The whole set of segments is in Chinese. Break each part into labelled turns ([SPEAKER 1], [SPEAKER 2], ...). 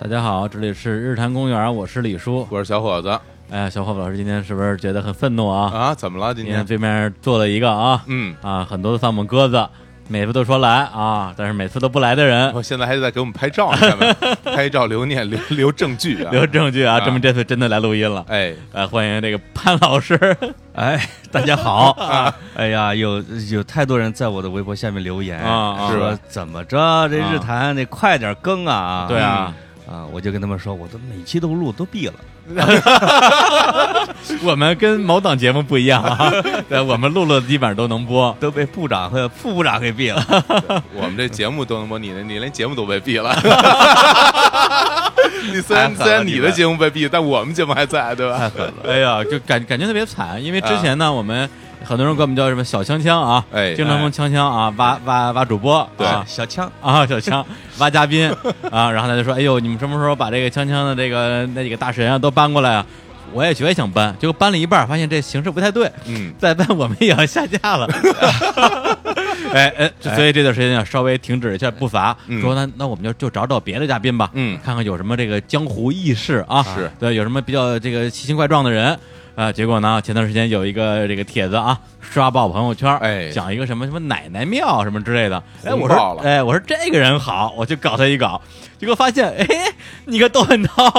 [SPEAKER 1] 大家好，这里是日坛公园，我是李叔。
[SPEAKER 2] 我是小伙子
[SPEAKER 1] 哎呀，小伙子老师今天是不是觉得很愤怒啊？
[SPEAKER 2] 啊，怎么了？今
[SPEAKER 1] 今天
[SPEAKER 2] 天
[SPEAKER 1] 对面坐了一个啊，
[SPEAKER 2] 嗯，
[SPEAKER 1] 啊，很多的放我们鸽子，每次都说来啊，但是每次都不来的人
[SPEAKER 2] 我现在还在给我们拍照 呢，看到没有拍照留念留留证据啊。
[SPEAKER 1] 留证据啊，
[SPEAKER 2] 啊
[SPEAKER 1] 证明这次真的来录音了。
[SPEAKER 2] 哎，
[SPEAKER 1] 呃，欢迎这个潘老师，啊
[SPEAKER 3] 哎，大 家好！哎呀，有有太多人在我的微博下面留言，
[SPEAKER 1] 啊
[SPEAKER 2] 是吧
[SPEAKER 3] 说怎么着这
[SPEAKER 1] 啊
[SPEAKER 3] 日坛得快点更啊！
[SPEAKER 1] 对啊，
[SPEAKER 3] 啊，我就跟他们说，我都每期都录，都毙了。
[SPEAKER 1] 我们跟某档节目不一样啊， 对，我们录了基本上都能播。
[SPEAKER 3] 都被部长和副部长给毙了。
[SPEAKER 2] 我们这节目都能播，你的你连节目都被 毙了。你虽然
[SPEAKER 3] 太狠了
[SPEAKER 2] 虽然你
[SPEAKER 3] 你
[SPEAKER 2] 的
[SPEAKER 3] 们
[SPEAKER 2] 节目被毙，但我们节目还在，对吧？
[SPEAKER 1] 哎呀，就感感觉特别惨，因为之前呢，我们很多人管我们叫什么小枪枪啊，
[SPEAKER 2] 啊哎
[SPEAKER 1] 经常用枪枪啊，挖挖挖主播，
[SPEAKER 2] 对
[SPEAKER 1] 啊
[SPEAKER 3] 小枪，
[SPEAKER 1] 啊，小 枪挖嘉宾啊，然后他就说：“哎呦，你们什么时候把这个锵锵的这个那几个大神啊都搬过来啊？我也觉得想搬，结果搬了一半，发现这形势不太对，
[SPEAKER 2] 嗯，
[SPEAKER 1] 再搬我们也要下架了。 哎哎，所以这段时间要稍微停止一下步伐，
[SPEAKER 2] 嗯
[SPEAKER 1] 说那那我们就就找找别的嘉宾吧，
[SPEAKER 2] 嗯
[SPEAKER 1] 看看有什么这个江湖义士啊，
[SPEAKER 2] 是
[SPEAKER 1] 对，有什么比较这个奇形怪状的人。”啊，结果呢？前段时间有一个这个帖子啊，刷爆朋友圈，
[SPEAKER 2] 哎
[SPEAKER 1] 讲一个什么什么奶奶庙什么之类的，哎，
[SPEAKER 2] 红
[SPEAKER 1] 我说
[SPEAKER 2] 爆了
[SPEAKER 1] 哎，我说这个人好，我去搞他一搞，结果发现，哎，你个窦文涛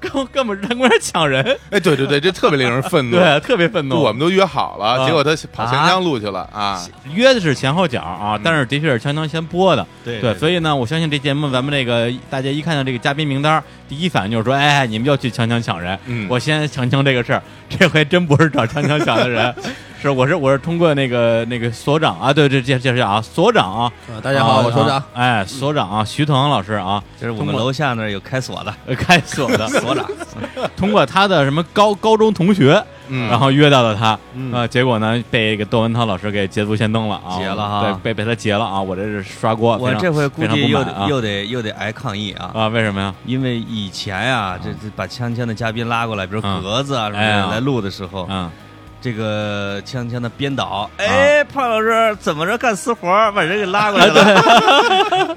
[SPEAKER 1] 跟跟我们人工人抢人，
[SPEAKER 2] 哎，对对对，这特别令人愤怒。
[SPEAKER 1] 对，特别愤怒。
[SPEAKER 2] 嗯我们都约好了，
[SPEAKER 1] 啊
[SPEAKER 2] 结果他跑钱江路去了啊！
[SPEAKER 1] 约的是前后脚啊，但是的确是锵锵先播的，
[SPEAKER 3] 对
[SPEAKER 1] 对，所以呢，我相信这节目咱们这个大家一看到这个嘉宾名单，第一反应就是说，哎，你们要去锵锵抢人，
[SPEAKER 2] 嗯
[SPEAKER 1] 我先强强这个事儿， 这回真不是找锵锵抢的人，是我是我是通过那个那个所长啊，对对介介绍啊，所长啊，
[SPEAKER 4] 大家好，
[SPEAKER 1] 啊
[SPEAKER 4] 我所长
[SPEAKER 1] 啊。哎，所长啊，徐腾老师啊，
[SPEAKER 3] 就是我
[SPEAKER 1] 通
[SPEAKER 3] 们
[SPEAKER 1] 过
[SPEAKER 3] 楼下那儿有开锁的
[SPEAKER 1] 呃开锁的
[SPEAKER 3] 所长，
[SPEAKER 1] 通过他的什么高高中同学，
[SPEAKER 2] 嗯
[SPEAKER 1] 然后约到了他，啊、结果呢被给窦文涛老师给捷足先登了啊，
[SPEAKER 3] 劫了哈
[SPEAKER 1] 对，被被他劫了啊，我这是刷锅，
[SPEAKER 3] 我
[SPEAKER 1] 非常
[SPEAKER 3] 这回估
[SPEAKER 1] 非常
[SPEAKER 3] 计
[SPEAKER 1] 不
[SPEAKER 3] 又
[SPEAKER 1] 满
[SPEAKER 3] 得
[SPEAKER 1] 啊
[SPEAKER 3] 又得又得挨抗议啊！
[SPEAKER 1] 啊，为什么呀？
[SPEAKER 3] 因为以前啊，这这把锵锵的嘉宾拉过来，比如
[SPEAKER 1] 嗯
[SPEAKER 3] 格子啊什么
[SPEAKER 1] 哎呀
[SPEAKER 3] 的来录的时
[SPEAKER 2] 哦
[SPEAKER 3] 候，
[SPEAKER 1] 嗯，
[SPEAKER 3] 这个锵锵的编导，哎，胖老师怎么着干私活儿把人给拉过来了？啊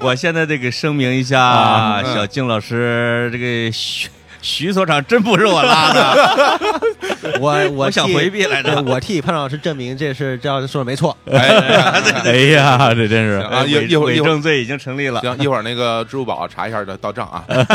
[SPEAKER 3] 我现在得给声明一下，
[SPEAKER 1] 啊
[SPEAKER 2] 嗯
[SPEAKER 3] 小静老师，这个徐徐所长真不是我拉的，
[SPEAKER 4] 我
[SPEAKER 3] 我
[SPEAKER 4] 我
[SPEAKER 3] 想
[SPEAKER 4] 替
[SPEAKER 3] 回避来着
[SPEAKER 4] 对。我替潘老师证明这是这样说的没错。
[SPEAKER 2] 哎，
[SPEAKER 1] 哎呀，这真是
[SPEAKER 2] 行啊
[SPEAKER 3] 哎
[SPEAKER 2] 一
[SPEAKER 3] 伪
[SPEAKER 2] 一会儿一
[SPEAKER 3] 伪
[SPEAKER 2] 会儿
[SPEAKER 3] 证罪已经成立了。
[SPEAKER 2] 行，一会儿那个支付宝查一下到到账啊。
[SPEAKER 1] 嗯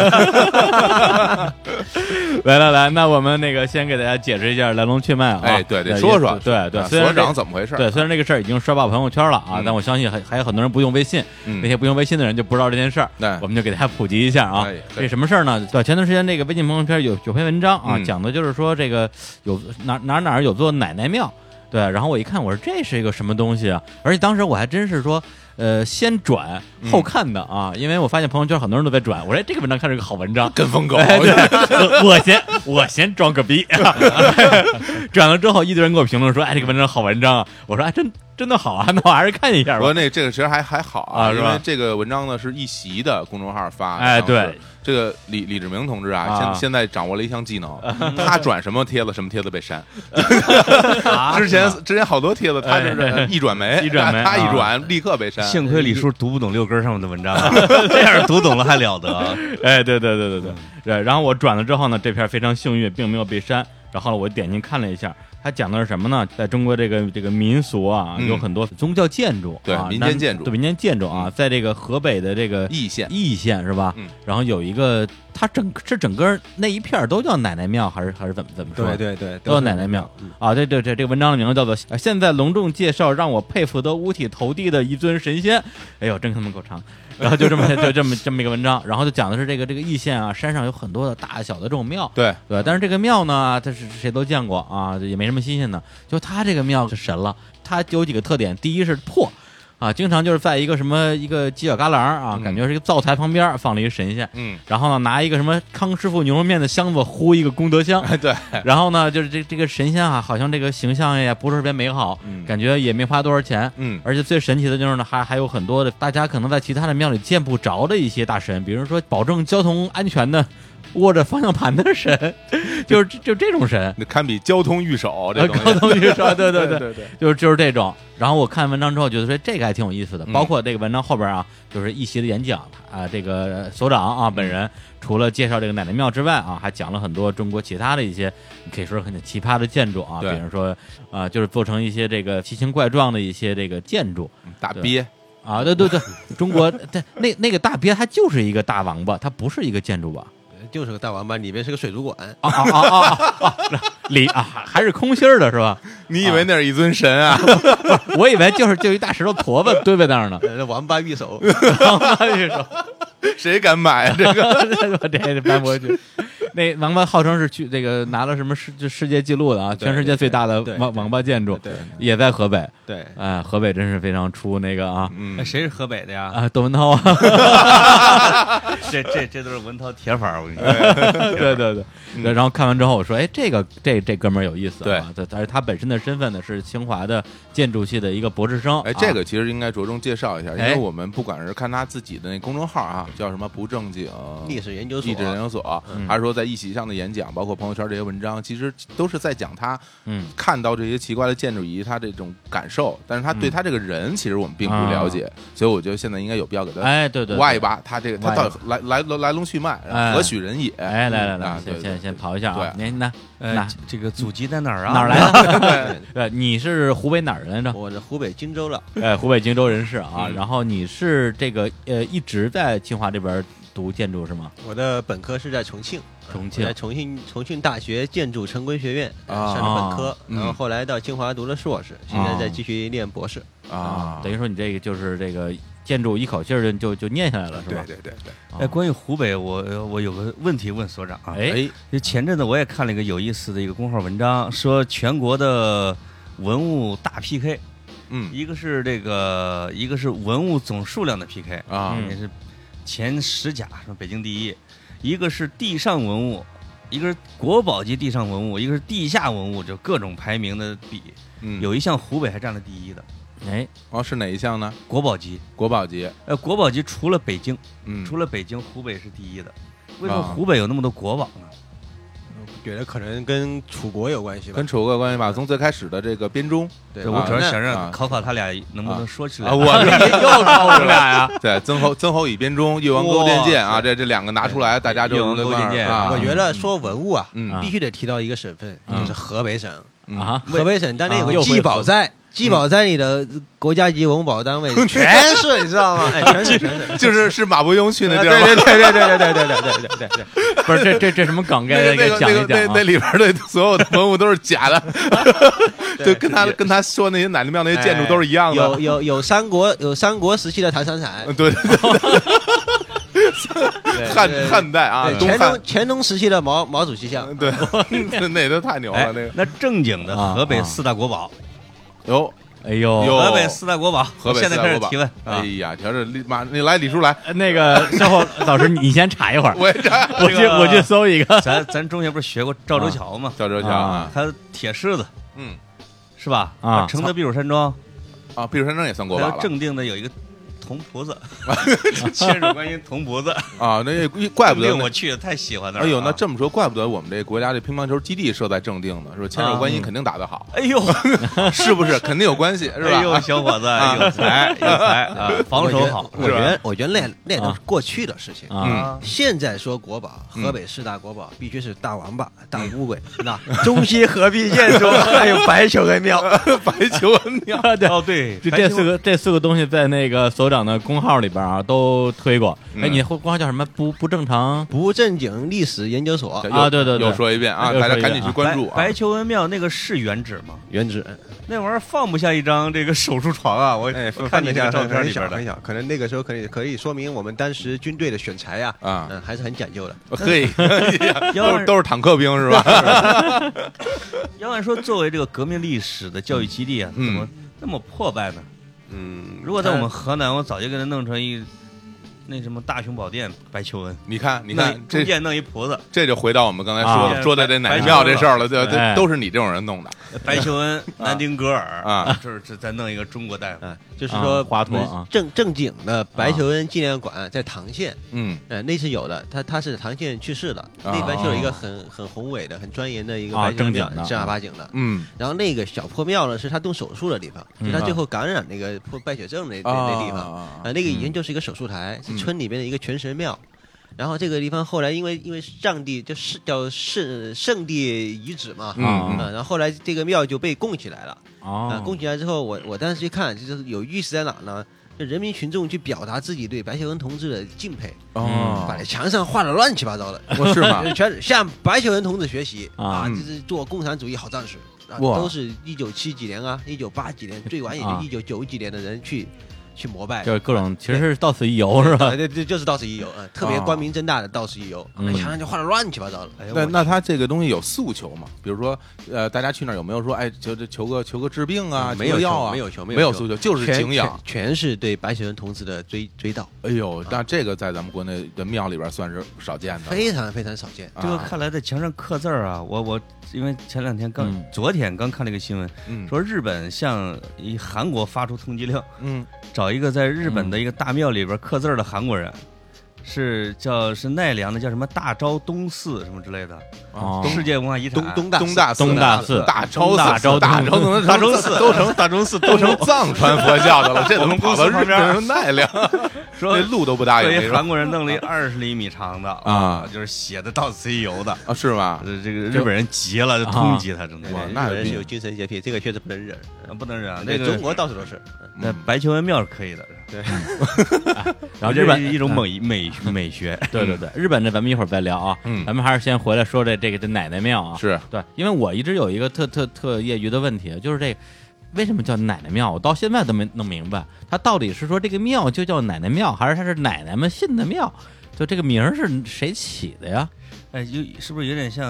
[SPEAKER 1] 来来来，那我们那个先给大家解释一下来龙去脉啊，
[SPEAKER 2] 哎，对，得
[SPEAKER 1] 也
[SPEAKER 2] 说说，
[SPEAKER 1] 对对，
[SPEAKER 2] 啊
[SPEAKER 1] 虽然
[SPEAKER 2] 所
[SPEAKER 1] 这
[SPEAKER 2] 长怎么回事？啊
[SPEAKER 1] 对，虽然这个事儿已经刷爆朋友圈了啊，
[SPEAKER 2] 嗯
[SPEAKER 1] 但我相信还还有很多人不用微信，
[SPEAKER 2] 嗯
[SPEAKER 1] 那些不用微信的人就不知道这件事儿
[SPEAKER 2] 对。
[SPEAKER 1] 我们就给大家普及一下啊
[SPEAKER 2] 哎，对
[SPEAKER 1] 这什么事儿呢？对，前段时间这个微信朋友圈有有篇文章啊，
[SPEAKER 2] 嗯
[SPEAKER 1] 讲的就是说这个有哪哪哪儿有座奶奶庙，对，然后我一看，我说这是一个什么东西啊？而且当时我还真是说。呃，先转
[SPEAKER 2] 嗯
[SPEAKER 1] 后看的啊，因为我发现朋友圈很多人都在转，我说哎这个文章看着是个好文章，
[SPEAKER 2] 跟风狗，
[SPEAKER 1] 哎，对， 我我先我先装个逼，转了之后，一堆人给我评论说：“哎，这个文章好文章啊！”我说：“哎，真真的好啊，那我还是看一下
[SPEAKER 2] 不过
[SPEAKER 1] 吧。
[SPEAKER 2] 那这个其实还还好
[SPEAKER 1] 啊是
[SPEAKER 2] 因
[SPEAKER 1] 吧
[SPEAKER 2] 为这个文章呢是一席的公众号发的。
[SPEAKER 1] 哎
[SPEAKER 2] 当时
[SPEAKER 1] 对，
[SPEAKER 2] 这个李李志明同志啊，
[SPEAKER 1] 啊嗯
[SPEAKER 2] 现现在掌握了一项技 能，他转什么帖子，什么帖子被删。 之前之前好多帖子，他就是
[SPEAKER 1] 啊哎
[SPEAKER 2] 一转没，
[SPEAKER 1] 一转没
[SPEAKER 2] 他一
[SPEAKER 1] 啊
[SPEAKER 2] 转立刻被删。
[SPEAKER 3] 幸亏李叔读不懂六根上面的文 章啊，这样读懂了还了得？”
[SPEAKER 1] 哎，对对对对对，对。然后我转了之后呢，这篇非常幸运，并没有被删。然后我点进看了一下，它讲的是什么呢？在中国这个这个民俗啊，
[SPEAKER 2] 嗯
[SPEAKER 1] 有很多宗教建筑啊，
[SPEAKER 2] 对民间
[SPEAKER 1] 南
[SPEAKER 2] 建筑
[SPEAKER 1] 对民间建筑啊，在这个河北的这个
[SPEAKER 2] 易县
[SPEAKER 1] 易县是吧？
[SPEAKER 2] 嗯
[SPEAKER 1] 然后有一个，它整是整个那一片儿都叫奶奶庙，还是还是怎么怎么说？
[SPEAKER 4] 对对对，
[SPEAKER 1] 都有哦奶奶庙
[SPEAKER 2] 嗯
[SPEAKER 1] 啊！对对对，这个文章的名字叫做《呃现在隆重介绍让我佩服得五体投地的一尊神仙》。哎呦，真他妈够长。然后就这么就这么这么一个文章，然后就讲的是这个这个易县啊，山上有很多的大小的这种庙，
[SPEAKER 2] 对，
[SPEAKER 1] 对，但是这个庙呢，它是谁都见过啊，也没什么新鲜的。就它这个庙是神了，它有几个特点，第一是破。啊，经常就是在一个什么一个犄角旮旯啊，
[SPEAKER 2] 嗯
[SPEAKER 1] 感觉是一个灶台旁边放了一个神仙，
[SPEAKER 2] 嗯，
[SPEAKER 1] 然后呢拿一个什么康师傅牛肉面的箱子呼一个功德箱，
[SPEAKER 2] 哎对，
[SPEAKER 1] 然后呢，就是这这个神仙啊，好像这个形象也不是特别美好，
[SPEAKER 2] 嗯
[SPEAKER 1] 感觉也没花多少钱。
[SPEAKER 2] 嗯
[SPEAKER 1] 而且最神奇的就是呢，还还有很多的大家可能在其他的庙里见不着的一些大神，比如说保证交通安全的握着方向盘的神， 就是就这种神，
[SPEAKER 2] 那堪比交通御手这
[SPEAKER 1] 呃，
[SPEAKER 2] 东西。
[SPEAKER 1] 高等预算，对对
[SPEAKER 2] 对
[SPEAKER 1] 对，
[SPEAKER 2] 对，
[SPEAKER 1] 就是就是这种。然后我看完章之后，觉得说这个还挺有意思的，
[SPEAKER 2] 嗯
[SPEAKER 1] 包括这个文章后边啊，就是一席的演讲啊，这个所长啊本人除了介绍这个奶奶庙之外啊，还讲了很多中国其他的一些可以说是很奇葩的建筑啊，比
[SPEAKER 2] 对
[SPEAKER 1] 如说啊，就是做成一些这个奇形怪状的一些这个建筑
[SPEAKER 2] 嗯大
[SPEAKER 1] 对
[SPEAKER 2] 鳖，
[SPEAKER 1] 啊，对对对，中国对那那个大鳖它就是一个大王八，它不是一个建筑吧？
[SPEAKER 4] 就是个大王八，里面是个水族馆。
[SPEAKER 1] 啊啊啊啊啊！里啊还是空心儿的是吧？
[SPEAKER 2] 你以为那是一尊神啊？
[SPEAKER 1] 我以为就是就一大石头婆子堆在那儿 呢。
[SPEAKER 4] 呃王八御手，
[SPEAKER 1] 王八御手，
[SPEAKER 2] 谁敢买啊？这个
[SPEAKER 1] 我这搬过去。那王八号称是去这个拿了什么世就世界纪录的啊，
[SPEAKER 4] 对
[SPEAKER 1] 全世界最大的
[SPEAKER 4] 对对
[SPEAKER 1] 王王八建筑，
[SPEAKER 4] 对
[SPEAKER 1] 也在河北。
[SPEAKER 4] 对，
[SPEAKER 1] 哎，河北真是非常出那个啊
[SPEAKER 2] 嗯，
[SPEAKER 3] 谁是河北的呀？
[SPEAKER 1] 啊，窦文涛啊，
[SPEAKER 3] 这这这都是文涛铁粉儿，我跟你
[SPEAKER 1] 哎
[SPEAKER 3] 说。
[SPEAKER 2] 嗯
[SPEAKER 1] 对对对。对然后看完之后，我说，哎，这个这这哥们儿有意思、啊。对，但是他本身的身份呢是清华的建筑系的一个博士生。
[SPEAKER 2] 哎，
[SPEAKER 1] 啊
[SPEAKER 2] 这个其实应该着重介绍一下，因
[SPEAKER 1] 哎
[SPEAKER 2] 为我们不管是看他自己的那公众号啊，叫什么不正经
[SPEAKER 4] 历史研究所
[SPEAKER 2] 历
[SPEAKER 4] 啊
[SPEAKER 2] 史研究所，
[SPEAKER 1] 嗯
[SPEAKER 2] 还是说在一席上的演讲，包括朋友圈这些文章，其实都是在讲他
[SPEAKER 1] 嗯
[SPEAKER 2] 看到这些奇怪的建筑以及他这种感受。但是他对他这个人，其实我们并不了解，所以我觉得现在应该有必要给他
[SPEAKER 1] 啊哎，对对对
[SPEAKER 2] 呃挖一挖他这个他
[SPEAKER 1] 挖一
[SPEAKER 2] 到底来来龙来龙去脉，然
[SPEAKER 1] 哎
[SPEAKER 2] 后何许人也？
[SPEAKER 1] 哎，来来来，
[SPEAKER 2] 啊对
[SPEAKER 1] 先先
[SPEAKER 2] 对
[SPEAKER 1] 先刨一下啊！您呢？
[SPEAKER 3] 呃
[SPEAKER 1] 哪，
[SPEAKER 3] 这个祖籍在哪儿啊？
[SPEAKER 1] 哪儿？来 的？
[SPEAKER 2] 对
[SPEAKER 1] 对，你是湖北哪儿人来着？
[SPEAKER 4] 我是湖北荆州的，
[SPEAKER 1] 哎，湖北荆州人士啊。
[SPEAKER 2] 嗯
[SPEAKER 1] 然后你是这个呃，一直在清华这边读建筑是吗？
[SPEAKER 4] 我的本科是在重庆，
[SPEAKER 2] 呃
[SPEAKER 1] 重
[SPEAKER 4] 我在
[SPEAKER 1] 庆。
[SPEAKER 4] 重庆重庆大学建筑城规学院呃
[SPEAKER 2] 啊
[SPEAKER 4] 上的本科，
[SPEAKER 2] 嗯
[SPEAKER 4] 然后后来到清华读了硕士，现在在继续念博士。
[SPEAKER 2] 啊，
[SPEAKER 1] 等于说你这个就是这个建筑一口气儿就就就念下来了是
[SPEAKER 2] 对
[SPEAKER 1] 吧？
[SPEAKER 2] 对对对，
[SPEAKER 1] 啊
[SPEAKER 3] 哎，关于湖北，我我有个问题问所长啊。
[SPEAKER 1] 哎
[SPEAKER 2] 哎，
[SPEAKER 3] 就前阵子我也看了一个有意思的一个公号文章，说全国的文物大 PK，
[SPEAKER 2] 嗯
[SPEAKER 3] 一个是这个，一个是文物总数量的 PK，
[SPEAKER 2] 啊
[SPEAKER 1] 嗯
[SPEAKER 3] 也是前十甲，什么北京第一，一个是地上文物，一个是国宝级地上文物，一个是地下文物，就各种排名的比，
[SPEAKER 2] 嗯，
[SPEAKER 3] 有一项湖北还占了第一的
[SPEAKER 1] 哎，
[SPEAKER 2] 哦是哪一项呢？
[SPEAKER 3] 国宝级。
[SPEAKER 2] 国宝级，
[SPEAKER 3] 呃，国宝级除了北京，
[SPEAKER 2] 嗯，
[SPEAKER 3] 除了北京，湖北是第一的。为什么
[SPEAKER 2] 啊
[SPEAKER 3] 湖北有那么多国宝呢？
[SPEAKER 4] 觉得可能跟楚国有关系吧
[SPEAKER 2] 跟，楚国有关系吧？从最开始的这个编钟，
[SPEAKER 4] 对
[SPEAKER 3] 对我
[SPEAKER 2] 啊
[SPEAKER 3] 主要
[SPEAKER 2] 那
[SPEAKER 3] 想
[SPEAKER 2] 啊
[SPEAKER 3] 让考考他俩能不能
[SPEAKER 2] 啊
[SPEAKER 3] 说起来。
[SPEAKER 2] 啊，我
[SPEAKER 1] 哎
[SPEAKER 2] 又
[SPEAKER 1] 我们俩呀，
[SPEAKER 2] 对曾侯曾侯乙编钟，越王勾践剑啊，
[SPEAKER 3] 哇
[SPEAKER 2] 这这两个拿出来，大家就
[SPEAKER 3] 越王勾践剑
[SPEAKER 2] 啊，
[SPEAKER 4] 我觉得说文物啊，
[SPEAKER 2] 嗯
[SPEAKER 1] 啊
[SPEAKER 4] 必须得提到一个省份，
[SPEAKER 1] 嗯
[SPEAKER 4] 就是河北省。
[SPEAKER 2] 嗯
[SPEAKER 1] 啊，
[SPEAKER 4] 河北省当年有
[SPEAKER 1] 啊又
[SPEAKER 4] 个
[SPEAKER 1] 恢复
[SPEAKER 4] 季宝在，季宝在你的国家级文保单位全是，你知道 吗？哎，全是全是。
[SPEAKER 2] 就是是马伯庸去那
[SPEAKER 4] 对
[SPEAKER 2] 地儿吗
[SPEAKER 4] 对对对对对对对对对对对，
[SPEAKER 1] 不是这这这什么梗
[SPEAKER 2] 那
[SPEAKER 1] 该
[SPEAKER 2] 个那
[SPEAKER 1] 给
[SPEAKER 2] 个
[SPEAKER 1] 讲
[SPEAKER 2] 那
[SPEAKER 1] 一
[SPEAKER 2] 个
[SPEAKER 1] 讲
[SPEAKER 2] 那
[SPEAKER 1] 啊
[SPEAKER 2] 那！里边的所有的文物都是假的，就跟他
[SPEAKER 4] 是
[SPEAKER 2] 跟他说那些奶奶庙那些建筑都是一样
[SPEAKER 4] 有
[SPEAKER 2] 的，
[SPEAKER 4] 有有三国有三国时期的唐三彩
[SPEAKER 2] 嗯，对对对
[SPEAKER 4] 对
[SPEAKER 2] 汉
[SPEAKER 4] 对
[SPEAKER 2] 汉代啊，
[SPEAKER 4] 对
[SPEAKER 2] 东
[SPEAKER 4] 乾
[SPEAKER 2] 汉
[SPEAKER 4] 隆，乾隆时期的毛毛主席像，
[SPEAKER 2] 对，那那都太牛
[SPEAKER 3] 哎
[SPEAKER 2] 了，啊那个，
[SPEAKER 3] 那正经的
[SPEAKER 1] 啊
[SPEAKER 3] 河北
[SPEAKER 1] 啊
[SPEAKER 3] 四大国宝，
[SPEAKER 2] 哟，
[SPEAKER 1] 哎呦，
[SPEAKER 2] 有哦
[SPEAKER 3] 河北四大国宝，
[SPEAKER 2] 河北
[SPEAKER 3] 现
[SPEAKER 2] 四
[SPEAKER 3] 在
[SPEAKER 2] 大
[SPEAKER 3] 开
[SPEAKER 2] 国
[SPEAKER 3] 始
[SPEAKER 2] 宝
[SPEAKER 3] 提问，啊
[SPEAKER 2] 哎。呀，瞧这立马，你来李叔来，
[SPEAKER 1] 呃那个稍后老师你你先查一会儿，
[SPEAKER 2] 我也这样
[SPEAKER 1] 我去
[SPEAKER 3] 这个
[SPEAKER 1] 我去搜一个。
[SPEAKER 3] 啊咱咱中学不是学过赵州桥吗？
[SPEAKER 2] 赵哲强啊，
[SPEAKER 3] 还有铁狮子
[SPEAKER 2] 嗯
[SPEAKER 3] 是吧？
[SPEAKER 1] 啊
[SPEAKER 3] 承德避暑山庄，
[SPEAKER 2] 啊，避暑山庄也算国
[SPEAKER 3] 还
[SPEAKER 2] 宝
[SPEAKER 3] 有
[SPEAKER 2] 了。
[SPEAKER 3] 正定的有一个铜菩 萨，千手观音铜菩萨，
[SPEAKER 2] 啊，那也怪不得
[SPEAKER 3] 正定
[SPEAKER 2] 那
[SPEAKER 3] 我去太喜欢那儿
[SPEAKER 2] 哎
[SPEAKER 3] 了啊。
[SPEAKER 2] 呦，那这么说，怪不得我们这国家这乒乓球基地设在正定呢，是吧？千手观音肯定打得好，啊
[SPEAKER 3] 哎呦
[SPEAKER 2] 是不是？肯定有关系，是
[SPEAKER 3] 哎呦，
[SPEAKER 2] 吧？
[SPEAKER 3] 小伙子有才有才啊，防守好
[SPEAKER 4] 我觉
[SPEAKER 2] 是吧
[SPEAKER 4] 得我觉得那那都是过去的事情。
[SPEAKER 1] 啊，
[SPEAKER 3] 啊
[SPEAKER 4] 现在说国宝，
[SPEAKER 2] 嗯
[SPEAKER 4] 河北四大国宝必须是大王八、大乌龟，那中西合璧建 筑，还有 白求恩庙。
[SPEAKER 2] 白求恩庙，
[SPEAKER 1] 对，
[SPEAKER 3] 哦对，
[SPEAKER 1] 这
[SPEAKER 3] 白
[SPEAKER 1] 这
[SPEAKER 3] 求
[SPEAKER 1] 四个这四个东西在那个所长的公号里边啊都推过。哎，
[SPEAKER 2] 嗯
[SPEAKER 1] 你后公号叫什么？不 不正常
[SPEAKER 4] 不正经历史研究所，
[SPEAKER 1] 啊对对对
[SPEAKER 2] 又说一遍啊，
[SPEAKER 1] 又说
[SPEAKER 2] 大
[SPEAKER 1] 一遍
[SPEAKER 2] 家赶紧去关注
[SPEAKER 3] 白
[SPEAKER 2] 啊
[SPEAKER 3] 白！求恩庙那个是原址吗？
[SPEAKER 4] 原址
[SPEAKER 3] 那玩意儿放不下一张这个手术床啊！我
[SPEAKER 4] 哎，
[SPEAKER 3] 我看你
[SPEAKER 4] 一
[SPEAKER 3] 这个
[SPEAKER 4] 下
[SPEAKER 3] 照片
[SPEAKER 4] 很
[SPEAKER 3] 里边
[SPEAKER 4] 小
[SPEAKER 3] 的
[SPEAKER 4] 很，小，可能那个时候可以可以说明我们当时军队的选材啊，
[SPEAKER 2] 啊呃
[SPEAKER 4] 嗯，还是很讲究的。
[SPEAKER 2] 嘿，
[SPEAKER 3] 要
[SPEAKER 2] 都
[SPEAKER 3] 是
[SPEAKER 2] 是都是坦克兵是吧？
[SPEAKER 3] 要按说作为这个革命历史的教育基地啊，怎
[SPEAKER 2] 嗯
[SPEAKER 3] 么那么破败呢？
[SPEAKER 4] 嗯
[SPEAKER 3] 如果在我们河南，我早就给它弄成一，那什么大雄宝殿白求恩，
[SPEAKER 2] 你看，你
[SPEAKER 3] 弄
[SPEAKER 2] 看
[SPEAKER 3] 一
[SPEAKER 2] 这
[SPEAKER 3] 中间弄一婆子，
[SPEAKER 2] 这就回到我们刚才说的、
[SPEAKER 3] 啊
[SPEAKER 2] 说的这奶
[SPEAKER 3] 白
[SPEAKER 2] 庙
[SPEAKER 3] 白
[SPEAKER 2] 这事儿了，这
[SPEAKER 1] 哎
[SPEAKER 2] 这都是你这种人弄的
[SPEAKER 3] 白求 恩、南丁格尔
[SPEAKER 2] 啊，
[SPEAKER 3] 这这再弄一个中国大夫，
[SPEAKER 4] 嗯，就是
[SPEAKER 1] 啊
[SPEAKER 4] 说
[SPEAKER 1] 华佗啊
[SPEAKER 4] 正正经的白求恩纪念馆在唐县，
[SPEAKER 2] 嗯
[SPEAKER 4] 呃，那是有的，他他是唐县去世的，那边就有一个很很宏伟的、很庄严的一个
[SPEAKER 1] 啊
[SPEAKER 4] 白求恩
[SPEAKER 1] 正经
[SPEAKER 4] 庙
[SPEAKER 1] 的，
[SPEAKER 4] 正儿八经的。
[SPEAKER 2] 嗯
[SPEAKER 4] 然后那个小破庙呢，是他动手术的地方，
[SPEAKER 1] 嗯
[SPEAKER 4] 就他最后感染那个破败血症那那
[SPEAKER 2] 啊
[SPEAKER 4] 那地方，啊，那个以前就是一个手术台，
[SPEAKER 2] 嗯
[SPEAKER 4] 是村里边的一个全神庙。然后这个地方后来因为因为上帝就是叫圣圣地遗址嘛，
[SPEAKER 2] 嗯
[SPEAKER 1] 啊
[SPEAKER 2] 嗯
[SPEAKER 4] 啊，然后后来这个庙就被供起来了。啊，
[SPEAKER 1] 哦，
[SPEAKER 4] 供起来之后，我我当时去看，就是有意思在哪呢？就人民群众去表达自己对白求恩同志的敬佩，
[SPEAKER 2] 哦，
[SPEAKER 4] 把那墙上画的乱七八糟的，
[SPEAKER 2] 我是吗？ 嗯
[SPEAKER 4] 全是向白求恩同志学习
[SPEAKER 1] 啊
[SPEAKER 4] 啊，就是做共产主义好战士啊，
[SPEAKER 2] 哇
[SPEAKER 4] 都是一九七几年啊，一九八几年，最晚也就
[SPEAKER 1] 啊
[SPEAKER 4] 一九九几年的人去去膜拜，
[SPEAKER 1] 就是各种，其实是到此一游是吧
[SPEAKER 4] 对？对对，就是到此一游，嗯，特别光明正大的到此一游，
[SPEAKER 1] 嗯
[SPEAKER 4] 那墙上就画的乱七八糟的，哎呦
[SPEAKER 2] 啊那
[SPEAKER 4] 我
[SPEAKER 2] 那他这个东西有诉求吗？比如说，呃，大家去那儿有没有说，哎，求求求个求个治病啊，
[SPEAKER 4] 嗯没有
[SPEAKER 2] 求个药
[SPEAKER 4] 求
[SPEAKER 2] 啊，
[SPEAKER 4] 没有求
[SPEAKER 2] 没
[SPEAKER 4] 没有
[SPEAKER 2] 诉求，就是
[SPEAKER 4] 全
[SPEAKER 2] 景仰。
[SPEAKER 4] 全全是对白求恩同志的追追悼，
[SPEAKER 2] 哎呦，那这个在咱们国内的庙里边算是少见的，
[SPEAKER 4] 非常非常少见。
[SPEAKER 3] 这个
[SPEAKER 2] 啊
[SPEAKER 3] 看来在墙上刻字儿啊，我我因为前两天刚、
[SPEAKER 1] 嗯
[SPEAKER 3] 昨天刚看了一个新闻，
[SPEAKER 2] 嗯
[SPEAKER 3] 说日本向一韩国发出通缉令，
[SPEAKER 2] 嗯
[SPEAKER 3] 找一个在日本的一个大庙里边刻字儿的韩国人，是叫是奈良的叫什么大昭东寺什么之类的，
[SPEAKER 1] 哦
[SPEAKER 2] 东
[SPEAKER 3] 世界文化遗
[SPEAKER 4] 东
[SPEAKER 3] 产。
[SPEAKER 4] 东大
[SPEAKER 2] 啊东大
[SPEAKER 1] 东大寺
[SPEAKER 2] 大昭寺、
[SPEAKER 1] 大昭
[SPEAKER 2] 大昭寺、大
[SPEAKER 3] 昭寺
[SPEAKER 2] 都成
[SPEAKER 3] 大钟寺
[SPEAKER 2] 都成藏传佛教的了，这怎么跑到
[SPEAKER 3] 我们公司
[SPEAKER 2] 日
[SPEAKER 3] 旁边儿
[SPEAKER 2] 本奈良？
[SPEAKER 3] 说
[SPEAKER 2] 那路都不大有，
[SPEAKER 3] 对
[SPEAKER 2] 你
[SPEAKER 3] 于
[SPEAKER 2] 说
[SPEAKER 3] 韩国人弄了一二十厘米长的
[SPEAKER 2] 啊
[SPEAKER 3] 就是写的到此一游的，
[SPEAKER 2] 啊？是吗？
[SPEAKER 3] 这这个日本人急了，就通缉他，整
[SPEAKER 4] 对
[SPEAKER 3] 天
[SPEAKER 2] 哇
[SPEAKER 4] 对
[SPEAKER 2] 那
[SPEAKER 4] 日本人
[SPEAKER 2] 比
[SPEAKER 4] 是有精神洁癖，这个确实不能忍。
[SPEAKER 3] 啊不能忍啊。那
[SPEAKER 4] 对
[SPEAKER 3] 个
[SPEAKER 4] 中国到处都是，
[SPEAKER 3] 那
[SPEAKER 2] 嗯
[SPEAKER 3] 白求恩庙是可以的，
[SPEAKER 1] 然后
[SPEAKER 3] 这
[SPEAKER 1] 日本
[SPEAKER 3] 是一种美美美学，
[SPEAKER 1] 对对对，日本这咱们一会儿再聊啊，
[SPEAKER 2] 嗯
[SPEAKER 1] 咱们还是先回来说这这个这奶奶庙啊，
[SPEAKER 2] 是
[SPEAKER 1] 对，因为我一直有一个特特特业余的问题，就是这为什么叫奶奶庙？我到现在都没弄明白，它到底是说这个庙就叫奶奶庙，还是它是奶奶们信的庙？就这个名儿是谁起的呀？
[SPEAKER 3] 哎，有是不是有点像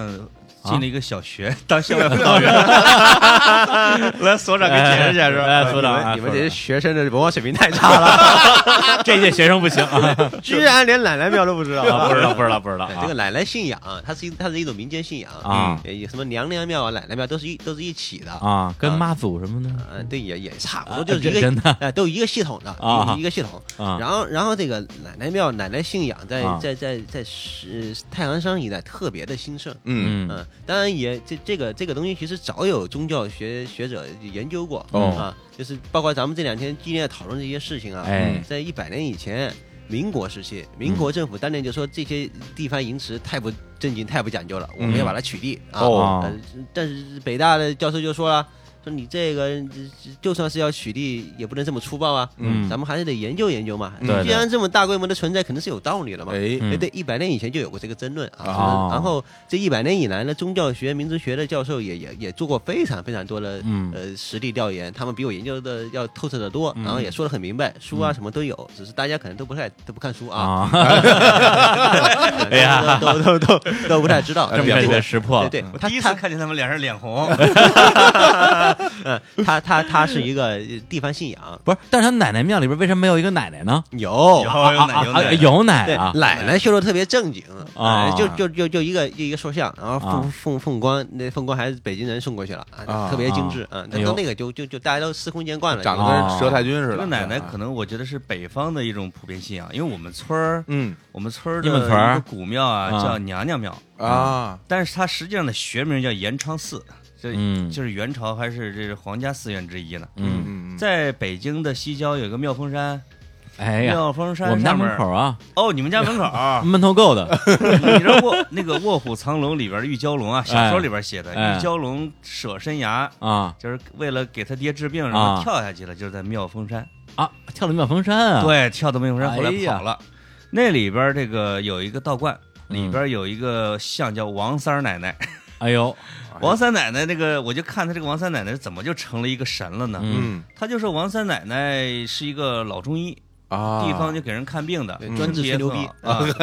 [SPEAKER 1] 啊
[SPEAKER 3] 进了一个小学、当校外辅导员？ 来，所长给解释解释。
[SPEAKER 1] 哎，所
[SPEAKER 2] 啊
[SPEAKER 1] 长，哎
[SPEAKER 4] 呃你们这
[SPEAKER 1] 所长
[SPEAKER 4] 些学生的文化水平太差了，
[SPEAKER 1] 这届学生不行啊！
[SPEAKER 4] 居然连奶奶庙都不知道。
[SPEAKER 1] 啊不知道，不知道，不知道
[SPEAKER 4] 对这个奶奶信仰，它是一它是一种民间信仰
[SPEAKER 1] 啊，
[SPEAKER 4] 也有什么娘娘庙啊、奶奶庙都是一都是一起的
[SPEAKER 1] 啊。啊！跟妈祖什么的
[SPEAKER 4] 嗯，对，也也差不
[SPEAKER 1] 啊
[SPEAKER 4] 多，就是一
[SPEAKER 1] 这真的
[SPEAKER 4] 个哎，都一个系统的
[SPEAKER 1] 啊
[SPEAKER 4] 一个系统。
[SPEAKER 1] 啊
[SPEAKER 4] 然后，然后这个奶奶庙、奶奶信仰在
[SPEAKER 1] 啊
[SPEAKER 4] 在在在是太行山一带特别的兴盛。
[SPEAKER 2] 嗯
[SPEAKER 1] 嗯
[SPEAKER 3] 呃
[SPEAKER 4] 嗯，当然也这这个这个东西其实早有宗教学学者研究过、
[SPEAKER 2] 哦
[SPEAKER 4] 啊，就是包括咱们这两天激烈讨论这些事情啊，
[SPEAKER 1] 哎嗯
[SPEAKER 4] 在一百年以前。民国时期，民国政府当年就说这些地方营池太不正经、太不讲究了，我们要把它取缔、
[SPEAKER 1] 嗯
[SPEAKER 4] 啊、
[SPEAKER 1] 哦
[SPEAKER 4] 呃但是北大的教授就说了，说你这个呃就算是要取缔，也不能这么粗暴啊，
[SPEAKER 1] 嗯
[SPEAKER 4] 咱们还是得研究研究嘛。
[SPEAKER 1] 对对
[SPEAKER 4] 既然这么大规模的存在，肯定是有道理的嘛。
[SPEAKER 2] 哎
[SPEAKER 1] 嗯
[SPEAKER 4] 哎，对，一百年以前就有过这个争论啊。
[SPEAKER 1] 哦
[SPEAKER 4] 然后这一百年以来呢，宗教学、民族学的教授也也也做过非常非常多的、
[SPEAKER 1] 嗯
[SPEAKER 4] 呃实地调研，他们比我研究的要透彻的多，
[SPEAKER 1] 嗯
[SPEAKER 4] 然后也说的很明白，书啊什么都有，只是大家可能都不太都不看书啊，
[SPEAKER 1] 啊，
[SPEAKER 4] 哎
[SPEAKER 1] 呀
[SPEAKER 4] 都都都都都不太知道。
[SPEAKER 2] 这
[SPEAKER 1] 这么
[SPEAKER 4] 但是
[SPEAKER 1] 被
[SPEAKER 4] 这
[SPEAKER 1] 被
[SPEAKER 4] 个
[SPEAKER 1] 识破，
[SPEAKER 4] 对
[SPEAKER 3] 我
[SPEAKER 4] 对，他
[SPEAKER 3] 第一次
[SPEAKER 4] 他
[SPEAKER 3] 看见他们脸上脸红，
[SPEAKER 4] 嗯他他他是一个地方信仰，
[SPEAKER 1] 不是？但是他奶奶庙里边为什么没有一个奶奶呢？
[SPEAKER 4] 有
[SPEAKER 3] 有哦有
[SPEAKER 1] 啊
[SPEAKER 3] 奶
[SPEAKER 1] 啊
[SPEAKER 3] 奶，
[SPEAKER 1] 有奶
[SPEAKER 4] 对
[SPEAKER 1] 啊，
[SPEAKER 4] 奶奶修的特别正经
[SPEAKER 1] 啊
[SPEAKER 4] 哎就就就就一个一个塑像，然后
[SPEAKER 1] 啊
[SPEAKER 4] 凤凤凤冠，那凤冠还是北京人送过去了，
[SPEAKER 2] 啊
[SPEAKER 4] 啊，特别精致啊。
[SPEAKER 1] 哎
[SPEAKER 4] 但
[SPEAKER 1] 呦
[SPEAKER 4] 到那个就就就大家都司空见惯了，
[SPEAKER 2] 长得跟
[SPEAKER 4] 就
[SPEAKER 2] 佘太君似的。啊
[SPEAKER 3] 这个奶奶
[SPEAKER 1] 啊
[SPEAKER 3] 可能我觉得是北方的一种普遍信仰，因为我们村儿
[SPEAKER 2] 嗯
[SPEAKER 3] 我们村儿
[SPEAKER 1] 你们
[SPEAKER 3] 的
[SPEAKER 1] 村儿
[SPEAKER 3] 一个古庙啊
[SPEAKER 1] 啊
[SPEAKER 3] 叫娘娘庙，
[SPEAKER 2] 啊，
[SPEAKER 3] 但是它实际上的学名叫延昌寺，这
[SPEAKER 1] 嗯
[SPEAKER 3] 就是元朝还是这是皇家寺院之一呢。
[SPEAKER 1] 嗯，
[SPEAKER 2] 嗯，
[SPEAKER 3] 在北京的西郊有一个妙峰山，
[SPEAKER 1] 哎呀，
[SPEAKER 3] 妙峰山
[SPEAKER 1] 我们家
[SPEAKER 3] 上面
[SPEAKER 1] 门口啊，
[SPEAKER 3] 哦，你们家门口
[SPEAKER 4] 啊
[SPEAKER 1] 闷头够的，
[SPEAKER 3] 你知道卧那个《卧虎藏龙》里边的玉娇龙啊，小说里边写的，
[SPEAKER 1] 哎
[SPEAKER 3] 玉娇龙舍身崖，
[SPEAKER 1] 啊
[SPEAKER 3] 就是为了给他爹治病，然
[SPEAKER 1] 啊
[SPEAKER 3] 后跳下去了，就是在妙峰山。
[SPEAKER 1] 啊，跳了妙峰山啊，，
[SPEAKER 3] 对，跳到妙峰山，后来
[SPEAKER 1] 哎呀
[SPEAKER 3] 跑了。那里边这个有一个道观，
[SPEAKER 1] 嗯
[SPEAKER 3] 里边有一个像叫王三儿奶奶。
[SPEAKER 1] 哎呦，
[SPEAKER 3] 王三奶奶那个，我就看她这个王三奶奶怎么就成了一个神了呢？
[SPEAKER 1] 嗯
[SPEAKER 2] 嗯
[SPEAKER 3] 她就说王三奶奶是一个老中医，
[SPEAKER 2] 啊，
[SPEAKER 3] 地方就给人看病的，嗯
[SPEAKER 4] 对专治吹牛 逼
[SPEAKER 3] 啊！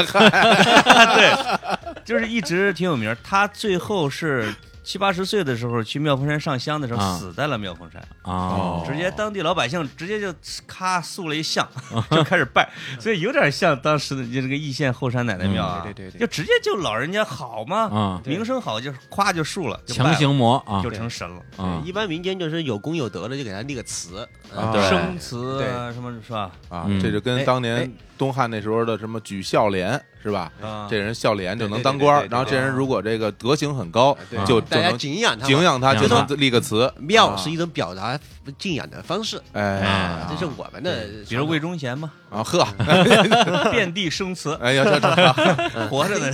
[SPEAKER 3] 对，就是一直挺有名儿。他最后是七八十岁的时候去妙峰山上香的时候，
[SPEAKER 1] 啊
[SPEAKER 3] 死在了妙峰山，
[SPEAKER 1] 哦，
[SPEAKER 3] 直接当地老百姓直接就咔塑了一像，
[SPEAKER 1] 啊
[SPEAKER 3] 就开始拜，所以有点像当时的就这个义县后山奶奶庙啊，
[SPEAKER 4] 嗯对对对对
[SPEAKER 3] 就直接就老人家好嘛，
[SPEAKER 1] 啊，
[SPEAKER 4] 对
[SPEAKER 3] 名声好就夸就树了，就拜
[SPEAKER 1] 强
[SPEAKER 3] 了
[SPEAKER 1] 行磨啊
[SPEAKER 3] 就成神了，
[SPEAKER 1] 啊
[SPEAKER 4] 对，一般民间就是有功有德的就给他立个词，
[SPEAKER 2] 啊
[SPEAKER 4] 嗯
[SPEAKER 2] 对
[SPEAKER 3] 生祠啊什么是吧？
[SPEAKER 2] 啊
[SPEAKER 1] 嗯，
[SPEAKER 2] 这就跟
[SPEAKER 4] 哎
[SPEAKER 2] 当
[SPEAKER 4] 哎
[SPEAKER 2] 年东汉那时候的什么举孝廉是吧？
[SPEAKER 3] 啊，
[SPEAKER 2] 这人孝廉就能
[SPEAKER 4] 对对
[SPEAKER 2] 当官儿
[SPEAKER 4] 对，对啊
[SPEAKER 2] 然后这人如果这个德行很高，
[SPEAKER 4] 对嗯
[SPEAKER 2] 就就
[SPEAKER 4] 大家
[SPEAKER 2] 能
[SPEAKER 4] 敬仰他嘛，
[SPEAKER 2] 敬仰他，
[SPEAKER 1] 敬
[SPEAKER 2] 就
[SPEAKER 1] 仰
[SPEAKER 2] 能
[SPEAKER 1] 他
[SPEAKER 2] 立个词。
[SPEAKER 4] 庙
[SPEAKER 2] 啊
[SPEAKER 4] 是一种表达敬仰的方式，
[SPEAKER 2] 哎
[SPEAKER 4] 啊，这是嗯我们的传统，
[SPEAKER 3] 比如魏忠贤 嘛，
[SPEAKER 2] 啊呵，
[SPEAKER 3] 遍地生祠，
[SPEAKER 2] 哎呀，这这
[SPEAKER 4] 嗯
[SPEAKER 3] 活着 呢。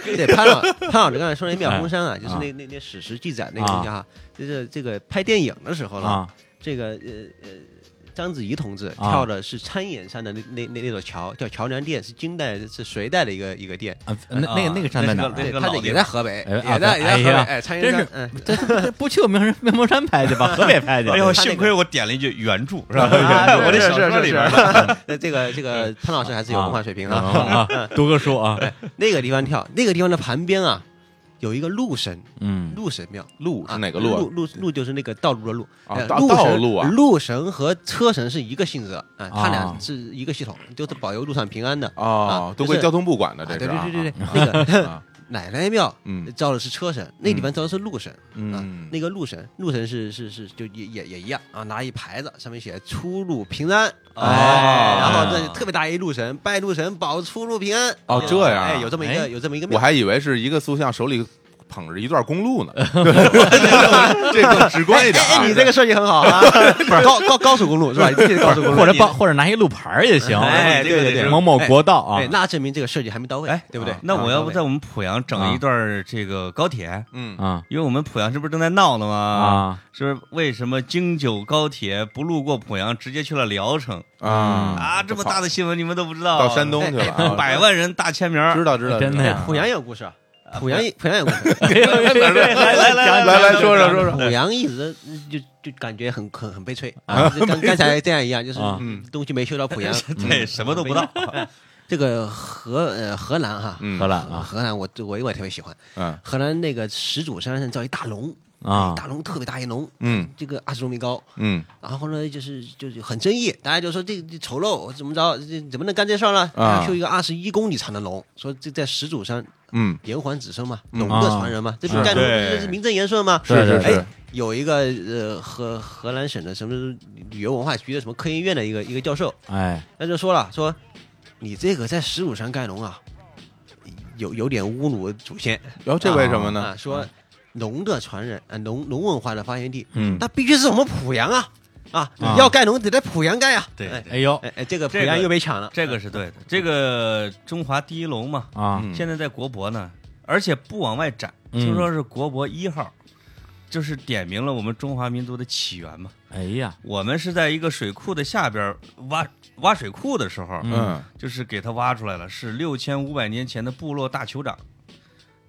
[SPEAKER 4] 对潘老潘老师刚才说那妙峰山啊，就是那那那史实记载那个东西哈，就是这个拍电影的时候呢，
[SPEAKER 1] 啊
[SPEAKER 4] 这个呃呃章子怡同志跳的是苍岩山的那那那那座桥，叫桥梁殿，是金代是隋代的一个一个殿，
[SPEAKER 1] 啊，那那个哎那个山在哪儿
[SPEAKER 3] 那
[SPEAKER 4] 对，
[SPEAKER 3] 个
[SPEAKER 4] 它
[SPEAKER 3] 老
[SPEAKER 4] 也
[SPEAKER 3] 地
[SPEAKER 4] 在河北，
[SPEAKER 1] 哎
[SPEAKER 4] 也在也在河
[SPEAKER 1] 哎
[SPEAKER 4] 北
[SPEAKER 1] 呀，
[SPEAKER 4] 哎，苍岩
[SPEAKER 1] 真
[SPEAKER 4] 山
[SPEAKER 1] 是，
[SPEAKER 4] 嗯，
[SPEAKER 1] 这这 不去妙山妙峰山拍去吧，河北拍去。
[SPEAKER 3] 哎呦，
[SPEAKER 4] 他那个
[SPEAKER 3] 幸亏我点了一句原著，是吧？
[SPEAKER 4] 啊
[SPEAKER 3] 我的小说里边儿的
[SPEAKER 4] 那这个这个潘老师还是有文化水平啊，
[SPEAKER 1] 啊，读个书啊，
[SPEAKER 4] 那个地方跳，那个地方的旁边啊有一个鹿神，
[SPEAKER 1] 嗯
[SPEAKER 4] 鹿神庙。
[SPEAKER 2] 路是哪个
[SPEAKER 4] 啊
[SPEAKER 2] 路
[SPEAKER 4] 路路路就是那个道路的路，
[SPEAKER 2] 啊
[SPEAKER 4] 呃
[SPEAKER 2] 道
[SPEAKER 4] 路神
[SPEAKER 2] 道路啊
[SPEAKER 4] 路神和车神是一个性质的啊，他
[SPEAKER 1] 啊
[SPEAKER 4] 俩是一个系统，就是保佑路上平安的。
[SPEAKER 2] 啊？哦
[SPEAKER 4] 啊
[SPEAKER 2] 都
[SPEAKER 4] 就
[SPEAKER 2] 归
[SPEAKER 4] 是
[SPEAKER 2] 交通部管的，
[SPEAKER 4] 啊
[SPEAKER 2] 这
[SPEAKER 4] 对
[SPEAKER 2] 是
[SPEAKER 4] 对
[SPEAKER 2] 啊
[SPEAKER 4] 对对对，那个
[SPEAKER 2] 啊
[SPEAKER 4] 奶奶庙
[SPEAKER 2] 嗯
[SPEAKER 4] 招的是车神，那地方招的是路神啊
[SPEAKER 2] 嗯，
[SPEAKER 4] 那个路神，路神是是是就也也也一样啊，拿一牌子上面写“出入平安”，
[SPEAKER 3] 哎
[SPEAKER 4] 然后这特别大一路神，拜路神保出入平安。
[SPEAKER 2] 哦这样啊
[SPEAKER 4] 哎，有这么一
[SPEAKER 1] 哎
[SPEAKER 4] 个有这么一个
[SPEAKER 2] 我
[SPEAKER 4] 庙，
[SPEAKER 2] 还以为是一个塑像手里捧着一段公路呢， 这更直观一点啊。
[SPEAKER 4] 哎，你这个设计很好啊，高高高速公路是吧？这是高速公路
[SPEAKER 1] 或者报或者拿一路牌儿也行，
[SPEAKER 3] 哎对对对
[SPEAKER 1] 某某国道啊
[SPEAKER 4] 哎，，那证明这个设计还没到位，
[SPEAKER 3] 哎
[SPEAKER 4] 对不对
[SPEAKER 2] 啊？
[SPEAKER 3] 那我要不
[SPEAKER 4] 啊
[SPEAKER 3] 在我们濮阳整一段儿这个高铁？
[SPEAKER 2] 嗯
[SPEAKER 1] 啊
[SPEAKER 3] 因为我们濮阳这不是正在闹呢吗？
[SPEAKER 1] 啊
[SPEAKER 3] 是为什么京九高铁不路过濮阳，直接去了聊城
[SPEAKER 1] 嗯
[SPEAKER 3] 啊？这么大的新闻你们都不知道？
[SPEAKER 2] 到山东去了啊，
[SPEAKER 3] 百万人大签名儿，
[SPEAKER 2] 知道知道，
[SPEAKER 1] 真的呀
[SPEAKER 4] 濮阳有故事，濮阳濮阳有故事，
[SPEAKER 2] 来来说说说说，
[SPEAKER 4] 濮阳一直就就感觉很很很悲催啊，就跟刚才这样一样，就是
[SPEAKER 1] 啊
[SPEAKER 2] 嗯
[SPEAKER 4] 东西没修到濮阳， 嗯
[SPEAKER 3] 对，什么都不到。
[SPEAKER 4] 这个荷呃荷兰哈，
[SPEAKER 2] 嗯
[SPEAKER 1] 荷兰啊
[SPEAKER 4] 啊荷兰我我我也特别喜欢，
[SPEAKER 2] 嗯
[SPEAKER 4] 荷兰那个石主山上叫一大龙，
[SPEAKER 1] 啊
[SPEAKER 4] 大龙特别大一龙，
[SPEAKER 2] 嗯
[SPEAKER 4] 这个二十多米高，
[SPEAKER 2] 嗯
[SPEAKER 4] 然后呢，就是就是很争议，大家就说这这丑陋怎么着，这怎么能干这事儿呢？
[SPEAKER 2] 啊
[SPEAKER 4] 要修一个二十一公里长的龙，说这在石主山
[SPEAKER 2] 嗯，
[SPEAKER 4] 炎黄子孙嘛，
[SPEAKER 2] 嗯
[SPEAKER 4] 龙的传人嘛，这不是
[SPEAKER 1] 是
[SPEAKER 4] 干龙，
[SPEAKER 3] 对
[SPEAKER 4] 这是名正言顺嘛。
[SPEAKER 1] 是是
[SPEAKER 4] 哎
[SPEAKER 2] 是
[SPEAKER 4] 有一个呃荷荷兰省的什么旅游文化局的什么科研院的一个一个教授，
[SPEAKER 1] 哎
[SPEAKER 4] 他就说了说，你这个在石主山盖龙啊，有有点侮辱祖先
[SPEAKER 2] 然后这为什么呢
[SPEAKER 4] 啊，？说龙的传人啊，龙龙文化的发源地，
[SPEAKER 1] 嗯
[SPEAKER 4] 那必须是我们濮阳啊啊！你
[SPEAKER 1] 啊
[SPEAKER 4] 要盖龙得在濮阳盖呀、啊。
[SPEAKER 3] 对
[SPEAKER 4] 哎
[SPEAKER 1] 哎呦
[SPEAKER 4] 哎哎，这个
[SPEAKER 3] 这
[SPEAKER 4] 濮阳
[SPEAKER 3] 个
[SPEAKER 4] 又被抢了。
[SPEAKER 3] 这个是对的，这个中华第一龙嘛，
[SPEAKER 1] 啊
[SPEAKER 2] 嗯
[SPEAKER 3] 现在在国博呢，而且不往外展，
[SPEAKER 1] 嗯
[SPEAKER 3] 听说是国博一号，就是点明了我们中华民族的起源嘛。
[SPEAKER 1] 哎呀
[SPEAKER 3] 我们是在一个水库的下边儿挖挖水库的时候，
[SPEAKER 2] 嗯
[SPEAKER 3] 就是给它挖出来了，是六千五百年前的部落大酋长，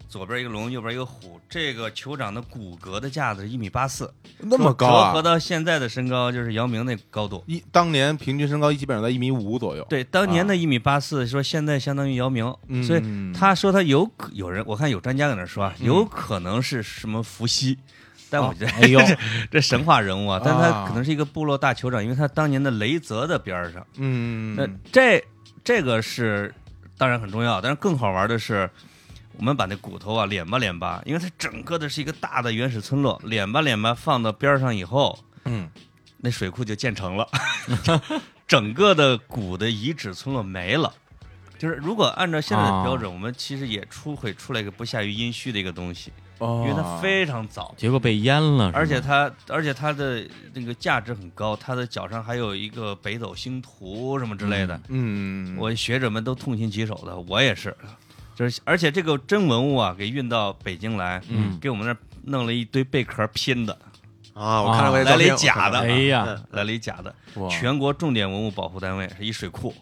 [SPEAKER 3] 左边一个龙，右边一个虎，这个酋长的骨骼的架子是一米八四，
[SPEAKER 2] 那么高
[SPEAKER 3] 折合
[SPEAKER 2] 啊！
[SPEAKER 3] 到现在的身高就是姚明那高度。
[SPEAKER 2] 一当年平均身高基本上在一米五左右，
[SPEAKER 3] 对，当年
[SPEAKER 2] 啊
[SPEAKER 3] 的一米八四，说现在相当于姚明，
[SPEAKER 2] 嗯
[SPEAKER 3] 所以他说他有可有人，我看有专家在那说啊，
[SPEAKER 2] 嗯哦
[SPEAKER 3] 有可能是什么伏羲，但我觉得、
[SPEAKER 1] 哎呦
[SPEAKER 3] 这这神话人物啊，但他
[SPEAKER 2] 啊
[SPEAKER 3] 可能是一个部落大酋长，因为他当年的雷泽的边儿上，
[SPEAKER 2] 嗯
[SPEAKER 3] 那这这个是当然很重要，但是更好玩的是。我们把那骨头啊脸吧脸吧，因为它整个的是一个大的原始村落，脸吧脸吧放到边儿上以后，
[SPEAKER 2] 嗯
[SPEAKER 3] 那水库就建成了，整个的古的遗址村落没了。就是如果按照现在的标准，我们其实也出会出来一个不下于殷墟的一个东西，
[SPEAKER 2] 哦，
[SPEAKER 3] 因为它非常早，
[SPEAKER 1] 结果被淹了是吗
[SPEAKER 3] 而且它而且它的那个价值很高，它的脚上还有一个北斗星图什么之类的，
[SPEAKER 2] 嗯，
[SPEAKER 3] 我学者们都痛心疾首的，我也是。就是而且这个真文物啊，给运到北京来，
[SPEAKER 1] 嗯
[SPEAKER 3] 给我们那儿弄了一堆贝壳拼的，
[SPEAKER 4] 啊，我
[SPEAKER 1] 啊
[SPEAKER 4] 看了我也
[SPEAKER 3] 来
[SPEAKER 4] 照
[SPEAKER 3] 了一
[SPEAKER 4] 片
[SPEAKER 3] 假的，啊
[SPEAKER 1] 哎呀
[SPEAKER 3] 来了一假的，
[SPEAKER 2] 哇
[SPEAKER 3] 全国重点文物保护单位是一水库，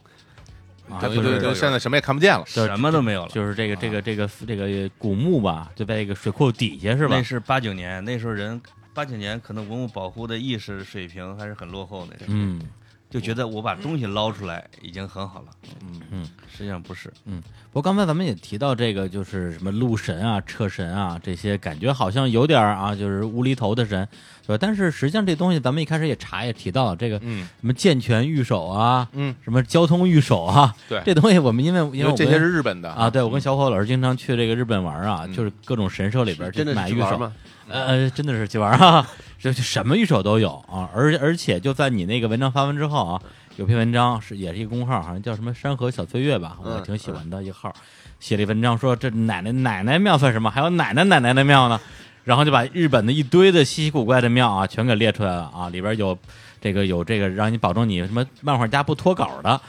[SPEAKER 1] 啊
[SPEAKER 2] 对
[SPEAKER 1] 就
[SPEAKER 2] 对
[SPEAKER 1] 是
[SPEAKER 2] 对，现在什么也看不见了。
[SPEAKER 1] 这
[SPEAKER 3] 什么都没有了。
[SPEAKER 1] 就是这个这个这个这个古墓吧，就在一个水库底下是吧
[SPEAKER 3] 那？是八九年，那时候人八九年可能文物保护的意识水平还是很落后的，
[SPEAKER 1] 嗯，
[SPEAKER 3] 就觉得我把东西捞出来已经很好了。
[SPEAKER 2] 嗯
[SPEAKER 1] 嗯，
[SPEAKER 3] 实际上不是。
[SPEAKER 1] 不过刚才咱们也提到这个，就是什么路神啊、车神啊这些，感觉好像有点儿啊，就是无厘头的神，对吧？但是实际上这东西，咱们一开始也查也提到了，这个
[SPEAKER 2] 嗯
[SPEAKER 1] 什么健全御守啊，
[SPEAKER 2] 嗯，
[SPEAKER 1] 什么交通御守啊，
[SPEAKER 2] 对
[SPEAKER 1] 这东西我们因为因为我
[SPEAKER 2] 这些
[SPEAKER 1] 跟
[SPEAKER 4] 嗯
[SPEAKER 2] 是日本的
[SPEAKER 1] 啊，对我跟小伙老师经常去这个日本玩啊，
[SPEAKER 2] 嗯
[SPEAKER 1] 就是各种神社里边儿去
[SPEAKER 4] 真的
[SPEAKER 1] 买
[SPEAKER 4] 是去
[SPEAKER 1] 御
[SPEAKER 4] 玩
[SPEAKER 1] 守，
[SPEAKER 4] 吗？
[SPEAKER 1] 呃，真的是去玩儿啊，这这什么一手都有啊，而而且就在你那个文章发完之后啊，有篇文章是也是一个公号，好像叫什么“山河小岁月”吧，我
[SPEAKER 4] 嗯
[SPEAKER 1] 挺喜欢的一个号，写了一文章说这奶奶奶奶庙算什么，还有奶奶奶奶的庙呢，然后就把日本的一堆的稀奇古怪的庙啊全给列出来了啊，里边有。这个有这个让你保证你什么漫画家不脱稿的，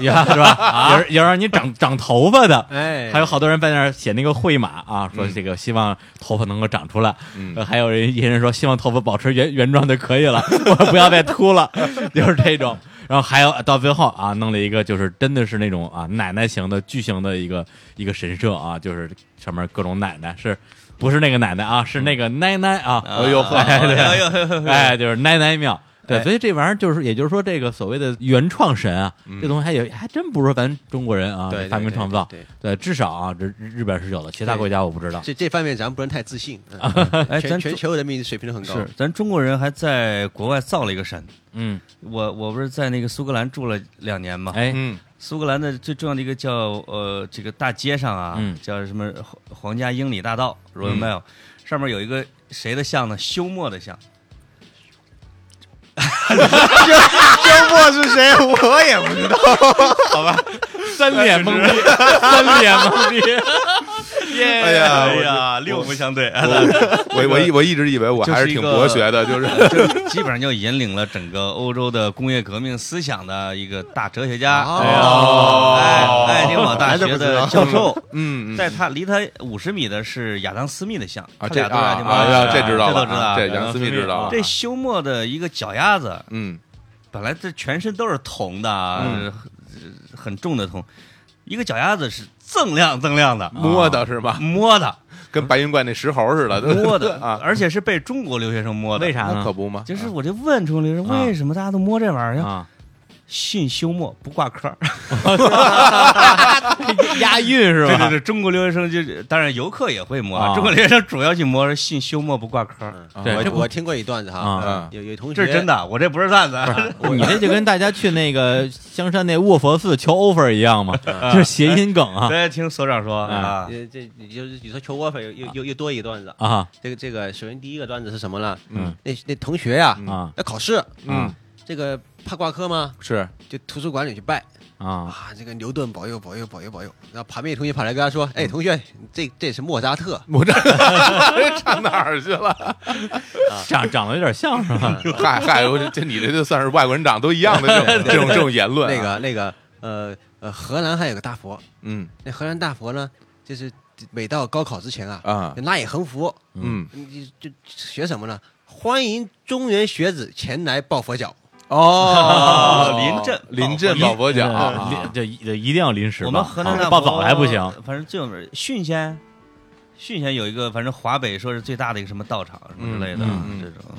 [SPEAKER 1] 也是吧？有人有让你长长头发的，
[SPEAKER 4] 哎
[SPEAKER 1] 还有好多人在那儿写那个会码啊，说这个希望头发能够长出来。
[SPEAKER 2] 嗯
[SPEAKER 1] 呃还有人一些人说希望头发保持原原状就可以了， 我不要再秃了， 就是这种。然后还有到最后啊，弄了一个就是真的是那种啊奶奶型的巨型的一个一个神社啊，就是上面各种奶奶是。不是那个奶奶啊，是那个奶奶啊！
[SPEAKER 3] 哎呦呵
[SPEAKER 1] 哎对
[SPEAKER 3] 哎呦呵呵呵
[SPEAKER 1] 哎，就是奶奶庙。对，
[SPEAKER 3] 哎
[SPEAKER 1] 所以这玩意儿就是，也就是说，这个所谓的原创神啊，
[SPEAKER 3] 嗯
[SPEAKER 1] 这东西还有还真不是咱中国人啊
[SPEAKER 4] 对对
[SPEAKER 1] 发明
[SPEAKER 4] 对
[SPEAKER 1] 创造。
[SPEAKER 4] 对对
[SPEAKER 1] 对，至少啊，这日日本是有的，其他
[SPEAKER 4] 对
[SPEAKER 1] 国家我不知道。
[SPEAKER 4] 这这方面咱不能太自信。嗯
[SPEAKER 3] 哎，咱
[SPEAKER 4] 全全球人民水平都很高
[SPEAKER 3] 是，咱中国人还在国外造了一个神。
[SPEAKER 1] 嗯，
[SPEAKER 3] 我我不是在那个苏格兰住了两年嘛？
[SPEAKER 1] 哎，
[SPEAKER 2] 嗯
[SPEAKER 3] 苏格兰的最重要的一个叫呃这个大街上啊，
[SPEAKER 1] 嗯
[SPEAKER 3] 叫什么皇皇家英里大道 （Royal Mile），、上面有一个谁的像呢？休谟的像。
[SPEAKER 2] 周末是谁？我也不知道。
[SPEAKER 1] 三脸懵逼，三脸懵逼。
[SPEAKER 3] 耶
[SPEAKER 2] 哎呀
[SPEAKER 3] 哎
[SPEAKER 2] 我
[SPEAKER 3] 呀，六目相对，
[SPEAKER 2] 我我一我一直以为我还是挺博学的，就是
[SPEAKER 3] 这基本上就引领了整个欧洲的工业革命思想的一个大哲学家，
[SPEAKER 4] 哦
[SPEAKER 3] 哎爱丁堡大
[SPEAKER 4] 还真
[SPEAKER 3] 学
[SPEAKER 4] 不知道
[SPEAKER 3] 的教授。
[SPEAKER 2] 嗯嗯
[SPEAKER 3] 在他离他五十米的是亚当斯密的像，
[SPEAKER 2] 啊
[SPEAKER 3] 他
[SPEAKER 2] 这啊
[SPEAKER 3] 俩都爱丁堡
[SPEAKER 2] 啊
[SPEAKER 3] 大
[SPEAKER 2] 啊
[SPEAKER 3] 学
[SPEAKER 2] 这知道
[SPEAKER 3] 这
[SPEAKER 2] 了
[SPEAKER 3] 都知道
[SPEAKER 2] 啊，。这
[SPEAKER 1] 杨
[SPEAKER 2] 杨思密
[SPEAKER 1] 思密
[SPEAKER 2] 知道
[SPEAKER 1] 啊
[SPEAKER 2] 了。
[SPEAKER 3] 这休谟的一个脚丫子，
[SPEAKER 2] 嗯
[SPEAKER 3] 本来这全身都是铜的啊，
[SPEAKER 2] 嗯
[SPEAKER 3] 呃很重的铜，一个脚丫子是锃亮锃亮的，
[SPEAKER 1] 啊
[SPEAKER 2] 摸的是吧？
[SPEAKER 3] 摸的
[SPEAKER 2] 跟白云观那石猴似的，
[SPEAKER 3] 摸的嗯
[SPEAKER 2] 啊，
[SPEAKER 3] 而且是被中国留学生摸的。
[SPEAKER 1] 为啥
[SPEAKER 2] 那可
[SPEAKER 1] 呢？
[SPEAKER 2] 不吗？
[SPEAKER 3] 就是我就问中国留学生
[SPEAKER 1] 啊
[SPEAKER 3] 为什么大家都摸这玩意儿？
[SPEAKER 1] 啊，
[SPEAKER 3] 信休谟不挂科儿，
[SPEAKER 1] 啊 押韵是
[SPEAKER 3] 对对
[SPEAKER 1] 吧？
[SPEAKER 3] 对，中国留学生就当然游客也会摸，
[SPEAKER 1] 啊嗯
[SPEAKER 3] 中国留学生主要去摸是信休谟不挂科儿，
[SPEAKER 2] 啊
[SPEAKER 1] 对这
[SPEAKER 4] 我
[SPEAKER 1] 不
[SPEAKER 4] 我听过一段子
[SPEAKER 1] 啊
[SPEAKER 4] 哈，有有同学
[SPEAKER 3] 这是真的，我这不是段 子。
[SPEAKER 1] 你这就跟大家去那个香山那卧佛寺求 offer 一样 嘛，这是谐音梗啊
[SPEAKER 3] 大家听所长说啊，
[SPEAKER 4] 呃，这你就是你说求我粉又又又又多一段子。
[SPEAKER 1] 啊
[SPEAKER 4] 这个这个，首先第一个段子是什么呢？
[SPEAKER 1] 嗯，
[SPEAKER 4] 那那同学呀，
[SPEAKER 3] 嗯
[SPEAKER 1] 啊
[SPEAKER 4] 要考试，
[SPEAKER 2] 嗯，
[SPEAKER 4] 这个怕挂科吗？
[SPEAKER 2] 是
[SPEAKER 4] 就图书馆里去拜
[SPEAKER 1] 啊！
[SPEAKER 4] 啊！这个牛顿保佑保佑保佑保佑。然后旁边一同学跑来跟他说：“哎，同学，这这是莫扎特。
[SPEAKER 2] 我这唱哎哪儿去了？
[SPEAKER 1] 啊长长得有点像是 吧？
[SPEAKER 2] 嗨嗨，我这这你这就算是外国人长都一样的这种这种这种言”论啊。
[SPEAKER 4] 那个那个呃呃，荷兰还有个大佛，
[SPEAKER 2] 嗯
[SPEAKER 4] 那荷兰大佛呢，就是每到高考之前啊，
[SPEAKER 2] 啊
[SPEAKER 4] 那也横幅，
[SPEAKER 2] 嗯
[SPEAKER 4] 你就学什么呢？欢迎中原学子前来抱佛脚。
[SPEAKER 2] 哦
[SPEAKER 3] 临阵
[SPEAKER 2] 临阵抱佛脚啊
[SPEAKER 1] 呃这这一定要临时吧，
[SPEAKER 3] 我们河南
[SPEAKER 1] 啊
[SPEAKER 3] 大
[SPEAKER 1] 报
[SPEAKER 3] 佛
[SPEAKER 1] 早还不行，
[SPEAKER 3] 反正最有名儿浚县，浚县有一个，反正华北说是最大的一个什么道场什么之类的啊，
[SPEAKER 2] 嗯嗯嗯
[SPEAKER 3] 这种，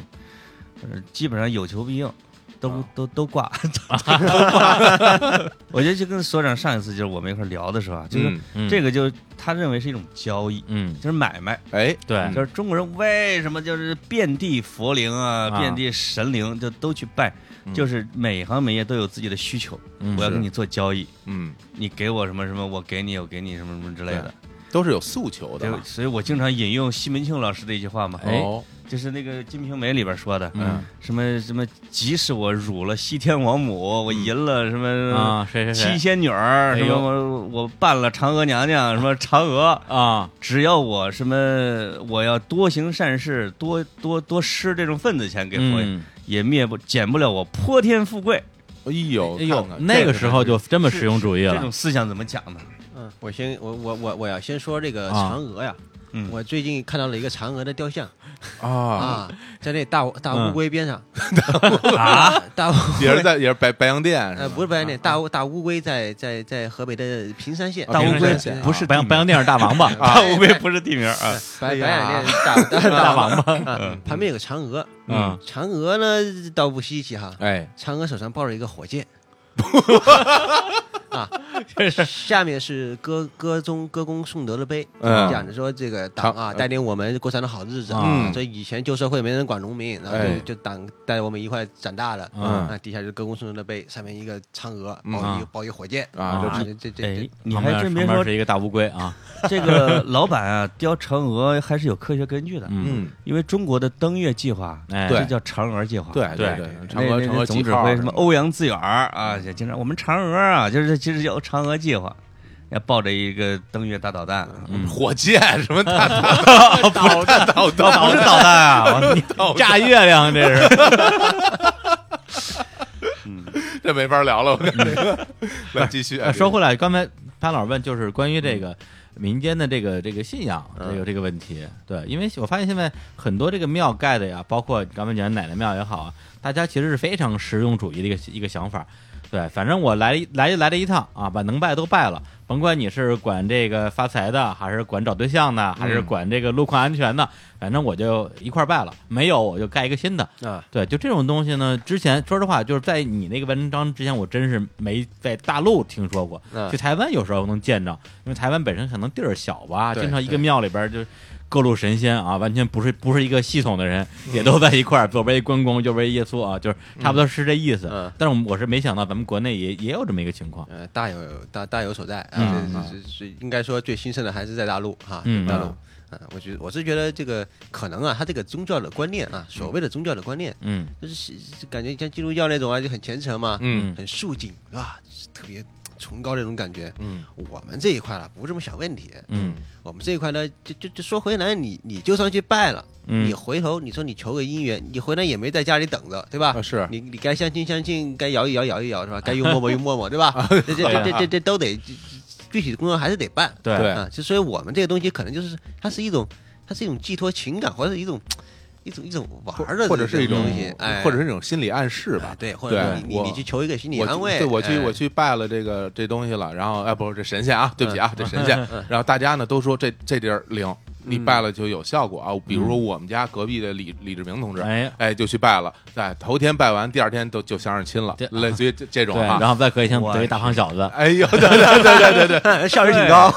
[SPEAKER 3] 呃，基本上有求必应，都、
[SPEAKER 1] 啊
[SPEAKER 3] 都都 挂。 我觉得就跟所长上一次就是我们一块儿聊的时候啊，就是
[SPEAKER 2] 嗯
[SPEAKER 1] 嗯
[SPEAKER 3] 这个就他认为是一种交易，
[SPEAKER 1] 嗯
[SPEAKER 3] 就是买卖。
[SPEAKER 2] 哎
[SPEAKER 1] 对
[SPEAKER 3] 就是中国人为什么就是遍地佛灵啊，
[SPEAKER 1] 啊
[SPEAKER 3] 遍地神灵就都去拜，就是每行每业都有自己的需求，
[SPEAKER 1] 嗯
[SPEAKER 3] 我要
[SPEAKER 2] 是
[SPEAKER 3] 跟你做交易，
[SPEAKER 2] 嗯，
[SPEAKER 3] 你给我什么什么，我给你，我给你什么什么之类的。
[SPEAKER 2] 都是有诉求的
[SPEAKER 3] 就
[SPEAKER 2] 嘛。
[SPEAKER 3] 所以，我经常引用西门庆老师的一句话嘛，
[SPEAKER 1] 哎
[SPEAKER 2] 哦，
[SPEAKER 3] 就是那个《金瓶梅》里边说的，
[SPEAKER 1] 嗯，
[SPEAKER 3] 什么什么，即使我辱了西天王母，我
[SPEAKER 2] 嗯
[SPEAKER 3] 淫了什么
[SPEAKER 1] 啊，谁谁
[SPEAKER 3] 七
[SPEAKER 1] 谁
[SPEAKER 3] 仙女儿，
[SPEAKER 1] 哎
[SPEAKER 3] 什
[SPEAKER 1] 呦
[SPEAKER 3] 么我我扮了嫦娥娘娘，什么嫦娥，
[SPEAKER 1] 啊？
[SPEAKER 3] 只要我什么，我要多行善事，多多多施这种份子钱给佛爷，
[SPEAKER 1] 嗯，
[SPEAKER 3] 也灭不减不了我泼天富贵。
[SPEAKER 2] 哎呦
[SPEAKER 1] 哎呦
[SPEAKER 2] 看，看
[SPEAKER 1] 那个时候就这么
[SPEAKER 3] 是
[SPEAKER 1] 实用主义啊
[SPEAKER 3] 这
[SPEAKER 1] 了
[SPEAKER 3] 种思想怎么讲呢？
[SPEAKER 4] 嗯，我先我我我我要先说这个
[SPEAKER 1] 啊
[SPEAKER 4] 嫦娥呀，
[SPEAKER 3] 嗯
[SPEAKER 4] 我最近看到了一个嫦娥的雕像
[SPEAKER 2] 啊，
[SPEAKER 4] 啊，在那大大
[SPEAKER 1] 嗯
[SPEAKER 4] 乌龟边上
[SPEAKER 1] 啊，
[SPEAKER 4] 大乌
[SPEAKER 2] 也是在也是白白洋淀是
[SPEAKER 4] 呃
[SPEAKER 2] 吧
[SPEAKER 4] 不是白洋淀，大乌大乌龟在在在河北的平山县，
[SPEAKER 2] 啊
[SPEAKER 4] 哎
[SPEAKER 1] 哦
[SPEAKER 3] 大乌
[SPEAKER 2] 平
[SPEAKER 3] 龟
[SPEAKER 2] 山县
[SPEAKER 3] 不是
[SPEAKER 1] 白
[SPEAKER 3] 白
[SPEAKER 1] 洋白洋淀是大 王八
[SPEAKER 3] 大乌龟不是地名
[SPEAKER 1] 哎
[SPEAKER 3] 啊，
[SPEAKER 4] 白白
[SPEAKER 2] 哎呀
[SPEAKER 4] 洋淀大大
[SPEAKER 1] 大
[SPEAKER 4] 大
[SPEAKER 1] 王八
[SPEAKER 4] 啊，旁边有个嫦娥，
[SPEAKER 1] 嗯
[SPEAKER 4] 嫦娥呢倒不稀奇哈，
[SPEAKER 2] 哎
[SPEAKER 4] 嫦娥手上抱着一个火箭，啊下面是歌歌中歌功颂德的碑，
[SPEAKER 2] 嗯
[SPEAKER 4] 讲着说这个党啊
[SPEAKER 2] 嗯
[SPEAKER 4] 带领我们过上了好日子啊
[SPEAKER 2] 嗯
[SPEAKER 4] 所以以前旧社会没人管农民，然后
[SPEAKER 2] 哎
[SPEAKER 4] 就就党带我们一块长大的，
[SPEAKER 1] 嗯
[SPEAKER 4] 那底下就是歌功颂德的碑，上面一个嫦娥
[SPEAKER 2] 嗯
[SPEAKER 4] 抱一
[SPEAKER 1] 啊
[SPEAKER 4] 抱一火箭
[SPEAKER 2] 啊
[SPEAKER 1] 这
[SPEAKER 4] 这这这
[SPEAKER 3] 哎
[SPEAKER 4] 这，
[SPEAKER 3] 你
[SPEAKER 1] 旁
[SPEAKER 3] 还
[SPEAKER 1] 边
[SPEAKER 3] 真别
[SPEAKER 1] 旁边
[SPEAKER 3] 说，
[SPEAKER 1] 是一个大乌龟啊，
[SPEAKER 3] 这个老板啊，雕嫦娥还是有科学根据的，
[SPEAKER 1] 嗯，
[SPEAKER 2] 嗯，
[SPEAKER 3] 因为中国的登月计划，
[SPEAKER 1] 哎，
[SPEAKER 3] 这叫嫦娥计划，
[SPEAKER 2] 对
[SPEAKER 1] 对
[SPEAKER 2] 对，
[SPEAKER 3] 那
[SPEAKER 2] 嫦娥嫦
[SPEAKER 3] 那那
[SPEAKER 2] 娥
[SPEAKER 3] 总
[SPEAKER 2] 几
[SPEAKER 3] 指
[SPEAKER 2] 号
[SPEAKER 3] 挥
[SPEAKER 2] 儿
[SPEAKER 3] 什么欧阳自远儿啊，也经常我们嫦娥啊，就是其实叫嫦娥计划，要抱着一个登月大导弹，
[SPEAKER 1] 嗯
[SPEAKER 2] 火箭什么大大
[SPEAKER 1] 导弹
[SPEAKER 2] 导
[SPEAKER 3] 不
[SPEAKER 2] 弹
[SPEAKER 3] 是导弹啊， 我
[SPEAKER 1] 炸月亮这是，
[SPEAKER 2] 这没法聊了，我感觉。
[SPEAKER 4] 嗯
[SPEAKER 2] 来继续
[SPEAKER 1] 呃，说回来，刚才潘老师问就是关于这个民间的这个这个信仰这个这个问题，对，因为我发现现在很多这个庙盖的呀，包括咱们讲奶奶庙也好啊，大家其实是非常实用主义的一个一个想法。对，反正我来来就来这一趟啊，把能拜都拜了，甭管你是管这个发财的，还是管找对象的，还是
[SPEAKER 2] 嗯
[SPEAKER 1] 管这个路况安全的，反正我就一块儿拜了。没有我就盖一个新的，
[SPEAKER 2] 哎
[SPEAKER 4] 啊，
[SPEAKER 1] 对，就这种东西呢，之前说实话，就是在你那个文章之前，我真是没在大陆听说过，
[SPEAKER 4] 嗯
[SPEAKER 1] 去台湾有时候能见着，因为台湾本身可能地儿小吧，
[SPEAKER 2] 对
[SPEAKER 1] 经常一个庙里边儿就各路神仙啊，完全不是不是一个系统的人，
[SPEAKER 2] 嗯
[SPEAKER 1] 也都在一块儿，左边一关公，右边一耶稣啊，就是差不多是这意思。
[SPEAKER 2] 啊
[SPEAKER 4] 嗯
[SPEAKER 1] 但是我们我是没想到咱们国内也也有这么一个情况，
[SPEAKER 4] 呃，大有大大有所在啊
[SPEAKER 1] 啊嗯，
[SPEAKER 4] 这这这应该说最兴盛的还是在大陆哈，
[SPEAKER 1] 嗯
[SPEAKER 4] 大陆。啊，我觉得我是觉得这个可能啊，他这个宗教的观念啊，所谓的宗教的观念，
[SPEAKER 1] 嗯
[SPEAKER 4] 就是感觉像基督教那种啊，就很虔诚嘛，
[SPEAKER 2] 嗯
[SPEAKER 4] 很肃静是吧？就是特别崇高那种感觉。
[SPEAKER 2] 嗯，
[SPEAKER 4] 我们这一块呢，不这么想问题。
[SPEAKER 1] 嗯
[SPEAKER 4] 我们这一块呢，就就就说回来，你你就算去拜了，
[SPEAKER 1] 嗯
[SPEAKER 4] 你回头你说你求个姻缘，你回来也没在家里等着，对吧？
[SPEAKER 2] 啊是
[SPEAKER 4] 你你该相亲相亲，该摇一摇摇一摇是吧？该用陌陌用陌陌，对吧？ 这这这这这这都得这这具体的工作还是得办。
[SPEAKER 1] 对
[SPEAKER 2] 啊对
[SPEAKER 4] 啊，就所以我们这个东西可能就是它是一种，它是一种寄托情感或者一种。一种一种玩儿的
[SPEAKER 2] 或者是一
[SPEAKER 4] 这
[SPEAKER 2] 种
[SPEAKER 4] 东西，哎，
[SPEAKER 2] 或者是一种心理暗示吧
[SPEAKER 4] 哎，对，或者
[SPEAKER 2] 对
[SPEAKER 4] 你你
[SPEAKER 2] 我
[SPEAKER 4] 你去求一个心理
[SPEAKER 2] 我去
[SPEAKER 4] 安慰，
[SPEAKER 2] 对，我去
[SPEAKER 4] 哎
[SPEAKER 2] 我去拜了这个这东西了，然后哎，不是这神仙啊，对不起啊，
[SPEAKER 4] 嗯
[SPEAKER 2] 这神仙。然后大家呢都说这这地儿灵，你
[SPEAKER 4] 嗯
[SPEAKER 2] 拜了就有效果啊。比如说我们家隔壁的李李志明同志，
[SPEAKER 1] 哎
[SPEAKER 2] 哎，就去拜了，哎，头天拜完，第二天都就相上亲了
[SPEAKER 1] 对，
[SPEAKER 2] 类似于这这种啊
[SPEAKER 1] 对，
[SPEAKER 2] 哈。
[SPEAKER 1] 然后再隔一天
[SPEAKER 3] 我
[SPEAKER 1] 得一大胖小子，
[SPEAKER 2] 哎呦，对对对对对对，
[SPEAKER 4] 效率挺高，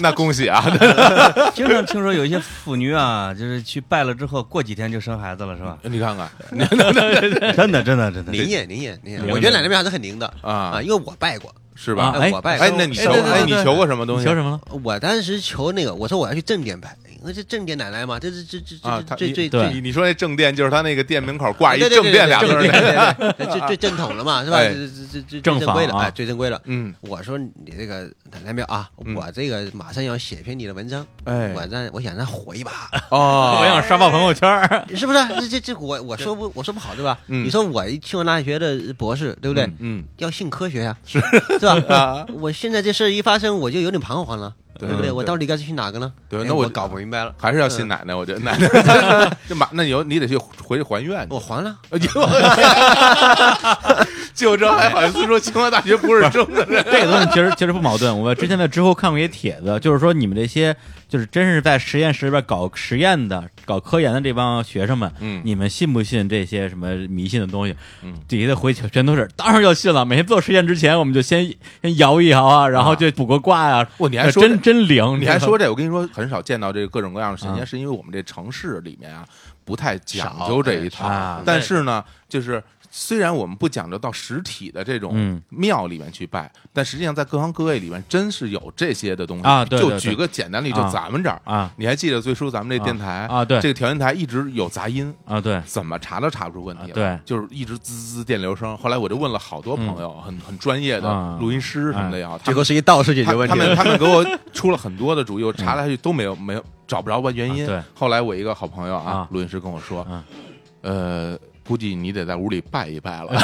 [SPEAKER 2] 那恭喜啊！
[SPEAKER 3] 经常听说有一些妇女啊，就是去拜了之后，过几天就生孩子了，是吧？
[SPEAKER 2] 你看看
[SPEAKER 3] 真的，真的，真的。
[SPEAKER 4] 灵验灵验灵验
[SPEAKER 1] 灵，
[SPEAKER 4] 我觉得奶奶庙还是很灵的
[SPEAKER 2] 啊
[SPEAKER 4] 啊，，因为我拜过，
[SPEAKER 2] 是吧？
[SPEAKER 1] 哎
[SPEAKER 4] 我拜过，
[SPEAKER 2] 哎，那你
[SPEAKER 4] 哎
[SPEAKER 2] 求
[SPEAKER 4] 对对
[SPEAKER 2] 哎
[SPEAKER 4] 对
[SPEAKER 2] 你
[SPEAKER 4] 对
[SPEAKER 2] 求过什么东
[SPEAKER 1] 你
[SPEAKER 2] 西？
[SPEAKER 1] 求什么了？
[SPEAKER 4] 我当时求那个，我说我要去正殿拜，因为这正殿奶奶嘛，这是这这
[SPEAKER 2] 啊
[SPEAKER 4] 这
[SPEAKER 2] 他
[SPEAKER 4] 这最最
[SPEAKER 1] 对
[SPEAKER 2] 你你说那正殿就是他那个店门口挂一
[SPEAKER 4] 对对
[SPEAKER 2] 正
[SPEAKER 4] 对
[SPEAKER 2] 殿俩字
[SPEAKER 4] 对
[SPEAKER 2] 儿那
[SPEAKER 4] 对
[SPEAKER 2] 个，
[SPEAKER 4] 对对对最最正统了嘛，是吧？
[SPEAKER 2] 哎
[SPEAKER 4] 这这这这
[SPEAKER 1] 正
[SPEAKER 4] 最正规了，
[SPEAKER 1] 法啊
[SPEAKER 4] 哎，最正规了。
[SPEAKER 2] 嗯，
[SPEAKER 4] 我说你这个奶奶庙啊，
[SPEAKER 2] 嗯
[SPEAKER 4] 我这个马上要写篇你的文章，
[SPEAKER 2] 哎
[SPEAKER 4] 我让我想让火一把，
[SPEAKER 2] 哦，
[SPEAKER 1] 我想刷爆朋友圈儿，
[SPEAKER 4] 是不是？这这这我我说不我说不好对吧？
[SPEAKER 2] 嗯
[SPEAKER 4] 你说我一清华大学的博士对不对
[SPEAKER 1] 嗯？
[SPEAKER 2] 嗯，
[SPEAKER 4] 要信科学呀，是 是吧？我现在这事儿一发生，我就有点彷徨了，
[SPEAKER 2] 对
[SPEAKER 4] 对不对？
[SPEAKER 2] 嗯
[SPEAKER 4] 我到底该去哪个呢？
[SPEAKER 2] 对
[SPEAKER 4] 哎
[SPEAKER 2] 那我
[SPEAKER 4] 我搞不明白了，
[SPEAKER 2] 还是要信奶奶，我觉得奶奶，这马那有你得去回去还愿去
[SPEAKER 4] 我。还了，
[SPEAKER 2] 哎呦就这还好意思说清华大学不是真的人？
[SPEAKER 1] 这个东西其实其实不矛盾。我之前在知乎看过一帖子，就是说你们这些就是真是在实验室里边搞实验的、搞科研的这帮学生们，
[SPEAKER 2] 嗯
[SPEAKER 1] 你们信不信这些什么迷信的东西？
[SPEAKER 2] 嗯
[SPEAKER 1] 底下的回帖全都是，当然要信了。每天做实验之前，我们就先先摇一摇啊，然后就卜个卦呀、啊。
[SPEAKER 2] 哇你还说
[SPEAKER 1] 真真灵，
[SPEAKER 2] 你还
[SPEAKER 1] 知道吗
[SPEAKER 2] 说这？我跟你说，很少见到这个各种各样的神仙，
[SPEAKER 1] 嗯
[SPEAKER 2] 是因为我们这城市里面啊不太讲
[SPEAKER 4] 少
[SPEAKER 2] 究这一套
[SPEAKER 1] 哎啊。
[SPEAKER 2] 但是呢，就是虽然我们不讲究到实体的这种
[SPEAKER 1] 嗯
[SPEAKER 2] 庙里面去拜，但实际上在各行各业里面真是有这些的东西
[SPEAKER 1] 啊对对
[SPEAKER 2] 就举个简单例，就
[SPEAKER 1] 啊
[SPEAKER 2] 咱们这儿
[SPEAKER 1] 啊
[SPEAKER 2] 你还记得最初咱们这电台
[SPEAKER 1] 啊啊对
[SPEAKER 2] 这个调音台一直有杂音，
[SPEAKER 1] 啊，对，
[SPEAKER 2] 怎么查都查不出问题来，
[SPEAKER 1] 啊对嗯
[SPEAKER 2] 就是一直滋滋电流声。后来我就问了好多朋友，很很专业的
[SPEAKER 1] 啊
[SPEAKER 2] 录音师什么的也好，他
[SPEAKER 4] 最
[SPEAKER 2] 们
[SPEAKER 4] 后是一道士解
[SPEAKER 2] 他
[SPEAKER 4] 决问
[SPEAKER 2] 他
[SPEAKER 4] 题
[SPEAKER 2] 们
[SPEAKER 4] 了。
[SPEAKER 2] 他们给我出了很多的主意，我查来查去都没有没有找不着吧原因。
[SPEAKER 1] 啊对
[SPEAKER 2] 后来我一个好朋友啊
[SPEAKER 1] 啊，
[SPEAKER 2] 录音师跟我说
[SPEAKER 1] 嗯，
[SPEAKER 2] 呃。估计你得在屋里拜一拜了，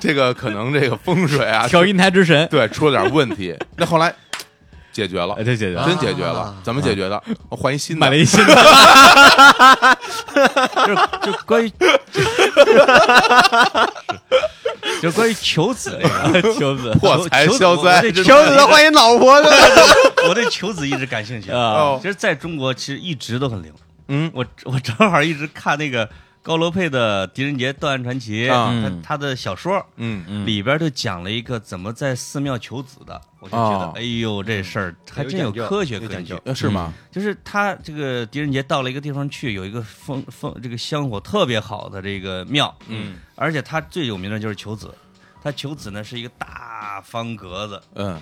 [SPEAKER 2] 这个可能这个风水 啊，
[SPEAKER 1] 调音台之神，
[SPEAKER 2] 对出了点问题。 那后来解决了
[SPEAKER 1] 哎，，对，姐姐。
[SPEAKER 2] 真解决了
[SPEAKER 4] 啊。
[SPEAKER 2] 怎么解决的？我换一新的，
[SPEAKER 1] 买了一新的，
[SPEAKER 3] 就关于，就关于求子这个，
[SPEAKER 1] 秋子
[SPEAKER 2] 破财消灾真
[SPEAKER 3] 求求
[SPEAKER 2] 的
[SPEAKER 4] 求子的欢迎老婆的，
[SPEAKER 3] 我对求子一直感兴趣。
[SPEAKER 1] 啊
[SPEAKER 2] 哦
[SPEAKER 3] 其实在中国其实一直都很灵。
[SPEAKER 2] 嗯
[SPEAKER 3] 我我正好一直看那个高罗佩的《狄仁杰断案传奇》
[SPEAKER 2] 啊
[SPEAKER 1] 嗯
[SPEAKER 3] 他他的小说
[SPEAKER 2] 嗯
[SPEAKER 1] 嗯
[SPEAKER 3] 里边就讲了一个怎么在寺庙求子的，我就觉得
[SPEAKER 2] 哦，
[SPEAKER 3] 哎呦，这事
[SPEAKER 1] 嗯
[SPEAKER 3] 儿还真有科学
[SPEAKER 4] 有
[SPEAKER 3] 根
[SPEAKER 4] 讲
[SPEAKER 3] 据
[SPEAKER 4] 究。
[SPEAKER 2] 呃是吗？
[SPEAKER 3] 就是他这个狄仁杰到了一个地方去，有一个风风这个香火特别好的这个庙，
[SPEAKER 1] 嗯，
[SPEAKER 3] 而且他最有名的就是求子。他求子呢是一个大方格子，
[SPEAKER 2] 嗯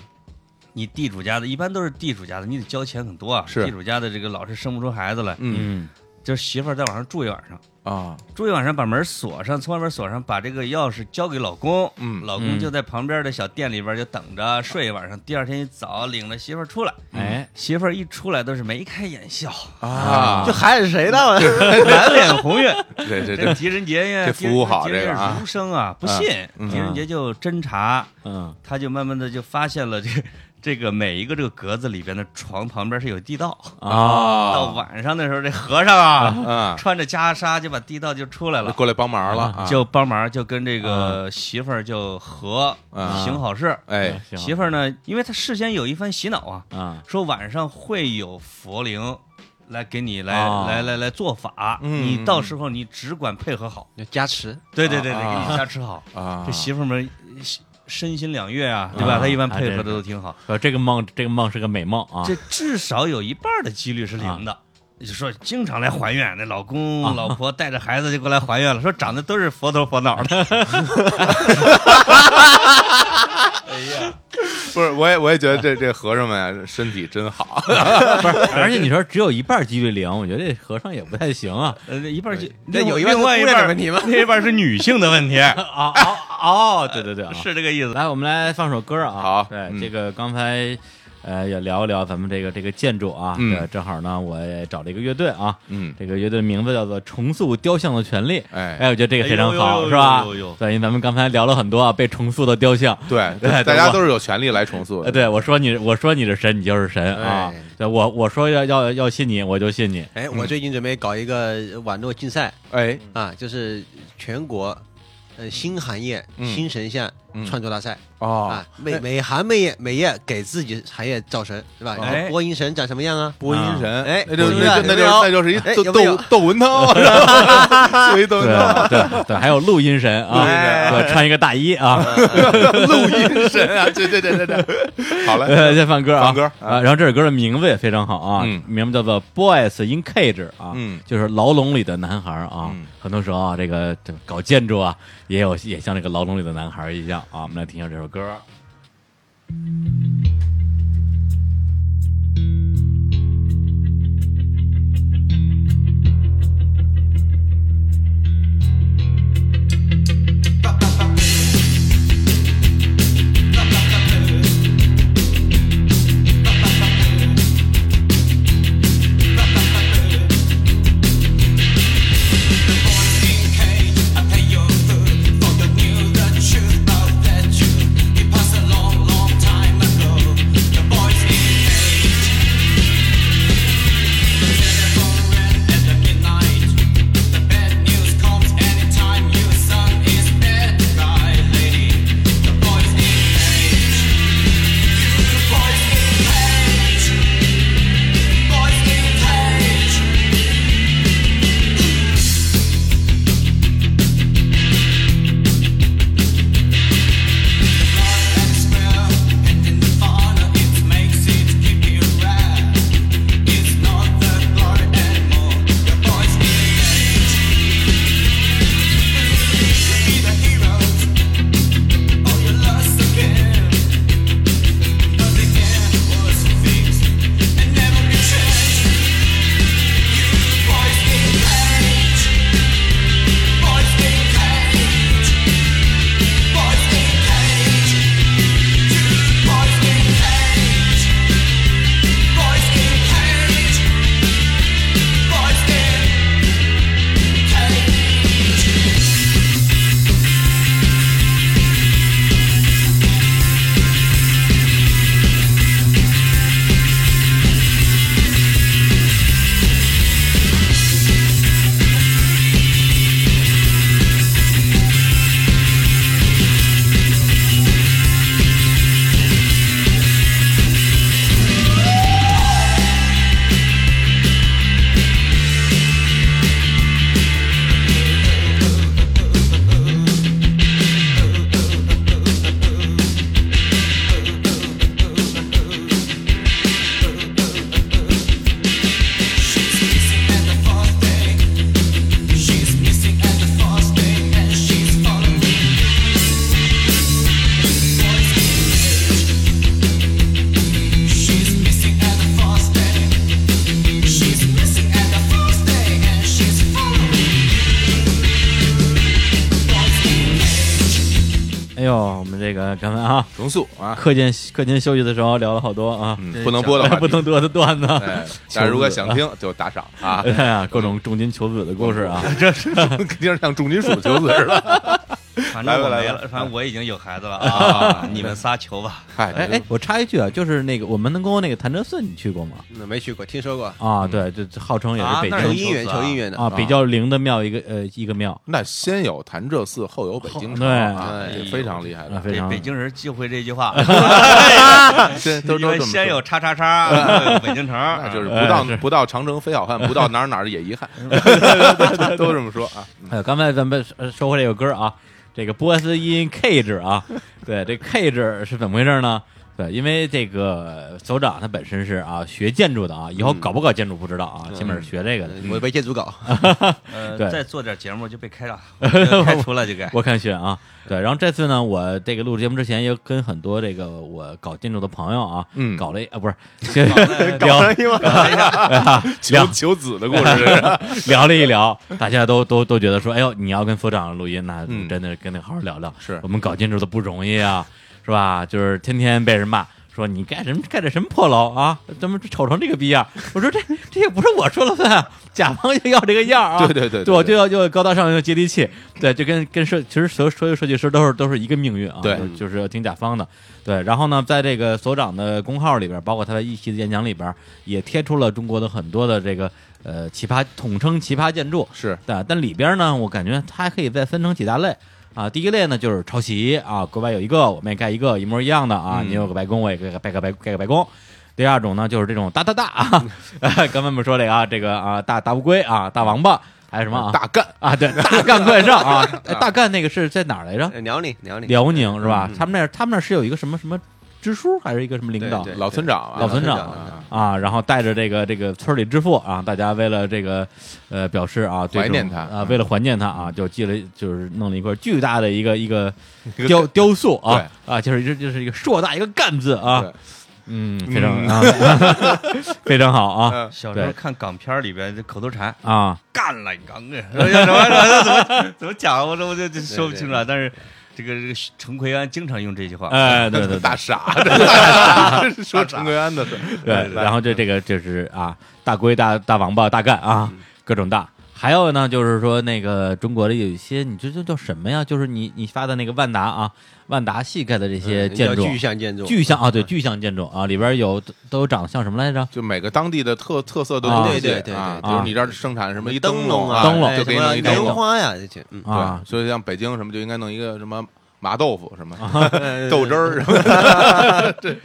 [SPEAKER 3] 你地主家的一般都是地主家的，你得交钱很多啊。
[SPEAKER 2] 是
[SPEAKER 3] 地主家的这个老是生不出孩子来，
[SPEAKER 2] 嗯
[SPEAKER 1] 嗯
[SPEAKER 3] 就是媳妇儿在晚上住一晚上，
[SPEAKER 2] 啊
[SPEAKER 3] 住一晚上把门锁上，从外边锁上，把这个钥匙交给老公，
[SPEAKER 2] 嗯
[SPEAKER 3] 老公
[SPEAKER 1] 嗯
[SPEAKER 3] 就在旁边的小店里边就等着睡一晚上，第二天一早领着媳妇儿出来，
[SPEAKER 2] 嗯
[SPEAKER 1] 哎，
[SPEAKER 3] 媳妇儿一出来都是眉开 眼笑，
[SPEAKER 2] 啊，
[SPEAKER 4] 这孩子谁的？
[SPEAKER 3] 满脸 红晕。
[SPEAKER 2] 这 这
[SPEAKER 3] 这
[SPEAKER 2] 这
[SPEAKER 3] 狄仁杰呀，
[SPEAKER 2] 这服务好
[SPEAKER 3] 狄仁杰
[SPEAKER 2] 这个啊
[SPEAKER 3] 是儒生啊，不信
[SPEAKER 2] 嗯
[SPEAKER 3] 狄仁杰就侦查，
[SPEAKER 1] 嗯
[SPEAKER 3] 他就慢慢的就发现了这这个每一个这个格子里边的床旁边是有地道。
[SPEAKER 1] 啊
[SPEAKER 3] 到
[SPEAKER 2] 啊
[SPEAKER 3] 晚上的时候，这和尚啊，
[SPEAKER 2] 啊，
[SPEAKER 3] 穿着袈裟就把地道就出来了，
[SPEAKER 2] 过来帮忙了啊，
[SPEAKER 3] 就帮忙，就跟这个媳妇儿就和
[SPEAKER 2] 啊
[SPEAKER 3] 行好事。
[SPEAKER 2] 哎
[SPEAKER 1] 行
[SPEAKER 3] 媳妇儿呢，因为她事先有一番洗脑啊，
[SPEAKER 1] 啊，
[SPEAKER 3] 说晚上会有佛灵来给你来
[SPEAKER 1] 哦
[SPEAKER 3] 来来来做法，
[SPEAKER 2] 嗯
[SPEAKER 3] 你到时候你只管配合好。
[SPEAKER 4] 加持，
[SPEAKER 3] 对对对对，
[SPEAKER 2] 啊
[SPEAKER 3] 给你加持好。
[SPEAKER 2] 啊
[SPEAKER 3] 这，媳妇儿们呃身心两悦啊，对吧？
[SPEAKER 1] 啊
[SPEAKER 3] 她一般
[SPEAKER 1] 还
[SPEAKER 3] 配合
[SPEAKER 1] 真
[SPEAKER 3] 的
[SPEAKER 1] 是
[SPEAKER 3] 都挺好。
[SPEAKER 1] 呃，这个梦，这个梦是个美梦啊，
[SPEAKER 3] 这至少有一半儿的几率是零的。就说经常来还愿，那老公、
[SPEAKER 1] 啊
[SPEAKER 3] 老婆带着孩子就过来还愿了，说长得都是佛头佛脑的。哎呀，
[SPEAKER 2] 不是，我也我也觉得这这和尚们啊身体真好，
[SPEAKER 1] 不是，而且你说只有一半几率零，我觉得这和尚也不太行啊。
[SPEAKER 3] 呃，一半儿就
[SPEAKER 4] 这
[SPEAKER 3] 另
[SPEAKER 4] 有一半
[SPEAKER 3] 另
[SPEAKER 4] 是
[SPEAKER 3] 外一
[SPEAKER 4] 姑娘
[SPEAKER 3] 半
[SPEAKER 4] 的
[SPEAKER 3] 儿
[SPEAKER 4] 问题吗
[SPEAKER 3] 另一半儿是女性的 问题，
[SPEAKER 1] 哦哦哦，对对对，啊
[SPEAKER 3] 啊是这个意思。
[SPEAKER 1] 来，我们来放首歌啊。
[SPEAKER 2] 好
[SPEAKER 1] 对、
[SPEAKER 2] 嗯
[SPEAKER 1] 这个刚才呃也聊一聊咱们这个这个建筑啊，
[SPEAKER 2] 嗯
[SPEAKER 1] 对正好呢我也找了一个乐队啊，
[SPEAKER 2] 嗯，
[SPEAKER 1] 这个乐队名字叫做《重塑雕像的权利》。
[SPEAKER 2] 哎
[SPEAKER 1] 哎，我觉得这个非常
[SPEAKER 3] 哎呦
[SPEAKER 1] 好，
[SPEAKER 3] 呦
[SPEAKER 1] 是吧
[SPEAKER 3] 呦呦呦？
[SPEAKER 1] 对，因为咱们刚才聊了很多啊，被重塑的雕像。
[SPEAKER 2] 对，
[SPEAKER 1] 对
[SPEAKER 2] 大
[SPEAKER 1] 对
[SPEAKER 2] 家
[SPEAKER 1] 我
[SPEAKER 2] 都是有权利来重塑
[SPEAKER 1] 呃，
[SPEAKER 2] 的，
[SPEAKER 1] 对我说你，我说你是神，你就是神啊
[SPEAKER 4] 哎！
[SPEAKER 1] 对我我说要要要信你，我就信你。
[SPEAKER 2] 嗯
[SPEAKER 4] 哎，我最近准备搞一个网络竞赛
[SPEAKER 2] 哎，
[SPEAKER 4] 啊，就是全国呃新行业
[SPEAKER 2] 嗯
[SPEAKER 4] 新神像创作大赛
[SPEAKER 2] 哦
[SPEAKER 4] 啊，，每每行每业每业给自己行业造神是吧？
[SPEAKER 3] 哎
[SPEAKER 4] 播音神长什么样啊？
[SPEAKER 2] 播音神，
[SPEAKER 4] 哎
[SPEAKER 2] 那就
[SPEAKER 4] 播音
[SPEAKER 2] 那就
[SPEAKER 4] 神
[SPEAKER 2] 那就
[SPEAKER 4] 有没有
[SPEAKER 2] 那就是一
[SPEAKER 4] 哎
[SPEAKER 2] 窦
[SPEAKER 4] 有没有
[SPEAKER 2] 窦窦文涛，所以窦
[SPEAKER 1] 对
[SPEAKER 2] 文涛
[SPEAKER 1] 对对，还有录音神
[SPEAKER 2] 录音
[SPEAKER 1] 啊，
[SPEAKER 2] 神
[SPEAKER 1] 对，穿一个大衣啊。
[SPEAKER 2] 录音神啊，对对对对对，好嘞，
[SPEAKER 1] 呃，先放歌啊，
[SPEAKER 2] 哎放歌
[SPEAKER 1] 啊，然后这首歌的名字也非常好啊，
[SPEAKER 2] 嗯
[SPEAKER 1] 名字叫做《Boys in Cage》啊，
[SPEAKER 2] 嗯
[SPEAKER 1] 就是牢笼里的男孩啊。
[SPEAKER 2] 嗯
[SPEAKER 1] 很多时候啊，这个这个搞建筑啊，也有也像这个牢笼里的男孩一样啊。我们来听一下这首歌。
[SPEAKER 5] Long, long time ago.
[SPEAKER 1] 哎啊，
[SPEAKER 2] 重塑啊，
[SPEAKER 1] 课间课间休息的时候聊了好多啊，
[SPEAKER 2] 嗯不能播的话题
[SPEAKER 1] 不能多的段子。
[SPEAKER 2] 哎，但是如果想听就打赏啊
[SPEAKER 1] 哎，呀，各种重金求子的故事啊，
[SPEAKER 2] 这是有点像重金属求子似的。
[SPEAKER 3] 反正
[SPEAKER 2] 来
[SPEAKER 3] 我
[SPEAKER 2] 吧
[SPEAKER 3] 没
[SPEAKER 2] 来吧
[SPEAKER 3] 了，反正我已经有孩子了
[SPEAKER 2] 啊
[SPEAKER 3] 啊，你们仨求 吧。
[SPEAKER 1] 哎
[SPEAKER 2] 嗨
[SPEAKER 1] 哎，，我插一句啊，就是那个我们能沟那个谭德顺，你去过吗？
[SPEAKER 4] 嗯没去过，听说过。
[SPEAKER 1] 啊，对，这这号称也是
[SPEAKER 3] 啊
[SPEAKER 1] 北
[SPEAKER 3] 那
[SPEAKER 4] 求
[SPEAKER 1] 京
[SPEAKER 3] 是
[SPEAKER 4] 姻缘，求姻缘的
[SPEAKER 1] 啊比较灵的庙一个呃一个庙，
[SPEAKER 2] 那先有潭柘寺，后有北京城
[SPEAKER 1] 对
[SPEAKER 2] 啊，
[SPEAKER 3] 哎
[SPEAKER 2] 这非常厉害
[SPEAKER 1] 啊
[SPEAKER 2] 的，
[SPEAKER 1] 非
[SPEAKER 3] 这
[SPEAKER 1] 常
[SPEAKER 3] 北京人忌讳这句 话，
[SPEAKER 2] 先都
[SPEAKER 3] 因
[SPEAKER 2] 都
[SPEAKER 3] 为
[SPEAKER 2] 这么
[SPEAKER 3] 先有
[SPEAKER 2] 说。
[SPEAKER 3] 叉叉叉， 后有北京城，
[SPEAKER 2] 那就是不
[SPEAKER 1] 哎
[SPEAKER 2] 到
[SPEAKER 1] 是
[SPEAKER 2] 不到长城非好汉，不到哪儿哪儿 也遗憾，都这么说 啊。
[SPEAKER 1] 哎呦，刚才咱们呃说回这个歌啊，这个波斯音 K 制啊，对，这 K 制是怎么回事呢？对，因为这个首长他本身是啊学建筑的啊，以
[SPEAKER 3] 嗯
[SPEAKER 1] 后搞不搞建筑不知道啊，起码是学这个的。
[SPEAKER 4] 嗯我被建筑搞，
[SPEAKER 3] 呃
[SPEAKER 1] 对
[SPEAKER 3] 再做点节目就被 开了，开除了就该。
[SPEAKER 1] 我看学啊，对，然后这次呢，我这个录节目之前也跟很多这个我搞建筑的朋友啊，
[SPEAKER 2] 嗯
[SPEAKER 1] 搞了一啊 不是， 聊
[SPEAKER 2] 啊
[SPEAKER 1] 哎
[SPEAKER 2] 求求子的故事这是，
[SPEAKER 1] 聊了一聊，大家都都都觉得说，哎呦，你要跟所长录音，那
[SPEAKER 2] 嗯
[SPEAKER 1] 真的跟他好好聊聊。
[SPEAKER 2] 是
[SPEAKER 1] 我们搞建筑的不容易啊，是吧？就是天天被人骂。说你盖什么盖的什么破楼啊？怎么瞅成这个逼样？我说这这也不是我说了算啊，甲方就要这个样儿啊！
[SPEAKER 2] 对对对
[SPEAKER 1] 对，我就要就高大上，要接地气，对，就跟跟设，其实所有所有设计师都是都是一个命运啊，
[SPEAKER 2] 对
[SPEAKER 1] 就就是要听甲方的，对。然后呢，在这个所长的公号里边，包括他的一期的演讲里边，也贴出了中国的很多的这个呃奇葩，统称奇葩建筑，
[SPEAKER 2] 是
[SPEAKER 1] 对。但里边呢，我感觉它还可以再分成几大类。啊，第一类呢就是抄袭啊，国外有一个，我们也盖一个一模一样的啊，
[SPEAKER 2] 嗯
[SPEAKER 1] 你有个白宫，我也盖个盖个白盖个白宫。第二种呢就是这种大大大 啊，刚才我们说这个啊，这个啊大大乌龟啊，大王八，还有什么啊？
[SPEAKER 2] 大干
[SPEAKER 1] 啊，对，大干快上啊！哎大干那个是在哪儿来着？
[SPEAKER 4] 呃辽宁，辽宁，
[SPEAKER 1] 辽宁是
[SPEAKER 2] 嗯
[SPEAKER 1] 吧？他们那儿他们那儿是有一个什么什么支书，还是一个什么领导
[SPEAKER 4] 对
[SPEAKER 2] 老村长啊，
[SPEAKER 1] 老村长
[SPEAKER 2] 啊，
[SPEAKER 1] 啊？然后带着这个这个村里之父啊，大家为了这个呃表示啊对这
[SPEAKER 2] 怀
[SPEAKER 1] 种
[SPEAKER 2] 念他
[SPEAKER 1] 啊，
[SPEAKER 2] 嗯
[SPEAKER 1] 为了怀念他啊，就记了就是弄了一块巨大的一个一个
[SPEAKER 2] 一个
[SPEAKER 1] 雕雕塑啊啊，就是这就是一个硕大一个干字啊
[SPEAKER 2] 对，
[SPEAKER 1] 嗯，非常啊 非常好啊
[SPEAKER 2] 嗯
[SPEAKER 3] 小时候
[SPEAKER 1] 对
[SPEAKER 3] 看港片里边这口头禅，
[SPEAKER 1] 啊
[SPEAKER 3] 干了刚 啊，什么什么怎么怎么讲，我这我这这说不清楚啊。但是这个这个陈奎安经常用这句话，
[SPEAKER 2] 呃
[SPEAKER 1] 哎对对对
[SPEAKER 2] 大傻，这大傻，这说陈奎安的事。
[SPEAKER 1] 对，然后这这个就是啊，大龟、大大王八、大干啊，各种大。还有呢，就是说那个中国的有一些，你这这叫什么呀？就是你你发的那个万达啊，万达系盖的这些
[SPEAKER 4] 嗯
[SPEAKER 1] 建筑
[SPEAKER 4] 叫，具象建筑，
[SPEAKER 1] 具象啊，对，具象建筑啊，里边有都长得像什么来着？
[SPEAKER 2] 就每个当地的特特色的
[SPEAKER 1] 啊
[SPEAKER 2] 东西，
[SPEAKER 4] 对对对
[SPEAKER 2] 啊，
[SPEAKER 4] 对
[SPEAKER 2] 比
[SPEAKER 1] 对
[SPEAKER 2] 如你这儿生产什么一
[SPEAKER 4] 灯
[SPEAKER 2] 笼
[SPEAKER 4] 啊，
[SPEAKER 2] 啊，
[SPEAKER 1] 灯笼
[SPEAKER 4] 哎
[SPEAKER 2] 就给你弄一
[SPEAKER 4] 什么
[SPEAKER 2] 灯
[SPEAKER 4] 莲
[SPEAKER 2] 笼
[SPEAKER 4] 花呀这些，嗯，
[SPEAKER 1] 啊
[SPEAKER 2] 对，所以像北京什么就应该弄一个什么麻豆腐什么
[SPEAKER 1] 啊
[SPEAKER 4] 嗯
[SPEAKER 2] 豆汁儿什么
[SPEAKER 1] 对，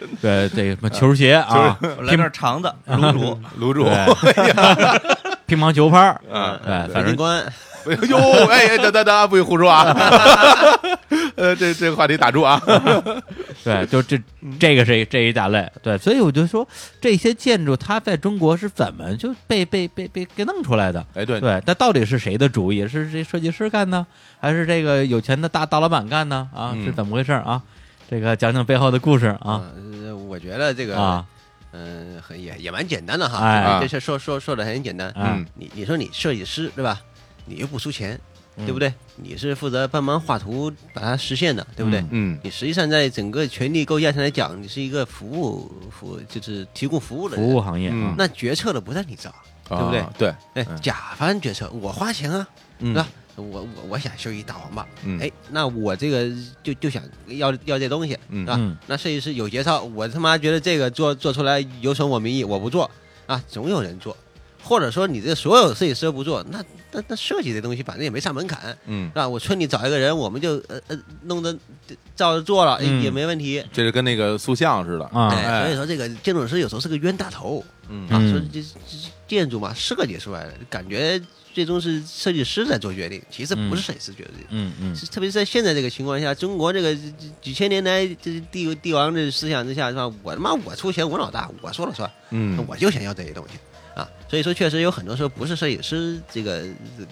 [SPEAKER 1] 这个什么球鞋啊，
[SPEAKER 3] 来点肠子、卤煮，
[SPEAKER 2] 卤煮，
[SPEAKER 1] 对， 乒乓球拍儿，啊
[SPEAKER 2] 嗯
[SPEAKER 1] 对，
[SPEAKER 4] 北
[SPEAKER 1] 反
[SPEAKER 4] 京
[SPEAKER 1] 正
[SPEAKER 4] 关，
[SPEAKER 2] 哎呦，哎哎，等等等，不许胡说啊！ 呃，这这个话题打住 啊！
[SPEAKER 1] 对，就这这个是一这一大类，对，所以我就说这些建筑它在中国是怎么就被被被被给弄出来的？
[SPEAKER 2] 哎，对，
[SPEAKER 1] 对，但到底是谁的主意？是这设计师干呢，还是这个有钱的大大老板干呢？啊，
[SPEAKER 2] 嗯
[SPEAKER 1] 是怎么回事啊？这个讲讲背后的故事啊
[SPEAKER 4] 呃我觉得这个，
[SPEAKER 1] 啊！
[SPEAKER 4] 嗯，很也也蛮简单的
[SPEAKER 1] 哎
[SPEAKER 4] 哈，这事说说说的很简单，
[SPEAKER 1] 哎
[SPEAKER 2] 嗯
[SPEAKER 4] 你你说你设计师对吧？你又不出钱，
[SPEAKER 1] 嗯
[SPEAKER 4] 对不对？你是负责帮忙画图把它实现的，对不对？
[SPEAKER 1] 嗯
[SPEAKER 2] 嗯，
[SPEAKER 4] 你实际上在整个权力构架上来讲，你是一个服务服，就是提供服务的人
[SPEAKER 1] 服务行业
[SPEAKER 2] 嗯
[SPEAKER 1] 啊，
[SPEAKER 4] 那决策的不在你这儿，
[SPEAKER 2] 对
[SPEAKER 4] 对不对？
[SPEAKER 2] 对，
[SPEAKER 4] 哎
[SPEAKER 2] 嗯，
[SPEAKER 4] 甲方决策，我花钱啊，
[SPEAKER 2] 嗯
[SPEAKER 4] 对吧？我我我想修一大王八，
[SPEAKER 2] 嗯
[SPEAKER 4] 哎，那我这个就就想要要这东西，啊
[SPEAKER 2] 嗯
[SPEAKER 4] 对吧？
[SPEAKER 1] 嗯
[SPEAKER 4] 那设计师有节操，我他妈觉得这个做做出来有损我名誉，我不做啊，总有人做，或者说你这所有设计师都不做，那那那设计这东西反正也没啥门槛，
[SPEAKER 2] 嗯
[SPEAKER 4] 是，吧？我村里找一个人，我们就呃呃弄着照着做了，哎
[SPEAKER 1] 嗯
[SPEAKER 4] 也没问题。
[SPEAKER 2] 这是跟那个塑像似的，
[SPEAKER 1] 啊
[SPEAKER 4] 哎，所
[SPEAKER 2] 哎
[SPEAKER 4] 以说这个建筑师有时候是个冤大头
[SPEAKER 2] 嗯
[SPEAKER 4] 啊，
[SPEAKER 1] 嗯
[SPEAKER 4] 说这这建筑嘛设计出来的，感觉最终是设计师在做决定，其实不是设计师决定。
[SPEAKER 1] 嗯嗯
[SPEAKER 4] 是特别是在现在这个情况下，中国这个这这几千年来这帝帝王这思想之下，是吧？我他妈我出钱，我老大，我说了算，
[SPEAKER 2] 嗯，
[SPEAKER 4] 我就想要这些东西啊。所以说，确实有很多时候不是设计师这个这个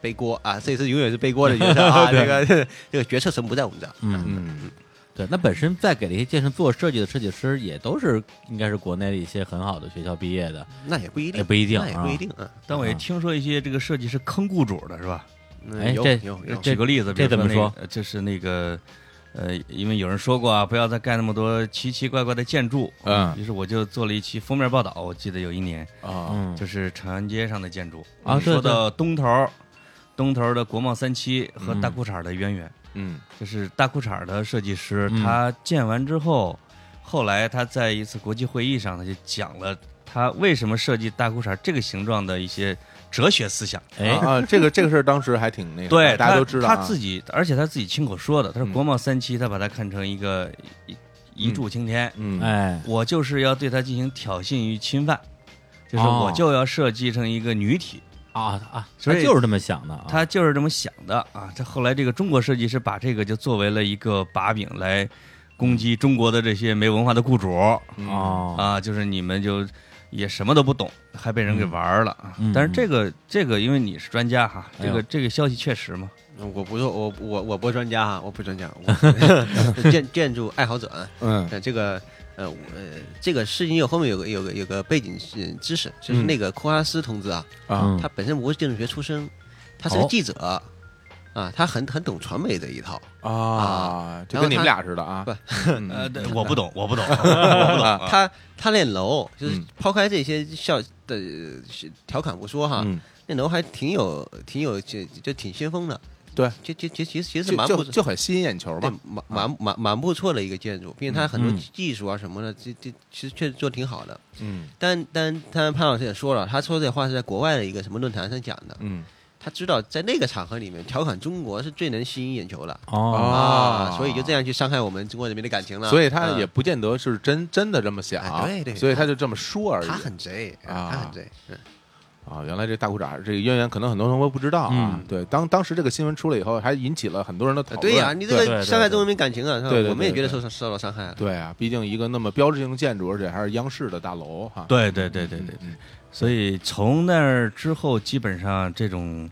[SPEAKER 4] 背锅啊，设计师永远是背锅的角色 啊。这个这个决策层不在我们这儿，
[SPEAKER 1] 嗯，
[SPEAKER 2] 嗯，
[SPEAKER 1] 对。那本身在给这些建筑做设计的设计师，也都是应该是国内的一些很好的学校毕业的，
[SPEAKER 4] 那也不一定，
[SPEAKER 1] 也不一定
[SPEAKER 4] 那也不一定啊。
[SPEAKER 3] 但我也听说一些这个设计是坑雇主的，是吧？
[SPEAKER 4] 嗯
[SPEAKER 1] 哎
[SPEAKER 4] 有
[SPEAKER 1] 这
[SPEAKER 4] 有有
[SPEAKER 1] 这
[SPEAKER 3] 举个例子，
[SPEAKER 1] 这
[SPEAKER 3] 比如
[SPEAKER 1] 怎么
[SPEAKER 3] 那
[SPEAKER 1] 说
[SPEAKER 3] 个？呃就是那个呃，因为有人说过啊，不要再盖那么多奇奇怪怪的建筑，
[SPEAKER 1] 啊
[SPEAKER 2] 嗯
[SPEAKER 3] 于是我就做了一期封面报道。我记得有一年，
[SPEAKER 2] 啊，
[SPEAKER 1] 嗯，
[SPEAKER 3] 就是长安街上的建筑
[SPEAKER 1] 啊
[SPEAKER 3] 你说
[SPEAKER 1] 对对
[SPEAKER 3] 到东头儿，东头儿的国贸三期和大裤衩儿的渊源，
[SPEAKER 2] 嗯
[SPEAKER 3] 就是大裤衩儿的设计师，
[SPEAKER 1] 嗯
[SPEAKER 3] 他建完之后，后来他在一次国际会议上，他就讲了他为什么设计大裤衩儿这个形状的一些哲学思想。
[SPEAKER 2] 啊
[SPEAKER 1] 哎，
[SPEAKER 2] 啊，这个这个事儿当时还挺那个，
[SPEAKER 3] 对，
[SPEAKER 2] 大家
[SPEAKER 3] 他
[SPEAKER 2] 都知道啊，
[SPEAKER 3] 他自己，而且他自己亲口说的，他说
[SPEAKER 2] 嗯
[SPEAKER 3] 国贸三期，他把它看成一个一一柱擎天，
[SPEAKER 2] 嗯
[SPEAKER 1] 哎，
[SPEAKER 3] 我就是要对它进行挑衅与侵犯，就是
[SPEAKER 1] 哦
[SPEAKER 3] 我就要设计成一个女体，
[SPEAKER 1] 啊啊，他
[SPEAKER 3] 所以
[SPEAKER 1] 就是这么想的啊，
[SPEAKER 3] 他就是这么想的啊。这后来这个中国设计师把这个就作为了一个把柄来攻击中国的这些没文化的雇主
[SPEAKER 2] 嗯
[SPEAKER 1] 哦，
[SPEAKER 3] 啊，就是你们就也什么都不懂，还被人给玩儿了啊
[SPEAKER 1] 嗯嗯。
[SPEAKER 3] 但是这个这个，因为你是专家哈，这
[SPEAKER 1] 哎呦
[SPEAKER 3] 个这个消息确实嘛，
[SPEAKER 4] 我不是我我我不是专家哈，我不是专家， 我 建建筑爱好者啊。
[SPEAKER 2] 嗯
[SPEAKER 4] 呃，这个呃我呃，这个事情有后面有个有个有个背景呃知识，就是
[SPEAKER 2] 嗯
[SPEAKER 4] 那个库哈斯同志啊，
[SPEAKER 2] 啊
[SPEAKER 1] 嗯
[SPEAKER 4] 他本身不是建筑学出身，他是个
[SPEAKER 1] 哦
[SPEAKER 4] 记者。啊，他很很懂传媒这一套，
[SPEAKER 2] 啊，就
[SPEAKER 4] 然后
[SPEAKER 2] 跟你
[SPEAKER 4] 他
[SPEAKER 2] 们俩似的啊，
[SPEAKER 4] 不
[SPEAKER 2] 嗯
[SPEAKER 3] 呃，对我不懂，我不懂，我不懂啊。
[SPEAKER 4] 他他练楼，就是
[SPEAKER 2] 嗯
[SPEAKER 4] 抛开这些笑的呃调侃不说哈，
[SPEAKER 2] 嗯，
[SPEAKER 4] 练楼还挺有挺有就就挺先锋的，
[SPEAKER 2] 对，
[SPEAKER 4] 就就就其实其实
[SPEAKER 2] 就
[SPEAKER 4] 蛮不
[SPEAKER 2] 就就很吸引眼球
[SPEAKER 4] 对
[SPEAKER 2] 嘛，
[SPEAKER 4] 蛮蛮蛮蛮不错的一个建筑，并且它很多
[SPEAKER 1] 嗯
[SPEAKER 4] 技术啊什么的，这这其实确实做得挺好的。
[SPEAKER 2] 嗯
[SPEAKER 4] 但但但潘老师也说了，他说这话是在国外的一个什么论坛上讲的，
[SPEAKER 2] 嗯
[SPEAKER 4] 他知道在那个场合里面调侃中国是最能吸引眼球的
[SPEAKER 1] 哦，
[SPEAKER 4] 啊，所以就这样去伤害我们中国人民的感情了。
[SPEAKER 2] 所以他也
[SPEAKER 4] 嗯
[SPEAKER 2] 不见得是真真的这么想，
[SPEAKER 4] 哎对对
[SPEAKER 2] 所以他就这么说而已。
[SPEAKER 4] 他很贼，
[SPEAKER 2] 啊
[SPEAKER 4] 他很贼，嗯
[SPEAKER 2] 啊，原来这大裤衩这个渊源，可能很多人都不知道啊。
[SPEAKER 1] 嗯
[SPEAKER 2] 对，当当时这个新闻出来以后，还引起了很多人的讨论。
[SPEAKER 4] 对呀，你这
[SPEAKER 1] 对对
[SPEAKER 4] 个
[SPEAKER 1] 对
[SPEAKER 4] 伤害中国人民感情啊，是吧
[SPEAKER 2] 对对对
[SPEAKER 4] 我们也觉得受受到伤害了。
[SPEAKER 2] 对啊，毕竟一个那么标志性的建筑，而且还是央视的大楼哈。
[SPEAKER 3] 对对对对
[SPEAKER 2] 嗯
[SPEAKER 3] 对，所以从那儿之后，基本上这种，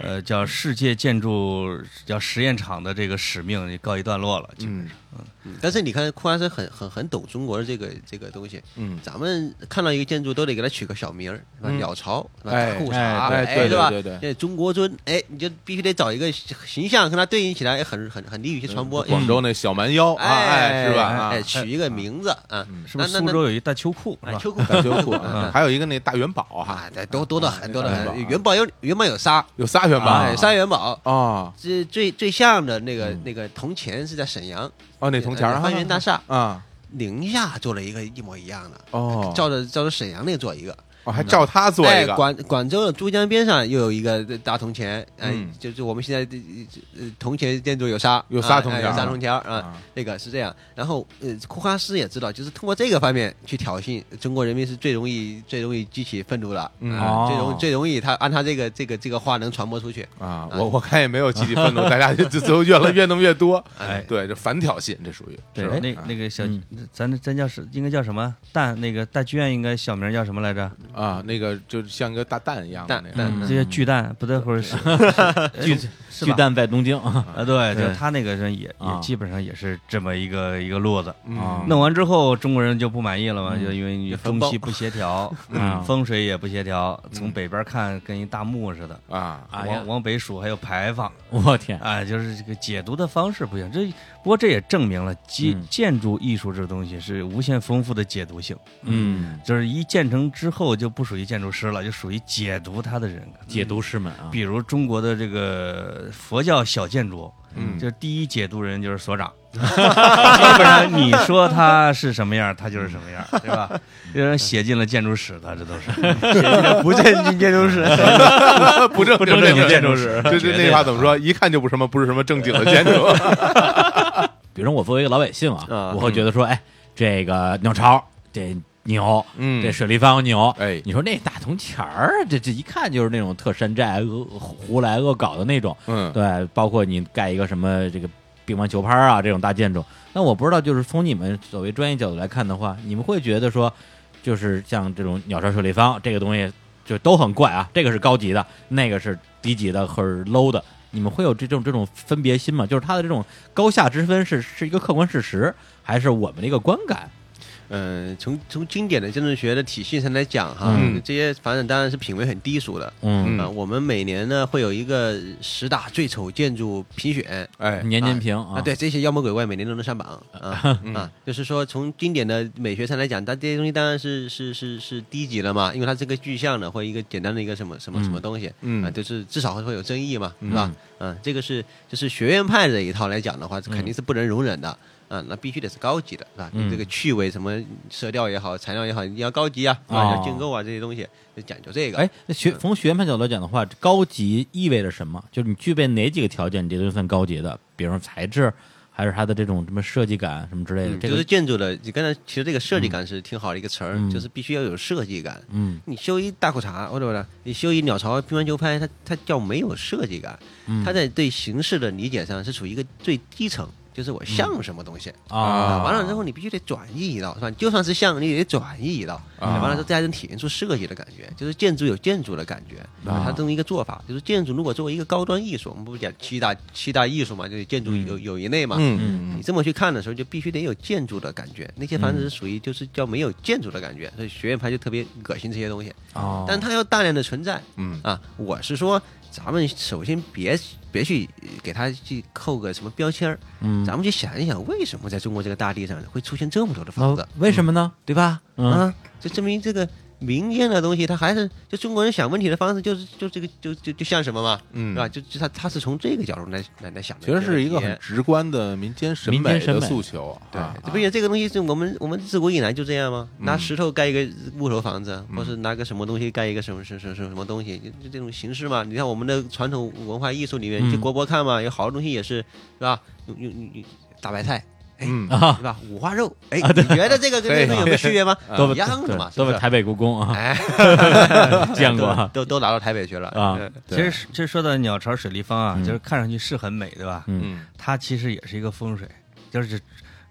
[SPEAKER 3] 呃，叫世界建筑叫实验场的这个使命就告一段落了。基本
[SPEAKER 2] 嗯
[SPEAKER 3] 上
[SPEAKER 4] 嗯但是你看，库安是很很很懂中国的这个这个东西，
[SPEAKER 2] 嗯，
[SPEAKER 4] 咱们看到一个建筑都得给它取个小名儿，是吧
[SPEAKER 2] 嗯
[SPEAKER 4] 鸟巢、是吧
[SPEAKER 2] 哎
[SPEAKER 4] 大裤衩，
[SPEAKER 2] 哎
[SPEAKER 4] 哎
[SPEAKER 2] 对
[SPEAKER 4] 是吧？
[SPEAKER 2] 对对对，
[SPEAKER 4] 这中国尊，哎，你就必须得找一个形象跟它对应起来，哎很很很利于去传播。
[SPEAKER 2] 广州那小蛮腰啊，哎嗯
[SPEAKER 4] 哎，
[SPEAKER 2] 是吧？啊
[SPEAKER 4] 哎，，取一个名字啊，
[SPEAKER 3] 是不是
[SPEAKER 4] 那那
[SPEAKER 3] 苏州有一大秋裤是
[SPEAKER 4] 哎，
[SPEAKER 3] 吧？
[SPEAKER 4] 秋裤
[SPEAKER 2] 大秋 裤啊
[SPEAKER 3] 嗯，
[SPEAKER 2] 还有一个那大元宝 哈，
[SPEAKER 4] 啊，多多得很，多得
[SPEAKER 2] 元宝
[SPEAKER 4] 很。
[SPEAKER 2] 啊
[SPEAKER 4] 元宝有元宝有仨，
[SPEAKER 2] 有仨元宝
[SPEAKER 4] 哎，仨元宝。
[SPEAKER 2] 啊
[SPEAKER 4] 这最最像的那个那个铜钱是在沈阳
[SPEAKER 2] 哦，那嗯铜钱儿
[SPEAKER 4] 呃
[SPEAKER 2] 啊
[SPEAKER 4] 方圆大厦
[SPEAKER 2] 啊
[SPEAKER 4] 宁夏做了一个一模一样的，
[SPEAKER 2] 哦，
[SPEAKER 4] 照着照着沈阳那个做一个。
[SPEAKER 2] 哦还照他做
[SPEAKER 4] 哎
[SPEAKER 2] 一，个
[SPEAKER 4] 广广州的珠江边上又有一个大铜钱，哎
[SPEAKER 2] 嗯，
[SPEAKER 4] 就是我们现在的呃铜钱建筑有仨，
[SPEAKER 2] 有仨
[SPEAKER 4] 啊
[SPEAKER 2] 铜
[SPEAKER 4] 哎
[SPEAKER 2] 钱儿
[SPEAKER 4] 有仨铜钱儿啊。
[SPEAKER 2] 啊，
[SPEAKER 4] 这个是这样，然后呃，库哈斯也知道，就是通过这个方面去挑衅中国人民是最容易、最容易激起愤怒的，
[SPEAKER 2] 嗯
[SPEAKER 4] 啊
[SPEAKER 1] 哦
[SPEAKER 4] 最容最容易他按他这个这个这个话能传播出去，
[SPEAKER 2] 啊，
[SPEAKER 4] 嗯
[SPEAKER 2] 我我看也没有集体愤怒，大家就就就越来越弄越 多。
[SPEAKER 4] 啊
[SPEAKER 3] 哎，
[SPEAKER 2] 对，这反挑衅，这属于
[SPEAKER 3] 对，
[SPEAKER 2] 是吧
[SPEAKER 3] 那那个小
[SPEAKER 1] 嗯，
[SPEAKER 3] 咱咱叫是应该叫什么？大那个大剧院应该小名叫什么来着？
[SPEAKER 2] 啊，那个就是像个大蛋一样的
[SPEAKER 4] 蛋
[SPEAKER 2] 那
[SPEAKER 4] 蛋
[SPEAKER 2] 个
[SPEAKER 1] 嗯
[SPEAKER 3] 这些巨蛋不对，或者是 巨是
[SPEAKER 1] 巨
[SPEAKER 3] 吧？
[SPEAKER 1] 蛋在东京 啊，
[SPEAKER 3] 啊，对，
[SPEAKER 1] 对
[SPEAKER 3] 就他那个人也
[SPEAKER 1] 啊
[SPEAKER 3] 也基本上也是这么一个一个路子。
[SPEAKER 1] 啊
[SPEAKER 2] 嗯
[SPEAKER 3] 弄完之后，中国人就不满意了嘛，
[SPEAKER 1] 嗯
[SPEAKER 3] 就因为你
[SPEAKER 4] 分
[SPEAKER 3] 中
[SPEAKER 4] 包
[SPEAKER 3] 西不协调，
[SPEAKER 1] 嗯
[SPEAKER 3] 风水也不协调，从北边看跟一大幕似的。
[SPEAKER 2] 啊
[SPEAKER 1] 哎呀
[SPEAKER 3] 往往北数还有牌坊，
[SPEAKER 1] 我天，
[SPEAKER 3] 哎，就是这个解读的方式不一样。这不过这也证明了建
[SPEAKER 1] 嗯
[SPEAKER 3] 建筑艺术这东西是无限丰富的解读性，
[SPEAKER 1] 嗯，
[SPEAKER 3] 就是一建成之后就不属于建筑师了，就属于解读它的人。
[SPEAKER 1] 解读师们啊，
[SPEAKER 3] 比如中国的这个佛教小建筑，
[SPEAKER 2] 嗯
[SPEAKER 3] 就是第一解读人就是 所长，要不然你说他是什么样，他就是什么样，对吧？有人写进了建筑史的，这都是
[SPEAKER 4] 不正 经建筑师。
[SPEAKER 2] 不正
[SPEAKER 3] 不正经建筑师
[SPEAKER 2] 就
[SPEAKER 3] 绝
[SPEAKER 2] 是
[SPEAKER 3] 对
[SPEAKER 2] 那话怎么说？一看就不什么不是什么正经的建筑。
[SPEAKER 1] 比如我作为一个老百姓啊
[SPEAKER 4] 啊，
[SPEAKER 1] 我会觉得说，哎，这个鸟巢这牛，
[SPEAKER 2] 嗯
[SPEAKER 1] 这水立方牛，
[SPEAKER 2] 哎
[SPEAKER 1] 你说那大铜钱儿，这这一看就是那种特山寨恶胡来恶搞的那种，
[SPEAKER 2] 嗯
[SPEAKER 1] 对，包括你盖一个什么这个乒乓球拍儿啊这种大建筑，那我不知道，就是从你们所谓专业角度来看的话，你们会觉得说，就是像这种鸟巢水立方这个东西，就都很怪啊，这个是高级的，那个是低级的或者 low 的，你们会有这种这种分别心吗？就是它的这种高下之分是是一个客观事实，还是我们的一个观感？
[SPEAKER 4] 嗯，从从经典的政治学的体系上来讲哈，
[SPEAKER 2] 嗯
[SPEAKER 4] 这些反正当然是品位很低俗的。
[SPEAKER 1] 嗯，
[SPEAKER 4] 啊，我们每年呢会有一个十大最丑建筑评选
[SPEAKER 2] 哎，
[SPEAKER 1] 年年评啊
[SPEAKER 4] 啊，，对，这些妖魔鬼怪每年都能上榜 啊啊，就是说从经典的美学上来讲，但这些东西当然是是是是低级了嘛，因为它是个具象的或一个简单的一个什么什么
[SPEAKER 1] 嗯
[SPEAKER 4] 什么东西，
[SPEAKER 2] 嗯
[SPEAKER 4] 啊，就是至少会有争议嘛，是吧？嗯，这个是就是学院派这一套来讲的话，肯定是不能容忍的。啊，那必须得是高级的，是吧？
[SPEAKER 1] 嗯
[SPEAKER 4] 这个趣味什么色调也好，材料也好，你要高级啊，
[SPEAKER 1] 哦
[SPEAKER 4] 啊，要建构啊，这些东西就讲究这个。
[SPEAKER 1] 哎，那
[SPEAKER 4] 嗯
[SPEAKER 1] 学从学院派角度来讲的话，高级意味着什么？就是你具备哪几个条件，你这就算高级的？比如说材质，还是它的这种什么设计感什么之类的？
[SPEAKER 4] 嗯
[SPEAKER 1] 这
[SPEAKER 4] 就是
[SPEAKER 1] 个，
[SPEAKER 4] 建筑的，你刚才其实这个设计感是挺好的一个词儿，
[SPEAKER 1] 嗯
[SPEAKER 4] 就是必须要有设计感。
[SPEAKER 1] 嗯
[SPEAKER 4] 你修一大裤衩或者呢，你修一鸟巢、乒乓球拍，它它叫没有设计感，
[SPEAKER 1] 嗯，
[SPEAKER 4] 它在对形式的理解上是处于一个最低层，就是我像什么东西。
[SPEAKER 1] 啊，
[SPEAKER 4] 完了之后，你必须得转移一道，是吧？你就算是像，你也得转移一道。
[SPEAKER 2] 啊
[SPEAKER 4] 完了之后，大家能体现出设计的感觉，就是建筑有建筑的感觉。
[SPEAKER 1] 啊
[SPEAKER 4] 它这么一个做法，就是建筑如果作为一个高端艺术，我们不是讲七大七大艺术嘛，就是建筑有有一类嘛。
[SPEAKER 2] 嗯
[SPEAKER 4] 你这么去看的时候，就必须得有建筑的感觉。那些房子是
[SPEAKER 1] 嗯
[SPEAKER 4] 属于就是叫没有建筑的感觉，所以学院派就特别恶心这些东西。
[SPEAKER 1] 哦，
[SPEAKER 4] 但它又大量的存在
[SPEAKER 2] 嗯
[SPEAKER 4] 啊！我是说，咱们首先别别去给它去扣个什么标签儿，
[SPEAKER 1] 嗯，
[SPEAKER 4] 咱们去想一想，为什么在中国这个大地上会出现这么多的房子
[SPEAKER 1] 那，为什么呢？
[SPEAKER 4] 对吧？
[SPEAKER 1] 嗯
[SPEAKER 4] 啊，就证明这个民间的东西，它还是就中国人想问题的方式，就是就这个就就就像什么嘛，
[SPEAKER 2] 嗯
[SPEAKER 4] 是吧？就就他他是从这个角度来来来想的
[SPEAKER 2] 其
[SPEAKER 4] 这问
[SPEAKER 2] 实
[SPEAKER 4] 题，
[SPEAKER 2] 是一个很直观的民间审
[SPEAKER 1] 民间
[SPEAKER 2] 美
[SPEAKER 1] 审
[SPEAKER 2] 的
[SPEAKER 1] 美
[SPEAKER 2] 诉求，
[SPEAKER 4] 对
[SPEAKER 2] 啊，
[SPEAKER 4] 不也这个东西是我们我们自古以来就这样吗？拿石头盖一个木头房子，或是拿个什么东西盖一个什么什么什么什么东西，就就这种形式嘛。你看我们的传统文化艺术里面，
[SPEAKER 1] 嗯
[SPEAKER 4] 去国博看嘛，有好多东西也是是吧？用用用用大白菜，
[SPEAKER 2] 嗯
[SPEAKER 1] 啊，
[SPEAKER 4] 对吧？五花肉，哎，你觉得这个跟这个有没有区别吗？啊
[SPEAKER 1] 都
[SPEAKER 4] 一样的嘛，
[SPEAKER 1] 啊都
[SPEAKER 4] 是
[SPEAKER 1] 被
[SPEAKER 4] 不是
[SPEAKER 1] 台北故宫啊
[SPEAKER 4] 哎，
[SPEAKER 1] 见过
[SPEAKER 4] 都
[SPEAKER 1] 啊，
[SPEAKER 4] 都都拿到台北去了
[SPEAKER 1] 啊
[SPEAKER 4] 嗯
[SPEAKER 3] 其实是，其实说到鸟巢水立方啊，
[SPEAKER 1] 嗯
[SPEAKER 3] 就是看上去是很美，对吧？
[SPEAKER 1] 嗯
[SPEAKER 2] 嗯
[SPEAKER 3] 它其实也是一个风水，就是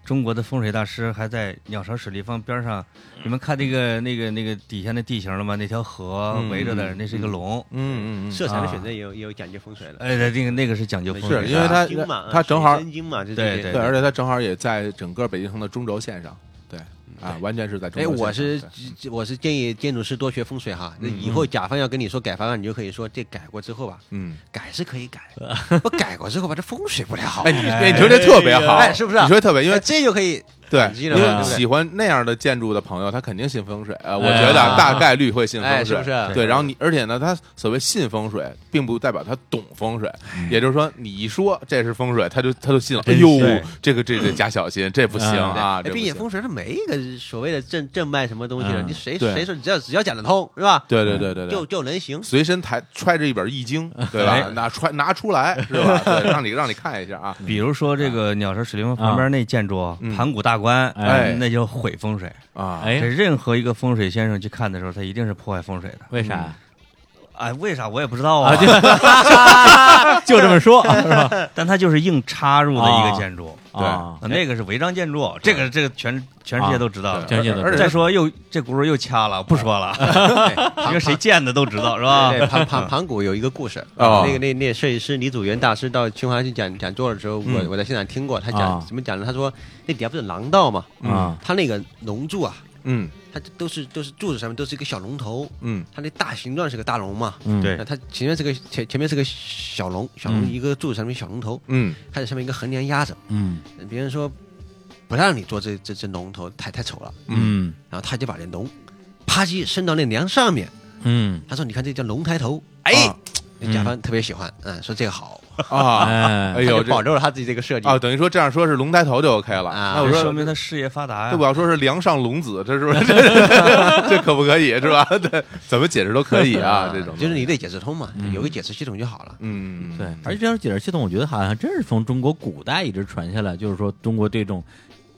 [SPEAKER 3] 中国的风水大师还在鸟巢水立方边上。你们看那个那个那个底下那地形了吗？那条河
[SPEAKER 2] 嗯
[SPEAKER 3] 围着的，
[SPEAKER 2] 嗯
[SPEAKER 3] 那是一个龙。
[SPEAKER 2] 嗯嗯嗯，
[SPEAKER 4] 色彩的选择也有也有讲究风水的，
[SPEAKER 3] 哎，那个那个是讲究风水的，啊
[SPEAKER 2] 是因为它
[SPEAKER 4] 啊金嘛，
[SPEAKER 2] 它正好
[SPEAKER 4] 水生金嘛，就
[SPEAKER 3] 对
[SPEAKER 4] 这些
[SPEAKER 2] 嗯对，而且它正好也在整个北京城的中轴线上，对啊，完全是在中
[SPEAKER 4] 哎，
[SPEAKER 2] 轴线上。
[SPEAKER 4] 我是
[SPEAKER 2] 对嗯
[SPEAKER 4] 我是建议建筑师多学风水哈。那以后甲方要跟你说改方案，你就可以说这改过之后吧，
[SPEAKER 2] 嗯，
[SPEAKER 4] 改是可 以改，不改过之后吧，这风水不太好
[SPEAKER 2] 哎，。你哎你说这特别好，
[SPEAKER 4] 哦哎是不是啊
[SPEAKER 2] 你说这特别，因
[SPEAKER 4] 因
[SPEAKER 2] 为
[SPEAKER 4] 为这就可以，
[SPEAKER 2] 对
[SPEAKER 4] 很，激
[SPEAKER 2] 因
[SPEAKER 4] 动啊
[SPEAKER 2] 为
[SPEAKER 4] 对
[SPEAKER 2] 喜欢那样的建筑的朋友，他肯定信风水啊，我
[SPEAKER 1] 哎
[SPEAKER 2] 觉得
[SPEAKER 4] 啊
[SPEAKER 2] 啊大概率会信
[SPEAKER 4] 哎，
[SPEAKER 2] 风
[SPEAKER 4] 是
[SPEAKER 2] 水
[SPEAKER 4] 不。是？
[SPEAKER 2] 对，然后你，而且呢，他所谓信风水，并不代表他懂风水，也就是说，你一说这是风水，他就他就信了。哎
[SPEAKER 1] 真
[SPEAKER 2] 呦
[SPEAKER 1] 是，
[SPEAKER 2] 这个这这假小心，这不行
[SPEAKER 1] 嗯
[SPEAKER 2] 啊！
[SPEAKER 4] 哎
[SPEAKER 2] 这不
[SPEAKER 4] 并且
[SPEAKER 2] 行。
[SPEAKER 4] 风水它没一个所谓的正正脉什么东西的，
[SPEAKER 1] 嗯
[SPEAKER 4] 你谁
[SPEAKER 2] 对
[SPEAKER 4] 谁说只要只要讲得通是吧？
[SPEAKER 2] 对对对对对，
[SPEAKER 4] 就就能行。
[SPEAKER 2] 随身抬揣着一本易经，对
[SPEAKER 3] 哎
[SPEAKER 2] 吧？拿揣拿出来是吧？对，让你让你看一下啊。
[SPEAKER 3] 比如说这个鸟巢水立方旁边那建筑
[SPEAKER 2] 嗯
[SPEAKER 3] 盘古大观，
[SPEAKER 1] 哎
[SPEAKER 3] 那就毁风水。
[SPEAKER 2] 啊，
[SPEAKER 3] 这
[SPEAKER 1] 哎，
[SPEAKER 3] 任何一个风水先生去看的时候，他一定是破坏风水的。嗯
[SPEAKER 1] 为啥？
[SPEAKER 3] 哎，为啥我也不知道啊，
[SPEAKER 4] 嗯
[SPEAKER 1] 就这么 说，是吧？
[SPEAKER 3] 但它就是硬插入的一个建筑。
[SPEAKER 2] 对
[SPEAKER 1] 啊
[SPEAKER 3] 啊，那个是违章建筑，这个这个全全世界都知道
[SPEAKER 2] 啊
[SPEAKER 3] 的。
[SPEAKER 1] 全世界都
[SPEAKER 2] 而
[SPEAKER 1] 知
[SPEAKER 2] 且
[SPEAKER 1] 道
[SPEAKER 3] 再说又这轱辘又掐了，不说了， 因为谁建的都知道是吧
[SPEAKER 4] 对？对，盘盘盘古有一个故事，
[SPEAKER 2] 啊哦
[SPEAKER 4] 那个那那设计师李祖原大师到清华去讲讲座的时候，我
[SPEAKER 2] 嗯
[SPEAKER 4] 我在现场听过，他讲
[SPEAKER 1] 啊
[SPEAKER 4] 怎么讲呢？他说那底下不是廊道嘛，
[SPEAKER 1] 啊，
[SPEAKER 4] 他那个龙柱啊，
[SPEAKER 2] 嗯
[SPEAKER 4] 它都是都是柱子上面都是一个小龙头，
[SPEAKER 2] 嗯
[SPEAKER 4] 它那大形状是个大龙嘛，
[SPEAKER 1] 嗯
[SPEAKER 3] 对
[SPEAKER 4] 那它前面是个前前面是个小龙，小龙
[SPEAKER 1] 嗯
[SPEAKER 4] 一个柱子上面小龙头，
[SPEAKER 2] 嗯
[SPEAKER 4] 还有上面一个横梁压着，
[SPEAKER 1] 嗯
[SPEAKER 4] 别人说不让你做这这这龙头，太太丑了，
[SPEAKER 1] 嗯
[SPEAKER 4] 然后他就把那龙啪叽伸到那梁上面，
[SPEAKER 1] 嗯，
[SPEAKER 4] 他说你看这叫龙抬头，
[SPEAKER 2] 哎
[SPEAKER 4] 哎，那甲方特别喜欢，嗯，说这个好，
[SPEAKER 2] 啊，哎
[SPEAKER 1] 哎，
[SPEAKER 2] 呦
[SPEAKER 4] 他就保
[SPEAKER 2] 这
[SPEAKER 4] 留了他自己这个设计
[SPEAKER 2] 啊，，等于说这样说是龙抬头就 OK 了。
[SPEAKER 4] 啊
[SPEAKER 2] 那我
[SPEAKER 3] 这
[SPEAKER 2] 说
[SPEAKER 3] 说明他事业发达
[SPEAKER 2] 那
[SPEAKER 3] 呀
[SPEAKER 2] 我。要说是梁上龙子，这是不是这这可不可以是吧？对，怎么解释都可以啊，这种
[SPEAKER 4] 就是你
[SPEAKER 2] 的
[SPEAKER 4] 得解释通嘛，有个解释系统就好了。
[SPEAKER 2] 嗯
[SPEAKER 1] 对，而且这种解释系统，我觉得好像真是从中国古代一直传下来，就是说中国这种。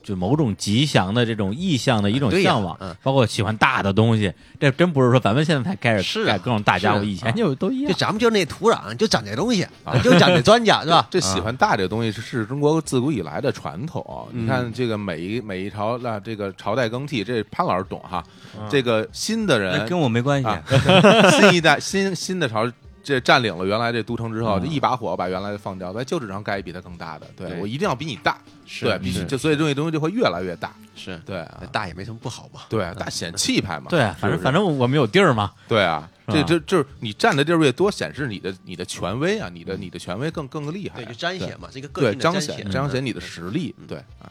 [SPEAKER 1] 就某种吉祥的这种意象的一种
[SPEAKER 4] 对呀
[SPEAKER 1] 向往
[SPEAKER 4] 嗯，
[SPEAKER 1] 包括喜欢大的东西，这真不是说咱们现在才开始
[SPEAKER 4] 是
[SPEAKER 1] 盖
[SPEAKER 4] 啊
[SPEAKER 1] 各种大家伙，
[SPEAKER 4] 是啊
[SPEAKER 1] 以前就都一
[SPEAKER 4] 就
[SPEAKER 1] 样。
[SPEAKER 4] 咱们就那土壤，就长这东西，就长这庄稼，是吧？
[SPEAKER 2] 这喜欢大这个东西是是中国自古以来的传统。你看这个每一每一朝那这个朝代更替，这潘老师懂哈。这个新的
[SPEAKER 3] 那
[SPEAKER 2] 人
[SPEAKER 3] 跟我没关系，
[SPEAKER 2] 啊， 新一代新新的朝这占领了原来这都城之后，
[SPEAKER 1] 嗯
[SPEAKER 2] 就一把火把原来的放掉，在旧址上盖一比它更大的。对
[SPEAKER 4] 对
[SPEAKER 2] 我一定要比你大，
[SPEAKER 4] 是
[SPEAKER 2] 对，必须
[SPEAKER 4] 是
[SPEAKER 2] 就所以这东西东西就会越来越大。
[SPEAKER 4] 是
[SPEAKER 2] 对啊，
[SPEAKER 4] 大也没什么不好吧？
[SPEAKER 2] 对啊，大显气派嘛。
[SPEAKER 1] 对，啊反正反正我们有地儿嘛，
[SPEAKER 2] 对啊，
[SPEAKER 1] 是
[SPEAKER 2] 这
[SPEAKER 1] 吧
[SPEAKER 2] 这就是你站的地儿越多，显示你的你的权威啊，你的你的权威更更厉害啊，
[SPEAKER 4] 对，就彰显嘛，是一个个
[SPEAKER 2] 对
[SPEAKER 4] 性的
[SPEAKER 2] 彰
[SPEAKER 4] 显
[SPEAKER 2] 显彰显你的实力
[SPEAKER 4] 嗯，
[SPEAKER 2] 对啊，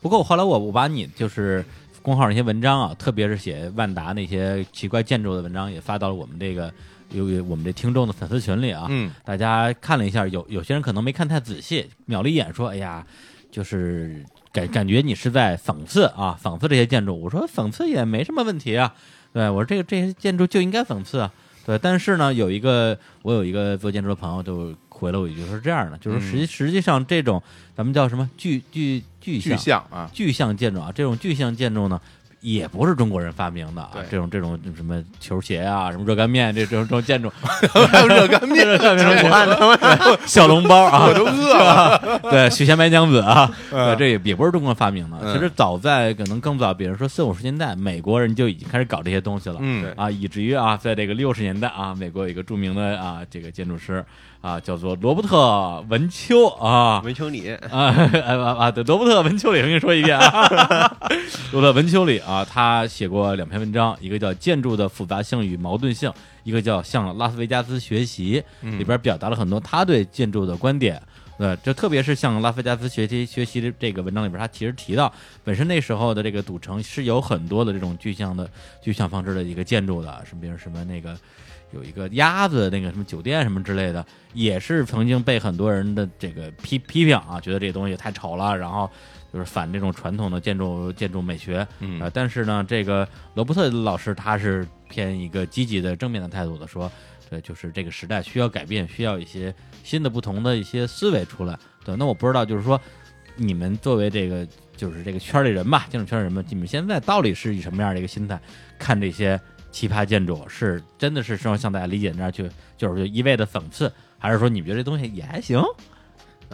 [SPEAKER 1] 不过我后来我我把你就是公号那些文章啊，特别是写万达那些奇怪建筑的文章，也发到了我们这个有有我们这听众的粉丝群里啊。
[SPEAKER 2] 嗯，
[SPEAKER 1] 大家看了一下，有有些人可能没看太仔细，瞄了一眼说：“哎呀，就是感感觉你是在讽刺啊，讽刺这些建筑。”我说：“讽刺也没什么问题啊，对我说这个这些建筑就应该讽刺啊。”对，但是呢，有一个我有一个做建筑的朋友就回了我一句，说这样的，就是实际、实际上这种咱们叫什么具具嗯具
[SPEAKER 2] 巨
[SPEAKER 1] 象
[SPEAKER 2] 像啊，
[SPEAKER 1] 具象建筑啊，这种具象建筑呢，也不是中国人发明的啊
[SPEAKER 2] 对。
[SPEAKER 1] 这种这种什么球鞋啊，什么热干面这这种这种建筑，
[SPEAKER 2] 热 干面，
[SPEAKER 1] 热干面什么对小笼包啊，
[SPEAKER 2] 我都饿了，
[SPEAKER 1] 对，许仙白娘子啊，对，
[SPEAKER 2] 嗯
[SPEAKER 1] 这也也不是中国发明的。
[SPEAKER 2] 嗯
[SPEAKER 1] 其实早在可能更早，比如说四五十年代，美国人就已经开始搞这些东西了。
[SPEAKER 2] 嗯，
[SPEAKER 1] 啊，以至于啊，在这个六十年代啊，美国有一个著名的啊，这个建筑师啊，叫做罗伯特文丘啊，
[SPEAKER 4] 嗯文丘里，
[SPEAKER 1] 啊啊啊！对，罗伯特·文丘里，我跟你说一遍啊，罗伯特·文丘里啊，他写过两篇文章，一个叫《建筑的复杂性与矛盾性》，一个叫《向拉斯维加斯学习》，
[SPEAKER 2] 嗯
[SPEAKER 1] 里边表达了很多他对建筑的观点。呃，就特别是向拉斯维加斯学习学习的这个文章里边，他其实提到，本身那时候的这个赌城是有很多的这种具象的具象方式的一个建筑的，什么比如什么那个有一个鸭子那个什么酒店什么之类的，也是曾经被很多人的这个批批评啊，觉得这东西太丑了，然后就是反这种传统的建筑建筑美学。
[SPEAKER 2] 嗯
[SPEAKER 1] 呃，但是呢，这个罗伯特老师他是偏一个积极的、正面的态度的，说，对，就是这个时代需要改变，需要一些新的、不同的一些思维出来。对，那我不知道，就是说，你们作为这个就是这个圈里人吧，建筑圈里人们，你们现在到底是以什么样的一个心态看这些奇葩建筑？是真的是说像大家理解那样去，就是就一味的讽刺，还是说你们觉得这东西也还行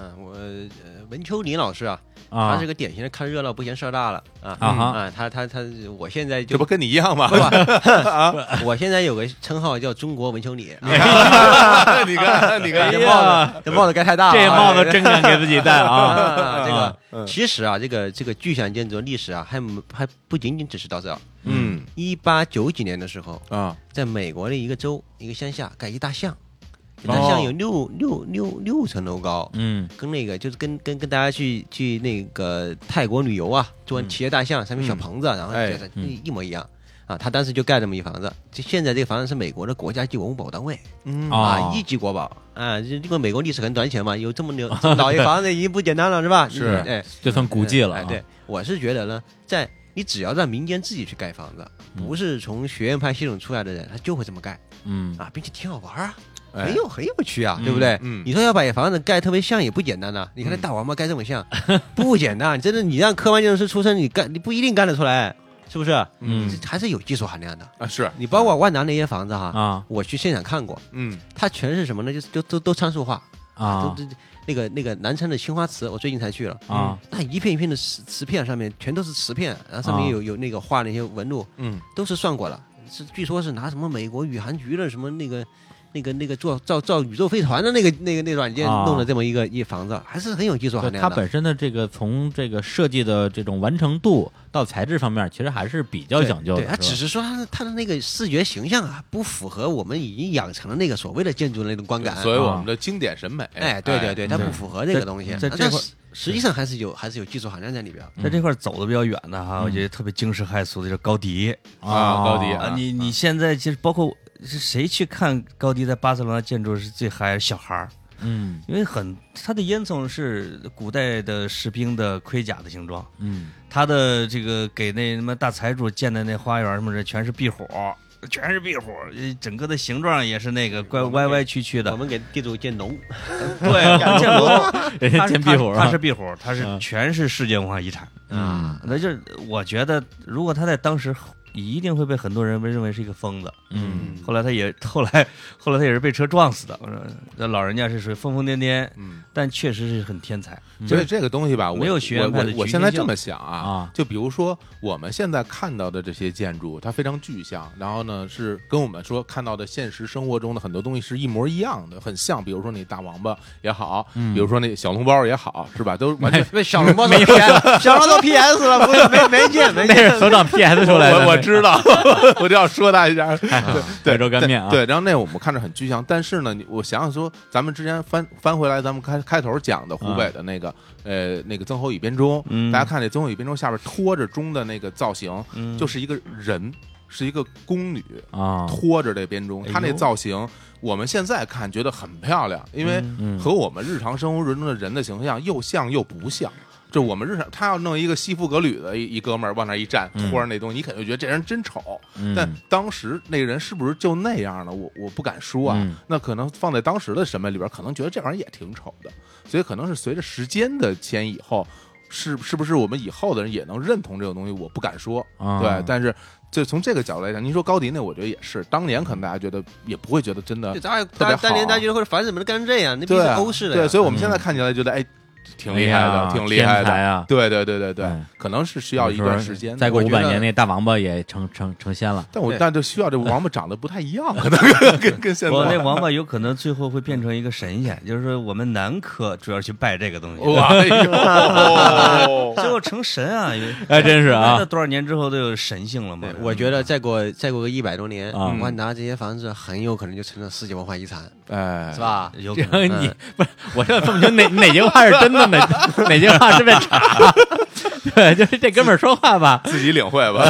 [SPEAKER 4] 嗯，我呃文丘里老师啊，
[SPEAKER 1] 啊？
[SPEAKER 4] 他是个典型的看热闹不嫌事儿大了啊
[SPEAKER 1] 啊哈
[SPEAKER 4] 啊，他他他，我现在就
[SPEAKER 2] 这不跟你一样吗？
[SPEAKER 4] 我现在有个称号叫中国文丘里，啊
[SPEAKER 2] 你 看，你看，
[SPEAKER 4] 这帽子这帽子该太大了啊，
[SPEAKER 1] 这帽子真敢给自己戴 啊！
[SPEAKER 4] 啊，这
[SPEAKER 1] 啊
[SPEAKER 4] 个其实啊，这个这个巨响建筑的历史啊，还没还不仅仅只是到这儿。
[SPEAKER 2] 嗯
[SPEAKER 4] 一八九几年的时候，
[SPEAKER 2] 啊，
[SPEAKER 4] 在美国的一个州一个乡下盖一大象，这
[SPEAKER 1] 哦
[SPEAKER 4] 大象有六六六六层楼高，
[SPEAKER 1] 嗯
[SPEAKER 4] 跟那个就是跟跟跟大家去去那个泰国旅游啊，坐骑着大象上面小棚子，啊然后
[SPEAKER 2] 哎
[SPEAKER 4] 觉得
[SPEAKER 1] 嗯
[SPEAKER 4] 一一模一样。啊，他当时就盖这么一房子，就现在这个房子是美国的国家级文物保护单位
[SPEAKER 2] 嗯
[SPEAKER 1] 哦
[SPEAKER 4] 啊，一级国宝啊，就因为美国历史很短浅嘛，有这 么牛这么老一房子已经不简单了，是吧？
[SPEAKER 2] 是
[SPEAKER 4] 哎，
[SPEAKER 1] 就算古迹了、啊
[SPEAKER 4] 哎，对，我是觉得呢，在你只要让民间自己去盖房子，
[SPEAKER 1] 嗯
[SPEAKER 4] 不是从学院派系统出来的人，他就会这么盖
[SPEAKER 1] 嗯，
[SPEAKER 4] 啊，并且挺好玩啊，
[SPEAKER 2] 哎
[SPEAKER 4] 很有很有趣啊，
[SPEAKER 1] 嗯
[SPEAKER 4] 对不对？
[SPEAKER 2] 嗯
[SPEAKER 4] 你说要把房子盖特别像也不简单呐、你看那大王八盖这 么像，不简单。真的，你让科班建筑师出身，你干你不一定干得出来，是不是？
[SPEAKER 1] 嗯
[SPEAKER 4] 这还是有技术含量的。
[SPEAKER 2] 啊是
[SPEAKER 4] 你包括万达那些房子哈，
[SPEAKER 1] 啊
[SPEAKER 4] 我去现场看过，
[SPEAKER 2] 嗯
[SPEAKER 4] 它全是什么呢？就是都都都参数化，
[SPEAKER 1] 啊
[SPEAKER 4] 都都那个那个南昌的青花瓷，我最近才去了。
[SPEAKER 2] 嗯
[SPEAKER 1] 啊
[SPEAKER 4] 那一片一片的瓷瓷片上面全都是瓷片，然后上面
[SPEAKER 1] 啊
[SPEAKER 4] 有、有那个画那些纹路，
[SPEAKER 2] 嗯
[SPEAKER 4] 都是算过了，是据说是拿什么美国宇航局的什么那个那个那个做造造宇宙飞船的那个那个那软件
[SPEAKER 1] 啊
[SPEAKER 4] 弄了这么一个一房子，还是很有技术
[SPEAKER 1] 对
[SPEAKER 4] 含量
[SPEAKER 1] 它
[SPEAKER 4] 的。
[SPEAKER 1] 本身的这个从这个设计的这种完成度到材质方面，其实还是比较讲究的。
[SPEAKER 4] 对，它只
[SPEAKER 1] 是
[SPEAKER 4] 是说它的它的那个视觉形象啊，不符合我们已经养成的那个所谓的建筑的那种观感。
[SPEAKER 2] 所以我们的经典审美，嗯
[SPEAKER 4] 哎，对对对，
[SPEAKER 1] 嗯
[SPEAKER 4] 它不符合这个东西。
[SPEAKER 3] 在在
[SPEAKER 4] 但
[SPEAKER 3] 这块
[SPEAKER 4] 是实际上还是有还是有技术含量在里边。
[SPEAKER 3] 在这块走的比较远的哈，我觉得特别惊世骇俗的就是高迪
[SPEAKER 1] 吧
[SPEAKER 2] 啊高
[SPEAKER 1] 嗯
[SPEAKER 2] 低
[SPEAKER 3] 啊
[SPEAKER 2] 啊，
[SPEAKER 3] 你你现在其实包括是谁去看高迪在巴塞罗那建筑是最嗨小孩儿，
[SPEAKER 1] 嗯
[SPEAKER 3] 因为很他的烟囱是古代的士兵的盔甲的形状，
[SPEAKER 1] 嗯
[SPEAKER 3] 他的这个给那什么大财主建的那花园什么的全是壁虎。全是壁虎，呃整个的形状也是那个怪歪歪曲曲的
[SPEAKER 4] 我。们给地主 建农，
[SPEAKER 3] 对，杨建龙，
[SPEAKER 1] 人
[SPEAKER 3] 他
[SPEAKER 1] 家
[SPEAKER 3] 是
[SPEAKER 1] 建壁虎
[SPEAKER 3] 他
[SPEAKER 1] 啊
[SPEAKER 3] 他是壁虎，他是
[SPEAKER 1] 嗯
[SPEAKER 3] 全是世界文化遗产。
[SPEAKER 1] 嗯
[SPEAKER 3] 那就是我觉得，如果他在当时一定会被很多人认为是一个疯子。
[SPEAKER 1] 嗯
[SPEAKER 3] 后来他也 后来后来他也是被车撞死的。我说那老人家是属于疯疯癫癫，
[SPEAKER 2] 嗯，
[SPEAKER 3] 但确实是很天才。
[SPEAKER 2] 所以这个东西吧，我
[SPEAKER 3] 嗯没有学院
[SPEAKER 2] 我
[SPEAKER 3] 派
[SPEAKER 2] 我
[SPEAKER 3] 的
[SPEAKER 2] 我
[SPEAKER 3] 局
[SPEAKER 2] 现在
[SPEAKER 3] 限性
[SPEAKER 2] 这么想啊，
[SPEAKER 1] 啊
[SPEAKER 2] 就比如说我们现在看到的这些建筑，它非常具象，然后呢是跟我们说看到的现实生活中的很多东西是一模一样的，很像。比如说那大王八也好，
[SPEAKER 1] 嗯
[SPEAKER 2] 比如说那小笼包也好，是吧？都完 全。
[SPEAKER 4] 被 小笼包都 PS，小 笼包都 PS 了，不是没没见没
[SPEAKER 1] 那
[SPEAKER 4] 见
[SPEAKER 1] 是。首长 PS 出来的，
[SPEAKER 2] 我我知道， 我就要说他一下。对对，
[SPEAKER 1] 白粥干面啊
[SPEAKER 2] 对，对然后那我们看着很具象，但是呢，你我想想说，咱们之前翻翻回来，咱们开开头讲的
[SPEAKER 1] 嗯
[SPEAKER 2] 湖北的那个、呃那个曾侯乙编钟，
[SPEAKER 3] 嗯
[SPEAKER 2] 大家看那曾侯乙编钟下边拖着钟的那个造型，
[SPEAKER 3] 嗯
[SPEAKER 2] 就是一个人，是一个宫女
[SPEAKER 1] 啊，
[SPEAKER 2] 拖着这编钟，
[SPEAKER 3] 哎呦
[SPEAKER 2] 她那造型，我们现在看觉得很漂亮，因为
[SPEAKER 1] 嗯
[SPEAKER 2] 和我们日常生活中的人的形象又像又不像。就我们日常，他要弄一个西服革履的一一哥们儿往那儿一站，
[SPEAKER 1] 嗯
[SPEAKER 2] 拖着那东西，你肯定觉得这人真丑。
[SPEAKER 1] 嗯
[SPEAKER 2] 但当时那个人是不是就那样呢？我我不敢说啊。
[SPEAKER 1] 嗯
[SPEAKER 2] 那可能放在当时的审美里边，可能觉得这玩意儿也挺丑的。所以可能是随着时间的迁移以后，是是不是我们以后的人也能认同这种东西？我不敢说。
[SPEAKER 1] 啊
[SPEAKER 2] 对，但是就从这个角度来讲，您说高迪那，我觉得也是，当年可能大家觉得也不会觉得真的
[SPEAKER 4] 就大家
[SPEAKER 2] 别
[SPEAKER 4] 大
[SPEAKER 2] 好
[SPEAKER 4] 当年大家觉得或者反正怎么能干成这样？那毕
[SPEAKER 2] 对
[SPEAKER 4] 竟
[SPEAKER 2] 啊
[SPEAKER 4] 欧式的呀，
[SPEAKER 2] 对，所以我们
[SPEAKER 1] 嗯
[SPEAKER 2] 现在看起来觉得哎，挺厉害
[SPEAKER 1] 哎
[SPEAKER 2] 的，
[SPEAKER 1] 呀
[SPEAKER 2] 挺厉害
[SPEAKER 1] 天才
[SPEAKER 2] 的。
[SPEAKER 1] 啊！
[SPEAKER 2] 对对对对对
[SPEAKER 1] 嗯，
[SPEAKER 2] 可能是需要一段时间的。
[SPEAKER 1] 再过
[SPEAKER 2] 我
[SPEAKER 1] 五
[SPEAKER 2] 觉
[SPEAKER 1] 百
[SPEAKER 2] 得
[SPEAKER 1] 年，，那大王八也成成成仙 了。
[SPEAKER 2] 但我
[SPEAKER 4] 对
[SPEAKER 2] 但就需要这王八长得不太一样，可能跟跟 现
[SPEAKER 3] 我那
[SPEAKER 2] 在。
[SPEAKER 3] 王八有可能最后会变成一个神仙，就是说我们南科主要去拜这个东西，
[SPEAKER 2] 哇，哎 呦
[SPEAKER 3] 最后成神啊！因为
[SPEAKER 1] 哎，真是啊
[SPEAKER 3] 那！多少年之后都有神性了嘛
[SPEAKER 4] 对，？嗯我觉得再过再过个一百多年，
[SPEAKER 1] 啊
[SPEAKER 4] 万达这些房子很有可能就成了世界文化遗产，
[SPEAKER 2] 哎
[SPEAKER 4] 是，吧？
[SPEAKER 3] 有可
[SPEAKER 1] 这
[SPEAKER 3] 能。
[SPEAKER 1] 你不是，我现在分不清哪哪句话是真的，哪哪句话是被查。 对，就是这哥们儿说话吧，
[SPEAKER 2] 自己领会吧，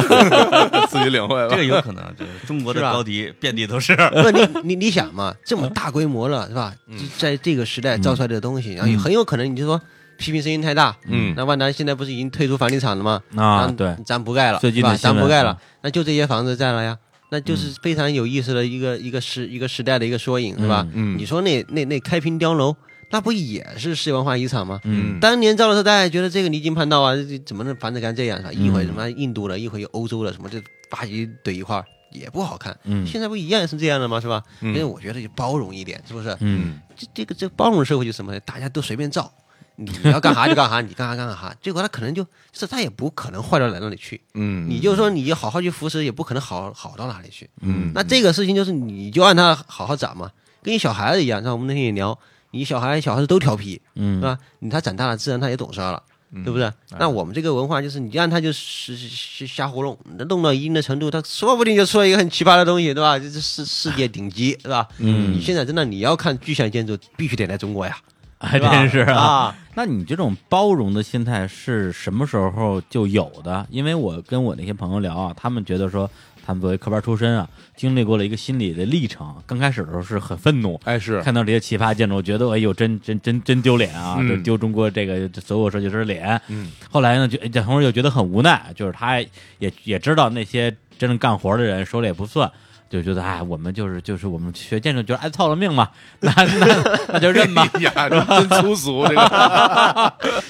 [SPEAKER 2] 自己领会吧
[SPEAKER 3] 这。个有可能，这个中国的
[SPEAKER 4] 是吧呃
[SPEAKER 3] 高迪遍地都是。
[SPEAKER 4] 不，你你你想嘛，这
[SPEAKER 1] 嗯
[SPEAKER 4] 么大规模了，是吧？就在这个时代造出来的东西，然后也
[SPEAKER 1] 嗯
[SPEAKER 4] 很有可能你就说批评声音太大，
[SPEAKER 2] 嗯
[SPEAKER 4] 那万达现在不是已经退出房地产了吗？
[SPEAKER 1] 啊
[SPEAKER 4] 咱
[SPEAKER 1] 对，
[SPEAKER 4] 咱不盖了，
[SPEAKER 1] 最近
[SPEAKER 4] 是吧
[SPEAKER 1] 的新
[SPEAKER 4] 咱
[SPEAKER 1] 闻嗯
[SPEAKER 4] 不盖了
[SPEAKER 1] 啊，
[SPEAKER 4] 那就这些房子在了呀，那就是非常有意思的一个一个时一个时代的一个缩影，是吧？
[SPEAKER 2] 嗯
[SPEAKER 4] 你说那那那开平碉楼，那不也是世界文化遗产吗？
[SPEAKER 2] 嗯，
[SPEAKER 4] 当年造的时候，大家也觉得这个离经叛道啊，这这怎么能房子干这样是
[SPEAKER 2] 嗯
[SPEAKER 4] 吧？一会儿什么印度的，一会儿又欧洲的，什么这巴西怼一块儿也不好看。
[SPEAKER 1] 嗯
[SPEAKER 4] 现在不一样是这样的吗？是吧？
[SPEAKER 2] 嗯
[SPEAKER 4] 所以我觉得就包容一点，是不是？
[SPEAKER 1] 嗯
[SPEAKER 4] 这这个这包容社会就是什么呢？大家都随便造，你要干啥就干啥，你干啥干啥，结果他可能就就是他也不可能坏到哪里去。
[SPEAKER 2] 嗯，
[SPEAKER 4] 你就说你就好好去扶持，也不可能好好到哪里去。
[SPEAKER 2] 嗯，
[SPEAKER 4] 那这个事情就是你就按他好好长嘛，跟你小孩子一样，像我们那天也聊，你小孩小孩子都调皮，是
[SPEAKER 1] 嗯哎
[SPEAKER 4] 吧？你他长大了，自然他也懂事儿了，对不对？那我们这个文化就是你让他就是瞎瞎胡弄，那弄到一定的程度，他说不定就出来一个很奇葩的东西，对吧？这这世世界顶级，对吧？
[SPEAKER 1] 嗯
[SPEAKER 4] 你现在真的你要看具象建筑，必须得来中国呀，
[SPEAKER 1] 还
[SPEAKER 4] 对吧
[SPEAKER 1] 真是啊。
[SPEAKER 4] 啊！
[SPEAKER 1] 那你这种包容的心态是什么时候就有的？因为我跟我那些朋友聊啊，他们觉得说，他们作为科班出身啊，经历过了一个心理的历程。刚开始的时候是很愤怒，
[SPEAKER 2] 哎是，
[SPEAKER 1] 看到这些奇葩建筑，我觉得哎呦，真真真真丢脸啊！
[SPEAKER 2] 嗯
[SPEAKER 1] 就丢中国这个所有设计师脸。
[SPEAKER 2] 嗯
[SPEAKER 1] 后来呢，就蒋红又觉得很无奈，就是他也也知道那些真正干活的人手里也不算。就觉得哎，我们就是就是我们学建筑就是爱哎操了命嘛， 那 那那就认吧，
[SPEAKER 2] 哎呀，真粗俗这个。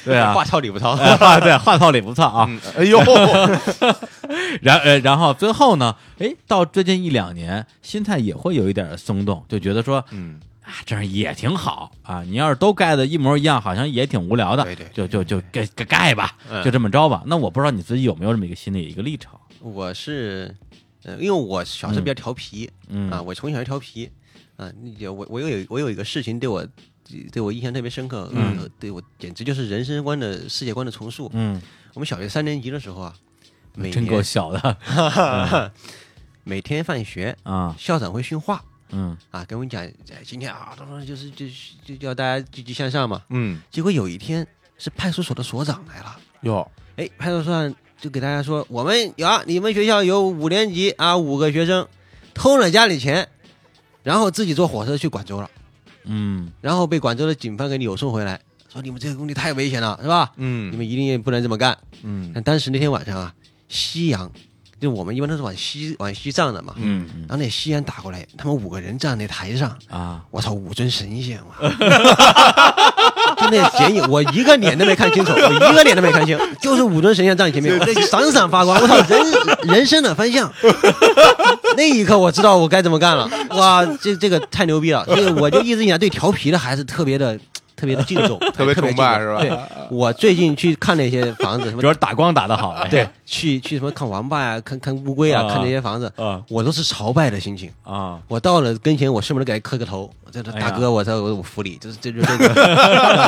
[SPEAKER 1] 对 啊，
[SPEAKER 4] 话糙理不 糙，
[SPEAKER 1] 哎话对话糙理不糙啊。
[SPEAKER 2] 嗯哎呦，
[SPEAKER 1] 然呃，然后最后呢，哎，到最近一两年，心态也会有一点儿松动，就觉得说
[SPEAKER 2] 嗯，
[SPEAKER 1] 啊，这样也挺好啊。你要是都盖的一模一样，好像也挺无聊的，
[SPEAKER 4] 对对
[SPEAKER 1] 就就就盖盖盖吧，
[SPEAKER 2] 嗯
[SPEAKER 1] 就这么着吧。那我不知道你自己有没有这么一个心理一个历程，
[SPEAKER 4] 我是，呃，因为我小时候比较调皮，
[SPEAKER 1] 嗯
[SPEAKER 4] 啊，我从小就调皮，啊，有我我有我有一个事情对我对我印象特别深刻，
[SPEAKER 2] 嗯
[SPEAKER 4] 呃，对我简直就是人生观的世界观的重塑。
[SPEAKER 1] 嗯，
[SPEAKER 4] 我们小学三年级的时候啊，每
[SPEAKER 1] 真够
[SPEAKER 4] 天
[SPEAKER 1] 小的
[SPEAKER 4] 每天放学，
[SPEAKER 1] 啊，
[SPEAKER 4] 校长会训话
[SPEAKER 1] 嗯
[SPEAKER 4] 啊，跟我们讲，哎今天啊，当然就是就是就叫大家积极向上嘛。
[SPEAKER 2] 嗯
[SPEAKER 4] 结果有一天是派出所的所长来了，
[SPEAKER 2] 哟，
[SPEAKER 4] 哎，派出所长就给大家说，我们啊，你们学校有五年级啊，五个学生偷了家里钱，然后自己坐火车去广州了，
[SPEAKER 1] 嗯
[SPEAKER 4] 然后被广州的警方给扭送回来，说你们这个工地太危险了，是吧？
[SPEAKER 2] 嗯
[SPEAKER 4] 你们一定也不能这么干。
[SPEAKER 2] 嗯
[SPEAKER 4] 但当时那天晚上啊，夕阳就我们一般都是往西往西站的嘛，
[SPEAKER 1] 嗯嗯
[SPEAKER 4] 然后那西安打过来，他们五个人站那台上，
[SPEAKER 1] 啊，
[SPEAKER 4] 我操，五尊神仙 哇！就那剪影，我一个脸都没看清楚，我一个脸都没看清，就是五尊神仙站你前面，我这闪闪发光，我操，人人生的方 向。那一刻我知道我该怎么干了，哇，这这个太牛逼了！这个我就一直以来对调皮的孩子特别的。特别的敬重，
[SPEAKER 2] 特别崇拜
[SPEAKER 4] 敬
[SPEAKER 2] 是吧
[SPEAKER 4] 重对，我最近去看那些房子，什
[SPEAKER 1] 主
[SPEAKER 4] 么
[SPEAKER 1] 要是打光打得好，哎
[SPEAKER 4] 对，去去什么看王八呀、看看乌龟啊、
[SPEAKER 1] 啊
[SPEAKER 4] 看那些房子，
[SPEAKER 1] 啊
[SPEAKER 4] 我都是朝拜的心情。
[SPEAKER 1] 啊，
[SPEAKER 4] 我到了跟前，我恨不得给他磕个头，我这
[SPEAKER 1] 哎呀
[SPEAKER 4] 大哥，我在我我服你，就是这就这 个，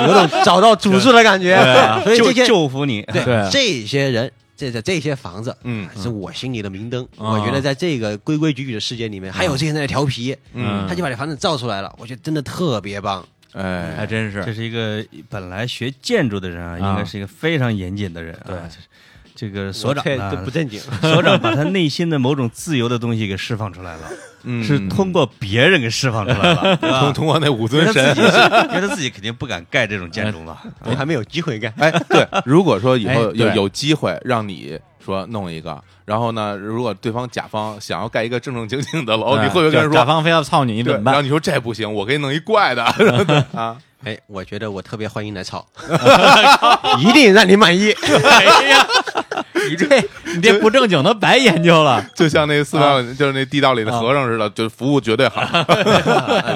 [SPEAKER 4] 有种找到主子的感觉
[SPEAKER 1] 对啊。
[SPEAKER 4] 所以这
[SPEAKER 3] 就
[SPEAKER 4] 些
[SPEAKER 3] 就服你，
[SPEAKER 1] 对
[SPEAKER 4] 对这些人。这这这些房子，啊
[SPEAKER 2] 嗯，
[SPEAKER 4] 是我心里的明灯。
[SPEAKER 1] 啊
[SPEAKER 4] 我觉得在这个规规矩矩的世界里面，还有这些人在调皮，
[SPEAKER 1] 嗯
[SPEAKER 4] 他就把这房子造出来了，我觉得真的特别棒。
[SPEAKER 1] 还
[SPEAKER 2] 哎，
[SPEAKER 1] 真是
[SPEAKER 3] 这是一个本来学建筑的人啊，
[SPEAKER 1] 啊
[SPEAKER 3] 应该是一个非常严谨的人啊。
[SPEAKER 1] 对
[SPEAKER 3] 这是这个所长
[SPEAKER 4] 这
[SPEAKER 3] 呢
[SPEAKER 4] 这不正经，
[SPEAKER 3] 所长把他内心的某种自由的东西给释放出来了，
[SPEAKER 2] 嗯
[SPEAKER 3] 是通过别人给释放出来 了，对吧
[SPEAKER 2] 通通过那五
[SPEAKER 3] 因
[SPEAKER 2] 尊
[SPEAKER 3] 为他
[SPEAKER 2] 神
[SPEAKER 3] 自己，是，因为他自己肯定不敢盖这种建筑嘛。
[SPEAKER 4] 我还没有机会干。
[SPEAKER 2] 哎，对，如果说以后
[SPEAKER 1] 哎
[SPEAKER 2] 有
[SPEAKER 1] 对
[SPEAKER 2] 有机会让你说弄一个，然后呢，如果对方甲方想要盖一个正正经经的楼，你会不会跟人
[SPEAKER 1] 哎甲
[SPEAKER 2] 说？
[SPEAKER 1] 方非要操你，你
[SPEAKER 2] 对，
[SPEAKER 1] 怎么
[SPEAKER 2] 然后
[SPEAKER 1] 办？
[SPEAKER 2] 你说这不行，我给你弄一怪的 然后对啊！
[SPEAKER 4] 哎，我觉得我特别欢迎来吵，一定让你满意。
[SPEAKER 1] 哎呀，你 这你这不正经的白研究了，
[SPEAKER 2] 就像那寺庙，
[SPEAKER 1] 啊
[SPEAKER 2] 就是那地道里的和尚似的，就服务绝对好
[SPEAKER 4] 啊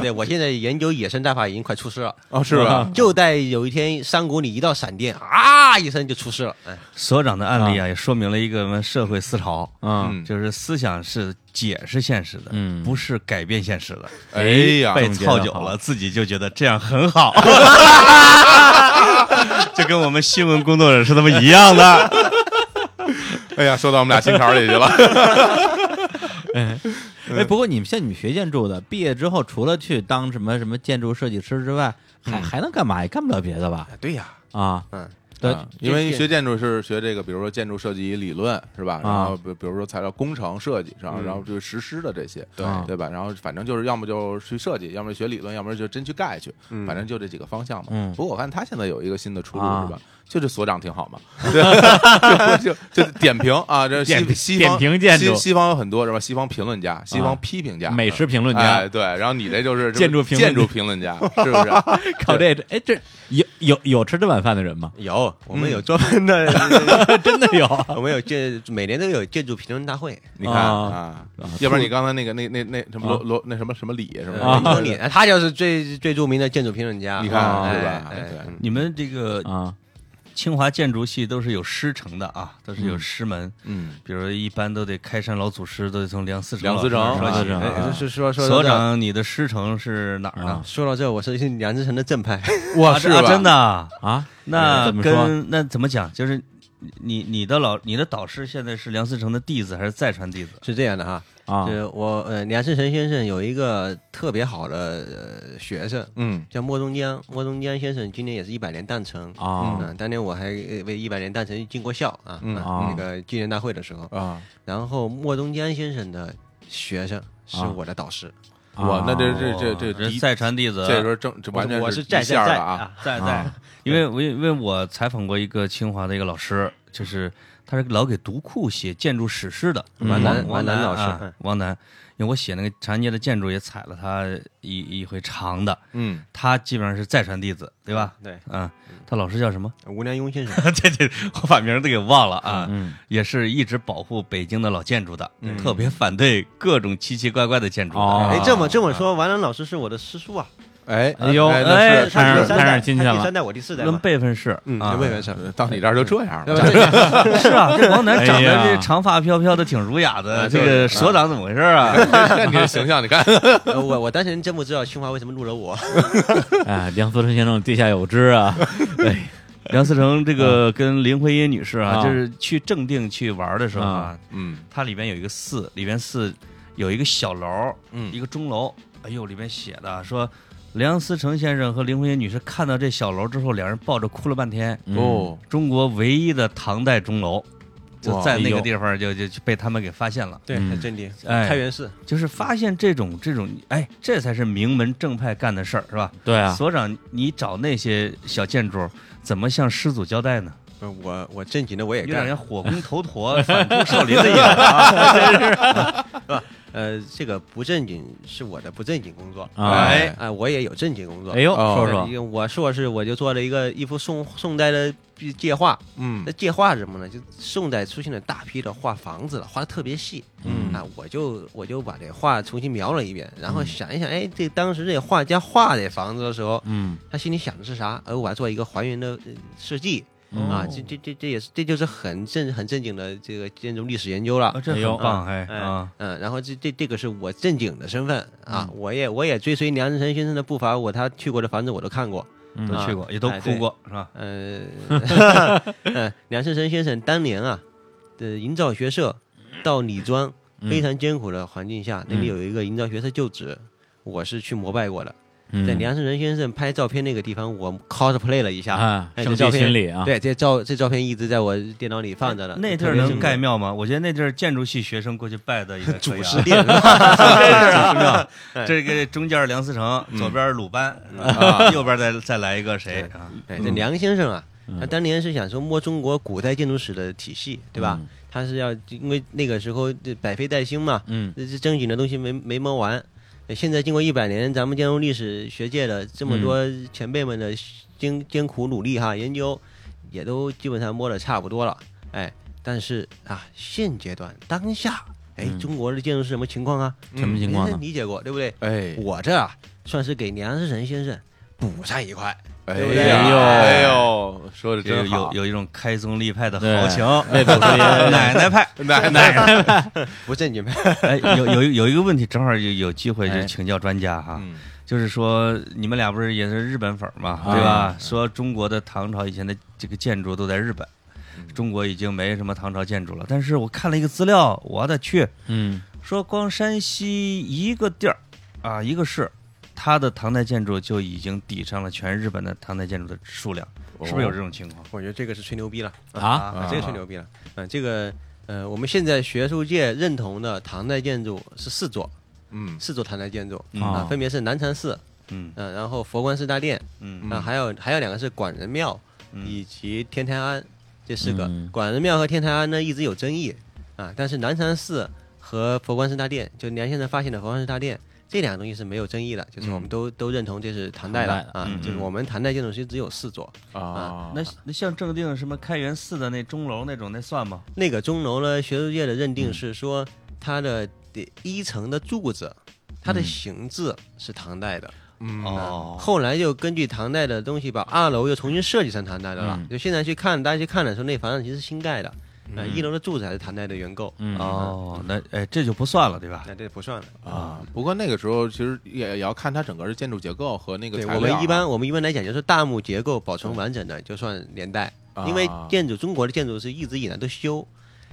[SPEAKER 4] 对，我现在研究野生大法已经快出师了。
[SPEAKER 1] 啊
[SPEAKER 4] 嗯
[SPEAKER 2] 哦，是吧？
[SPEAKER 4] 就在有一天山谷里一道闪电啊一声就出事了，哎，
[SPEAKER 3] 所长的案例啊，也说明了一个我们社会思潮，
[SPEAKER 1] 嗯
[SPEAKER 2] 嗯
[SPEAKER 3] 就是思想是解释现实的，
[SPEAKER 1] 嗯
[SPEAKER 3] 不是改变现实的。
[SPEAKER 2] 哎呀，
[SPEAKER 3] 被
[SPEAKER 1] 总结
[SPEAKER 3] 操
[SPEAKER 1] 得
[SPEAKER 3] 久
[SPEAKER 1] 好
[SPEAKER 3] 了，自己就觉得这样很 好，就跟我们新闻工作者是他们一样的。
[SPEAKER 2] 哎呀，说到我们俩心坎儿里去了。
[SPEAKER 1] 哎，不过你们像你们学建筑的，毕业之后除了去当什么什么建筑设计师之外，还还能干嘛？也干不了别的吧？
[SPEAKER 4] 对呀，
[SPEAKER 1] 啊，
[SPEAKER 4] 嗯，
[SPEAKER 1] 对
[SPEAKER 2] 啊，因为学建筑是学这个，比如说建筑设计理论是
[SPEAKER 1] 啊
[SPEAKER 2] 吧？然后比比如说材料工程设计上，然后就是实施的这些，
[SPEAKER 1] 嗯
[SPEAKER 2] 啊
[SPEAKER 1] 对啊
[SPEAKER 2] 对吧？然后反正就是要么就去设计，要么就学理论，要么就真去盖去，反正就这几个方向嘛。
[SPEAKER 1] 嗯
[SPEAKER 2] 不过我看他现在有一个新的出路
[SPEAKER 1] 啊
[SPEAKER 2] 是吧？就这所长 挺好嘛，对就就就点评啊，这西
[SPEAKER 1] 点
[SPEAKER 2] 西方
[SPEAKER 1] 点评建筑啊
[SPEAKER 2] 西西方有很多是吧？西方评论家，西方批评家，
[SPEAKER 1] 美食评论
[SPEAKER 2] 哎
[SPEAKER 1] 家
[SPEAKER 2] 对，然后你这就是
[SPEAKER 1] 建筑评论
[SPEAKER 2] 建筑评论家，是不是？
[SPEAKER 1] 靠这，哎，这有有有吃这碗饭的人吗？
[SPEAKER 4] 有我
[SPEAKER 2] 嗯
[SPEAKER 4] 们有专门的，
[SPEAKER 1] 真的有
[SPEAKER 4] 我们有建每年都有建筑评论大会，
[SPEAKER 2] 你看啊，要不然你刚才那个那那那什么罗罗那什么什么李是吧
[SPEAKER 1] 啊？
[SPEAKER 4] 有你，嗯他就是最最著名的建筑评论家，
[SPEAKER 2] 你看
[SPEAKER 1] 啊
[SPEAKER 2] 对吧？
[SPEAKER 4] 哎
[SPEAKER 2] 对，
[SPEAKER 3] 你们这个
[SPEAKER 1] 啊，
[SPEAKER 3] 清华建筑系都是有师承的啊，都是有师门，
[SPEAKER 2] 嗯，
[SPEAKER 3] 比如一般都得开山老祖师都得从梁思成
[SPEAKER 2] 梁思成
[SPEAKER 3] 老师说起
[SPEAKER 1] 梁思成
[SPEAKER 3] 哎
[SPEAKER 1] 啊
[SPEAKER 4] 哎，是说说
[SPEAKER 3] 所
[SPEAKER 4] 到这，
[SPEAKER 3] 长，你的师承是哪儿呢？
[SPEAKER 4] 说到这，我是梁志成的正派，
[SPEAKER 2] 哇
[SPEAKER 3] 啊
[SPEAKER 2] 是
[SPEAKER 3] 啊
[SPEAKER 2] 吧？
[SPEAKER 3] 真的啊。
[SPEAKER 1] 啊，
[SPEAKER 3] 那
[SPEAKER 1] 怎么说？
[SPEAKER 3] 跟那怎么讲？就是你你的老你的导师现在是梁思成的弟子还是再传弟子？
[SPEAKER 4] 是这样的哈，
[SPEAKER 1] 啊
[SPEAKER 4] 就，是我呃梁志成先生有一个特别好的呃学生，
[SPEAKER 2] 嗯
[SPEAKER 4] 叫莫中江，莫中江先生今年也是一百年诞辰
[SPEAKER 1] 哦
[SPEAKER 4] 嗯，当年我还呃为一百年诞辰进过校啊，
[SPEAKER 2] 嗯
[SPEAKER 1] 哦
[SPEAKER 4] 啊那个纪念大会的时候，
[SPEAKER 2] 啊，
[SPEAKER 4] 然后莫中江先生的学生是
[SPEAKER 1] 啊
[SPEAKER 4] 我的导师，
[SPEAKER 2] 哇，那这这
[SPEAKER 3] 哦
[SPEAKER 2] 这这
[SPEAKER 3] 人再传弟子，
[SPEAKER 2] 这时候正这完全
[SPEAKER 4] 我是
[SPEAKER 2] 在
[SPEAKER 4] 在
[SPEAKER 2] 线儿
[SPEAKER 4] 在
[SPEAKER 2] 了
[SPEAKER 4] 在
[SPEAKER 2] 啊，
[SPEAKER 1] 在在
[SPEAKER 3] 在因为我因为我采访过一个清华的一个老师，就是他是老给读库写建筑史诗的，
[SPEAKER 1] 嗯
[SPEAKER 3] 王
[SPEAKER 1] 王
[SPEAKER 3] 南
[SPEAKER 4] 王
[SPEAKER 3] 南
[SPEAKER 4] 南老师
[SPEAKER 3] 啊
[SPEAKER 4] 嗯
[SPEAKER 3] 王南，因为我写那个长安街的建筑也采了他一一回长的，
[SPEAKER 2] 嗯，
[SPEAKER 3] 他基本上是再传弟子，对吧？
[SPEAKER 4] 对，
[SPEAKER 3] 啊，他老师叫什么？
[SPEAKER 4] 吴良镛先生，
[SPEAKER 3] 这这我把名儿都给忘了啊，
[SPEAKER 1] 嗯
[SPEAKER 3] 也是一直保护北京的老建筑的，特别反对各种奇奇怪怪的建筑的。
[SPEAKER 1] 哦
[SPEAKER 4] 哎，这么这么说，王楠老师是我的师叔啊，
[SPEAKER 2] 哎
[SPEAKER 1] 哎呦
[SPEAKER 2] 那
[SPEAKER 1] 哎
[SPEAKER 2] 是
[SPEAKER 1] 他
[SPEAKER 4] 他
[SPEAKER 1] 是上
[SPEAKER 4] 是第三
[SPEAKER 1] 上
[SPEAKER 4] 代，
[SPEAKER 1] 亲戚
[SPEAKER 4] 他
[SPEAKER 1] 了
[SPEAKER 4] 第三代，我第四代
[SPEAKER 3] 论
[SPEAKER 4] 嘛，
[SPEAKER 3] 辈分是，
[SPEAKER 4] 嗯，
[SPEAKER 3] 啊
[SPEAKER 4] 有没有事？
[SPEAKER 2] 到你这儿就这样了，
[SPEAKER 3] 是啊，这王楠长
[SPEAKER 1] 哎
[SPEAKER 3] 得
[SPEAKER 1] 呀
[SPEAKER 3] 这长发飘飘的，挺儒雅的。
[SPEAKER 2] 啊
[SPEAKER 3] 这
[SPEAKER 2] 对
[SPEAKER 3] 个所长怎么回事啊？
[SPEAKER 2] 看你这形象，你看，
[SPEAKER 4] 呃我我当时真不知道清华为什么录了我，
[SPEAKER 1] 哎，梁思成先生地下有知 啊，对，
[SPEAKER 3] 梁思成这个跟林徽因女士啊，
[SPEAKER 1] 啊
[SPEAKER 3] 就是去正定去玩的时候啊，
[SPEAKER 2] 嗯
[SPEAKER 3] 它里边有一个寺，里边寺有一个小楼，一
[SPEAKER 2] 嗯，
[SPEAKER 3] 个钟楼。哎呦，里边写的说，梁思成先生和林徽因女士看到这小楼之后，两人抱着哭了半天。
[SPEAKER 1] 嗯
[SPEAKER 2] 哦，
[SPEAKER 3] 中国唯一的唐代钟楼，就
[SPEAKER 2] 哇
[SPEAKER 3] 在那个地方就就就被他们给发现了。
[SPEAKER 4] 对
[SPEAKER 1] 嗯
[SPEAKER 4] 很正经，
[SPEAKER 3] 哎
[SPEAKER 4] 开元寺，
[SPEAKER 3] 就是发现这种这种，哎，这才是名门正派干的事儿，是吧？
[SPEAKER 1] 嗯对啊，
[SPEAKER 3] 所长，你找那些小建筑，怎么向师祖交代呢？
[SPEAKER 4] 呃我我正经的我也
[SPEAKER 3] 有点
[SPEAKER 4] 干，
[SPEAKER 3] 像火攻头陀反扑少林的样子啊！真是，
[SPEAKER 4] 呃，这个不正经是我的不正经工作，
[SPEAKER 1] 啊
[SPEAKER 3] 哎
[SPEAKER 4] 哎，我也有正经工作。
[SPEAKER 1] 哎呦，
[SPEAKER 2] 哦
[SPEAKER 1] 说
[SPEAKER 4] 因
[SPEAKER 1] 说
[SPEAKER 4] 为我硕士我就做了一个一幅宋宋代的壁界画，
[SPEAKER 2] 嗯
[SPEAKER 4] 那界画是什么呢？就宋代出现了大批的画房子了，画的特别细。
[SPEAKER 2] 嗯
[SPEAKER 4] 啊，我就我就把这画重新描了一遍，然后想一想，哎，这当时这画家画这房子的时候，
[SPEAKER 1] 嗯
[SPEAKER 4] 他心里想的是啥？而我还做一个还原的呃设计
[SPEAKER 1] 嗯
[SPEAKER 4] 啊，这这这这也是这就是很正很正经的这个建筑历史研究了
[SPEAKER 3] 啊。这
[SPEAKER 1] 哎呦
[SPEAKER 3] 很棒哎
[SPEAKER 4] 哎
[SPEAKER 3] 啊！
[SPEAKER 4] 嗯，然后这这这个是我正经的身份
[SPEAKER 1] 嗯
[SPEAKER 4] 啊，我也我也追随梁志成先生的步伐，我他去过的房子我都看过，
[SPEAKER 1] 嗯
[SPEAKER 3] 都去过，也都
[SPEAKER 4] 哎
[SPEAKER 3] 哭过是吧？
[SPEAKER 4] 呃，呃，梁思成先生当年啊的营造学社到李庄
[SPEAKER 1] 嗯
[SPEAKER 4] 非常艰苦的环境下，那里有一个营造学社旧址，我是去膜拜过的。
[SPEAKER 1] 嗯
[SPEAKER 4] 在梁思成先生拍照片那个地方，我 cosplay 了一下。
[SPEAKER 1] 啊，
[SPEAKER 4] 哎
[SPEAKER 1] 圣
[SPEAKER 4] 这
[SPEAKER 1] 地
[SPEAKER 4] 照片
[SPEAKER 1] 巡礼啊，
[SPEAKER 4] 对，这照这照片一直在我电脑里放着呢。
[SPEAKER 3] 那地
[SPEAKER 4] 呃特
[SPEAKER 3] 儿
[SPEAKER 4] 别
[SPEAKER 3] 能
[SPEAKER 4] 幸
[SPEAKER 3] 盖
[SPEAKER 4] 运
[SPEAKER 3] 庙吗？我觉得那地儿建筑系学生过去拜的也啊
[SPEAKER 4] 祖师
[SPEAKER 3] 师
[SPEAKER 4] 殿，
[SPEAKER 3] 这个中间是梁思成，左边是鲁班，
[SPEAKER 2] 啊
[SPEAKER 3] 右边再再来一个谁啊？
[SPEAKER 4] 对，这梁先生啊，
[SPEAKER 1] 嗯
[SPEAKER 4] 他当年是想说摸中国古代建筑史的体系，对吧？
[SPEAKER 1] 嗯
[SPEAKER 4] 他是要因为那个时候这百废待兴嘛，
[SPEAKER 1] 嗯
[SPEAKER 4] 这这正经的东西没没摸完。呃现在经过一百年，咱们建筑历史学界的这么多
[SPEAKER 1] 嗯
[SPEAKER 4] 前辈们的艰艰苦努力哈，研究也都基本上摸得差不多了。哎，但是啊，现阶段当下，哎，
[SPEAKER 1] 嗯
[SPEAKER 4] 中国的建筑是什么情况啊？
[SPEAKER 1] 什么情况呢
[SPEAKER 4] 您？理解过对不对？
[SPEAKER 2] 嗯哎
[SPEAKER 4] 我这啊，算是给梁思成先生补上一块。
[SPEAKER 2] 哎
[SPEAKER 4] 对不对
[SPEAKER 2] 呦
[SPEAKER 1] 哎
[SPEAKER 2] 哎呦，说的
[SPEAKER 3] 这
[SPEAKER 2] 真
[SPEAKER 3] 有
[SPEAKER 2] 好，
[SPEAKER 3] 有一种开宗立派的
[SPEAKER 1] 对
[SPEAKER 3] 豪情，
[SPEAKER 1] 魏博士也
[SPEAKER 3] 奶奶派。
[SPEAKER 2] 奶奶，
[SPEAKER 4] 不正经呗。
[SPEAKER 3] 哎，有有有一个问题，正好有有机会就
[SPEAKER 1] 哎
[SPEAKER 3] 请教专家哈，
[SPEAKER 2] 嗯
[SPEAKER 3] 就是说你们俩不是也是日本粉儿嘛，
[SPEAKER 1] 啊
[SPEAKER 3] 对吧？说中国的唐朝以前的这个建筑都在日本，中国已经没什么唐朝建筑了。但是我看了一个资料，我的去，
[SPEAKER 1] 嗯
[SPEAKER 3] 说光山西一个地儿啊，一个市，它的唐代建筑就已经抵上了全日本的唐代建筑的数量，是不是有这种情况？
[SPEAKER 4] 我觉得这个是吹牛逼了
[SPEAKER 1] 啊，
[SPEAKER 4] 啊，这个吹牛逼了。嗯，这个呃，我们现在学术界认同的唐代建筑是四座，
[SPEAKER 2] 嗯
[SPEAKER 4] 四座唐代建筑
[SPEAKER 3] 嗯
[SPEAKER 4] 啊
[SPEAKER 1] 哦，
[SPEAKER 4] 分别是南禅寺，
[SPEAKER 3] 嗯
[SPEAKER 4] 嗯，然后佛光寺大殿，
[SPEAKER 3] 嗯
[SPEAKER 2] 嗯
[SPEAKER 4] 啊，还有还有两个是广仁庙
[SPEAKER 3] 嗯
[SPEAKER 4] 以及天台庵这四个
[SPEAKER 1] 嗯。
[SPEAKER 4] 广仁庙和天台庵呢一直有争议啊，但是南禅寺和佛光寺大殿，就梁先生发现的佛光寺大殿。这两个东西是没有争议的，就是我们都、都认同这是唐代了
[SPEAKER 1] 唐代
[SPEAKER 4] 啊
[SPEAKER 3] 嗯，
[SPEAKER 4] 就是我们唐代建筑师只有四座，
[SPEAKER 2] 啊，
[SPEAKER 3] 那那像正定什么开元寺的那钟楼那种，那算吗？
[SPEAKER 4] 那个钟楼呢，学术界的认定是说它的第一层的柱子，它的形制是唐代的。啊
[SPEAKER 2] 嗯
[SPEAKER 3] 哦，
[SPEAKER 4] 后来又根据唐代的东西，把二楼又重新设计成唐代的了。
[SPEAKER 1] 嗯
[SPEAKER 4] 就现在去看，大家去看的时候，那房子其实是新盖的，呃，一楼的柱子还是唐代的原构。啊
[SPEAKER 1] 嗯
[SPEAKER 3] 哦，那哎这就不算了，对吧？
[SPEAKER 4] 那这不算了。
[SPEAKER 2] 啊，不过那个时候其实也也要看它整个的建筑结构和那个
[SPEAKER 4] 对
[SPEAKER 2] 材
[SPEAKER 4] 我
[SPEAKER 2] 料啊。
[SPEAKER 4] 们一般我们一般来讲，就是大木结构保存完整的，就算年代。因为
[SPEAKER 2] 啊
[SPEAKER 4] 建筑中国的建筑是一直以来都修，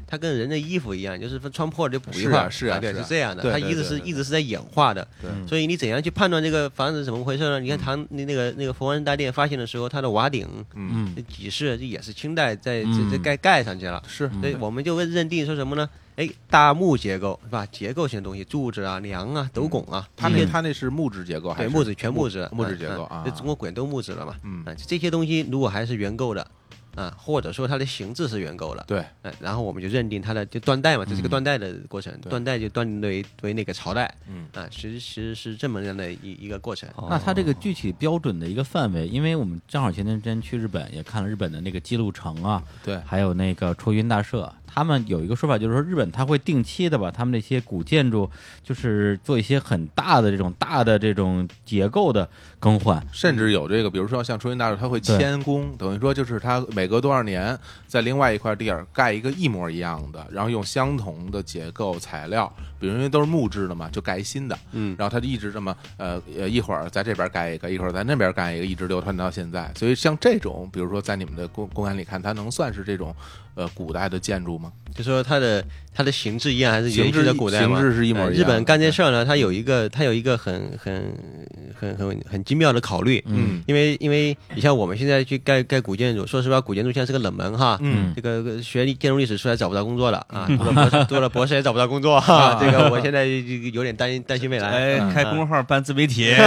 [SPEAKER 4] 它跟人的衣服一样，就是穿破了就补一
[SPEAKER 2] 是
[SPEAKER 4] 块
[SPEAKER 2] 啊
[SPEAKER 4] 儿，
[SPEAKER 2] 是啊
[SPEAKER 4] 对，
[SPEAKER 2] 是啊
[SPEAKER 4] 是这样的，
[SPEAKER 2] 对
[SPEAKER 4] 它
[SPEAKER 2] 对
[SPEAKER 4] 一直
[SPEAKER 2] 对
[SPEAKER 4] 是
[SPEAKER 2] 对
[SPEAKER 4] 一直是在演化的。嗯
[SPEAKER 2] 对
[SPEAKER 4] 所以你怎样去判断这个房子是怎么回事呢？你看唐那那个那个佛光山大殿发现的时候，它的瓦顶
[SPEAKER 2] 嗯
[SPEAKER 1] 嗯
[SPEAKER 4] 那几世这也是清代在
[SPEAKER 1] 嗯
[SPEAKER 4] 这这盖盖上去了，
[SPEAKER 2] 是
[SPEAKER 4] 所以我们就会认定说什么呢？哎，大木结构是吧？结构性的东西，柱子啊、梁啊、斗拱啊，
[SPEAKER 2] 它
[SPEAKER 4] 这些
[SPEAKER 2] 那它那是木质结构还
[SPEAKER 4] 对
[SPEAKER 2] 是
[SPEAKER 4] 木质全木嗯质
[SPEAKER 2] 木质结构啊
[SPEAKER 4] 这中国滚动木质了嘛？
[SPEAKER 2] 嗯
[SPEAKER 4] 啊，这些东西如果还是原构的，啊，或者说它的形制是原构的，
[SPEAKER 2] 对嗯
[SPEAKER 4] 哎，然后我们就认定它的就断代嘛，这是个断代的过程，
[SPEAKER 2] 对
[SPEAKER 4] 断代就断定为为那个朝代，
[SPEAKER 2] 嗯哦
[SPEAKER 4] 啊，其实其实是这么样的一一个过程。
[SPEAKER 1] 那它这个具体标准的一个范围，因为我们正好前段时间去日本也看了日本的那个记录城啊，
[SPEAKER 2] 对
[SPEAKER 4] 嗯
[SPEAKER 1] 还有那个戳云大社，他们有一个说法，就是说日本它会定期的把他们那些古建筑，就是做一些很大的这种大的这种结构的更换。
[SPEAKER 2] 甚至有这个，比如说像春云大社，它会
[SPEAKER 1] 对
[SPEAKER 2] 迁工，等于说就是它每隔多少年，在另外一块地儿盖一个一模一样的，然后用相同的结构材料，比如因为都是木质的嘛，就盖一新的，
[SPEAKER 4] 嗯，
[SPEAKER 2] 然后它就一直这么呃呃，一会儿在这边盖一个，一会儿在那边盖一个，一直流传到现在。所以像这种，比如说在你们的公公园里看，它能算是这种呃古代的建筑吗？
[SPEAKER 4] 就说它的它的形制一样，还是
[SPEAKER 2] 形
[SPEAKER 4] 延续
[SPEAKER 2] 制
[SPEAKER 4] 的古代
[SPEAKER 2] 形
[SPEAKER 4] 嘛
[SPEAKER 2] 制是一模一
[SPEAKER 4] 呃
[SPEAKER 2] 样的。
[SPEAKER 4] 日本干这事儿呢，它有一个它有一个很很很很很精妙的考虑，
[SPEAKER 2] 嗯
[SPEAKER 4] 因为因为你像我们现在去盖盖古建筑，说实话，古建筑现在是个冷门哈。
[SPEAKER 2] 嗯
[SPEAKER 4] 这个学建筑历史出来找不到工作了啊，读了博士读了博士也找不到工作
[SPEAKER 2] 啊
[SPEAKER 4] 哈。 这个我现在这个有点担心担心未来。
[SPEAKER 3] 哎，
[SPEAKER 2] 嗯
[SPEAKER 3] 开公众号办自媒体是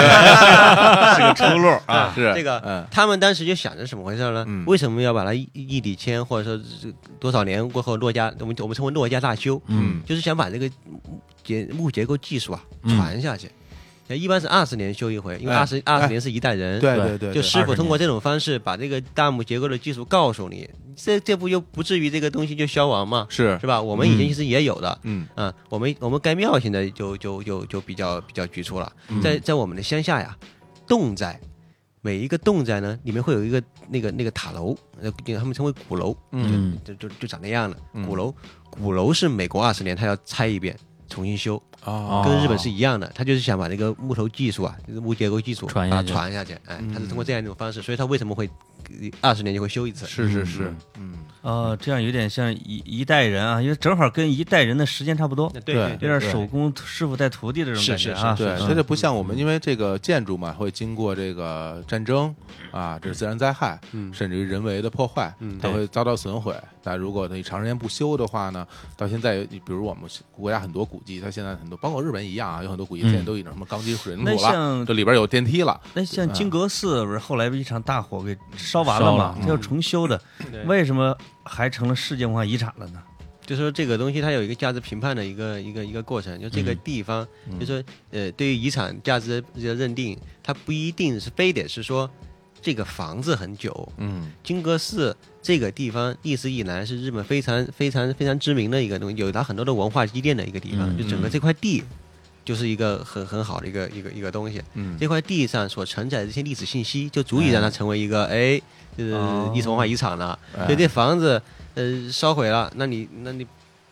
[SPEAKER 3] 个出路啊。
[SPEAKER 2] 是
[SPEAKER 4] 这
[SPEAKER 2] 嗯
[SPEAKER 4] 个，他们当时就想着怎么回事呢
[SPEAKER 2] 嗯？
[SPEAKER 4] 为什么要把它一一底迁，或者说这多少年过后落家，我们我们称为落家大修，
[SPEAKER 2] 嗯
[SPEAKER 4] 就是想把这个结木结构技术啊
[SPEAKER 1] 嗯
[SPEAKER 4] 传下去。一般是二十年修一回，因为
[SPEAKER 2] 哎
[SPEAKER 4] 二十二
[SPEAKER 2] 哎
[SPEAKER 4] 十年是一代人。
[SPEAKER 2] 对
[SPEAKER 1] 对
[SPEAKER 2] 对对，
[SPEAKER 4] 就
[SPEAKER 2] 对
[SPEAKER 4] 师傅通过这种方式把这个大木结构的技术告诉你，这这不就不至于这个东西就消亡嘛，
[SPEAKER 2] 是
[SPEAKER 4] 是吧？我们以前其实也有的，
[SPEAKER 2] 嗯
[SPEAKER 4] 嗯，我们我们盖庙现在就就就就比较比较局促了，在在我们的乡下呀，侗寨。每一个侗寨呢，里面会有一个那个那个塔楼，呃，他们称为鼓楼，
[SPEAKER 2] 嗯
[SPEAKER 4] 就就就长那样的
[SPEAKER 2] 嗯
[SPEAKER 4] 鼓楼。鼓楼是美国二十年，他要拆一遍，重新修，
[SPEAKER 2] 啊
[SPEAKER 4] 跟日本是一样的，他就是想把这个木头技术啊，就是木结构技术
[SPEAKER 1] 传
[SPEAKER 4] 把
[SPEAKER 1] 下
[SPEAKER 4] 它
[SPEAKER 1] 去
[SPEAKER 4] 传下去，哎，他是通过这样一种方式，所以他为什么会呃二十年就会修一次？
[SPEAKER 2] 是是是，嗯
[SPEAKER 3] 哦，这样有点像一一代人啊，因为正好跟一代人的时间差不多，
[SPEAKER 4] 对
[SPEAKER 2] 对
[SPEAKER 3] 有点手工师傅带徒弟的这种感觉啊。
[SPEAKER 2] 对，
[SPEAKER 3] 嗯
[SPEAKER 2] 它这不像我们，因为这个建筑嘛，会经过这个战争啊，这是自然灾害，
[SPEAKER 4] 嗯
[SPEAKER 2] 甚至于人为的破坏，
[SPEAKER 4] 嗯
[SPEAKER 2] 它会遭到损毁。但如果它长时间不修的话呢，到现在，比如我们国家很多古迹，它现在很多，包括日本一样啊，有很多古迹
[SPEAKER 1] 嗯
[SPEAKER 2] 现在都已经什么钢筋水泥
[SPEAKER 3] 那
[SPEAKER 2] 土了，
[SPEAKER 3] 像
[SPEAKER 2] 这里边有电梯了，
[SPEAKER 3] 那像金阁寺不是后来被一场大火给烧
[SPEAKER 1] 嗯
[SPEAKER 3] 完
[SPEAKER 1] 烧
[SPEAKER 3] 了
[SPEAKER 1] 了嗯
[SPEAKER 3] 吗？它要重修的，为什么还成了世界文化遗产了呢？
[SPEAKER 4] 就说这个东西它有一个价值评判的一个一个一个过程，就这个地方，就说呃，对于遗产价值的认定，它不一定是非得是说这个房子很久，
[SPEAKER 2] 嗯
[SPEAKER 4] 金阁寺这个地方历史以来是日本非常非常非常知名的一个东西，有它很多的文化积淀的一个地方，
[SPEAKER 1] 嗯
[SPEAKER 4] 就整个这块地就是一个很很好的一个一个一个东西。
[SPEAKER 2] 嗯
[SPEAKER 4] 这块地上所承载的这些历史信息，就足以让它成为一个哎，呃
[SPEAKER 3] 哦，
[SPEAKER 4] 历史文化遗产了。
[SPEAKER 2] 哎
[SPEAKER 4] 所以这房子呃烧毁了，那你那你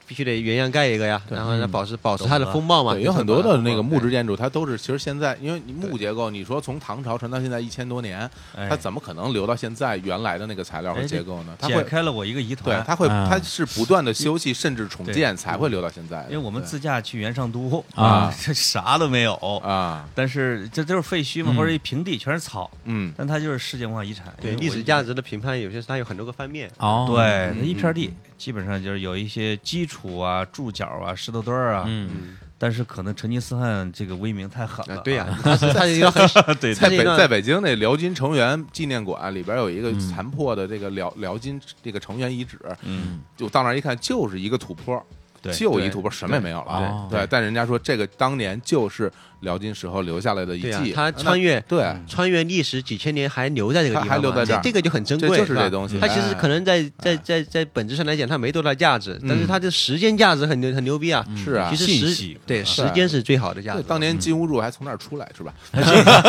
[SPEAKER 4] 必须得原样盖一个呀，然后让保持保持它的风貌嘛。
[SPEAKER 2] 嗯对，有很多的那个木质
[SPEAKER 4] 对。
[SPEAKER 2] 建筑，它都是其实现在，因为你木结构，你说从唐朝传到现在一千多年，
[SPEAKER 3] 哎
[SPEAKER 2] 它，怎么可能留到现在原来的那个材料和
[SPEAKER 3] 哎
[SPEAKER 2] 结
[SPEAKER 3] 这
[SPEAKER 2] 构呢？它
[SPEAKER 3] 解
[SPEAKER 2] 会
[SPEAKER 3] 开了我一个疑
[SPEAKER 2] 对
[SPEAKER 3] 团，。
[SPEAKER 2] 它会
[SPEAKER 1] 啊
[SPEAKER 2] 它是不断的修葺甚至重建才会留到现在的，
[SPEAKER 3] 因为我们
[SPEAKER 2] 对
[SPEAKER 3] 自驾去原上都
[SPEAKER 1] 啊
[SPEAKER 3] 这啥都没有，
[SPEAKER 2] 啊，
[SPEAKER 3] 但是这都是废墟嘛，
[SPEAKER 1] 嗯
[SPEAKER 3] 或者一平地全是草，
[SPEAKER 2] 嗯
[SPEAKER 3] 但它就是世界文化遗产。
[SPEAKER 4] 对
[SPEAKER 3] 因为
[SPEAKER 4] 历
[SPEAKER 3] 我
[SPEAKER 4] 史
[SPEAKER 3] 一
[SPEAKER 4] 价值的评判，有些它有很多个方面。
[SPEAKER 1] 哦，
[SPEAKER 3] 对，
[SPEAKER 2] 嗯
[SPEAKER 3] 那一片地基本上就是有一些基础啊、柱脚啊、石头墩儿啊，
[SPEAKER 1] 嗯，
[SPEAKER 3] 但是可能成吉思汗这个威名太狠
[SPEAKER 4] 啊
[SPEAKER 3] 了，，
[SPEAKER 4] 对呀，它是它是一 个很
[SPEAKER 3] 对
[SPEAKER 2] 在
[SPEAKER 4] 它是一
[SPEAKER 2] 北
[SPEAKER 4] 个
[SPEAKER 2] 在北京那辽金成员纪念馆里边有一个
[SPEAKER 1] 嗯
[SPEAKER 2] 残破的这个辽辽金这个成员遗址，
[SPEAKER 3] 嗯，
[SPEAKER 2] 就到那儿一看就是一个土坡，
[SPEAKER 3] 对
[SPEAKER 2] 就一
[SPEAKER 4] 对
[SPEAKER 2] 土坡，什么也没有了。
[SPEAKER 1] 对
[SPEAKER 2] 对，但人家说这个当年就是辽金时候留下来的遗
[SPEAKER 4] 对呀
[SPEAKER 3] 啊
[SPEAKER 2] 迹，，
[SPEAKER 4] 它
[SPEAKER 2] 啊那
[SPEAKER 4] 穿越
[SPEAKER 2] 对
[SPEAKER 3] 嗯
[SPEAKER 4] 穿越历史几千年还留在这个地方嘛，
[SPEAKER 2] 嗯还还留在这儿
[SPEAKER 4] 这个就很珍贵，
[SPEAKER 2] 这就是
[SPEAKER 4] 吧
[SPEAKER 2] 这东西
[SPEAKER 4] 它其实
[SPEAKER 2] 哎
[SPEAKER 4] 可能在在在在本质上来讲，它没多大价值，但是它的时间价值很牛很牛逼啊。
[SPEAKER 2] 是啊
[SPEAKER 4] 其。实
[SPEAKER 3] 信
[SPEAKER 4] 时
[SPEAKER 3] 息
[SPEAKER 4] 对
[SPEAKER 3] 啊
[SPEAKER 4] 时间是最好的价
[SPEAKER 2] 对，
[SPEAKER 4] 值。
[SPEAKER 2] 当年金兀术还从那儿出来是吧？
[SPEAKER 3] 嗯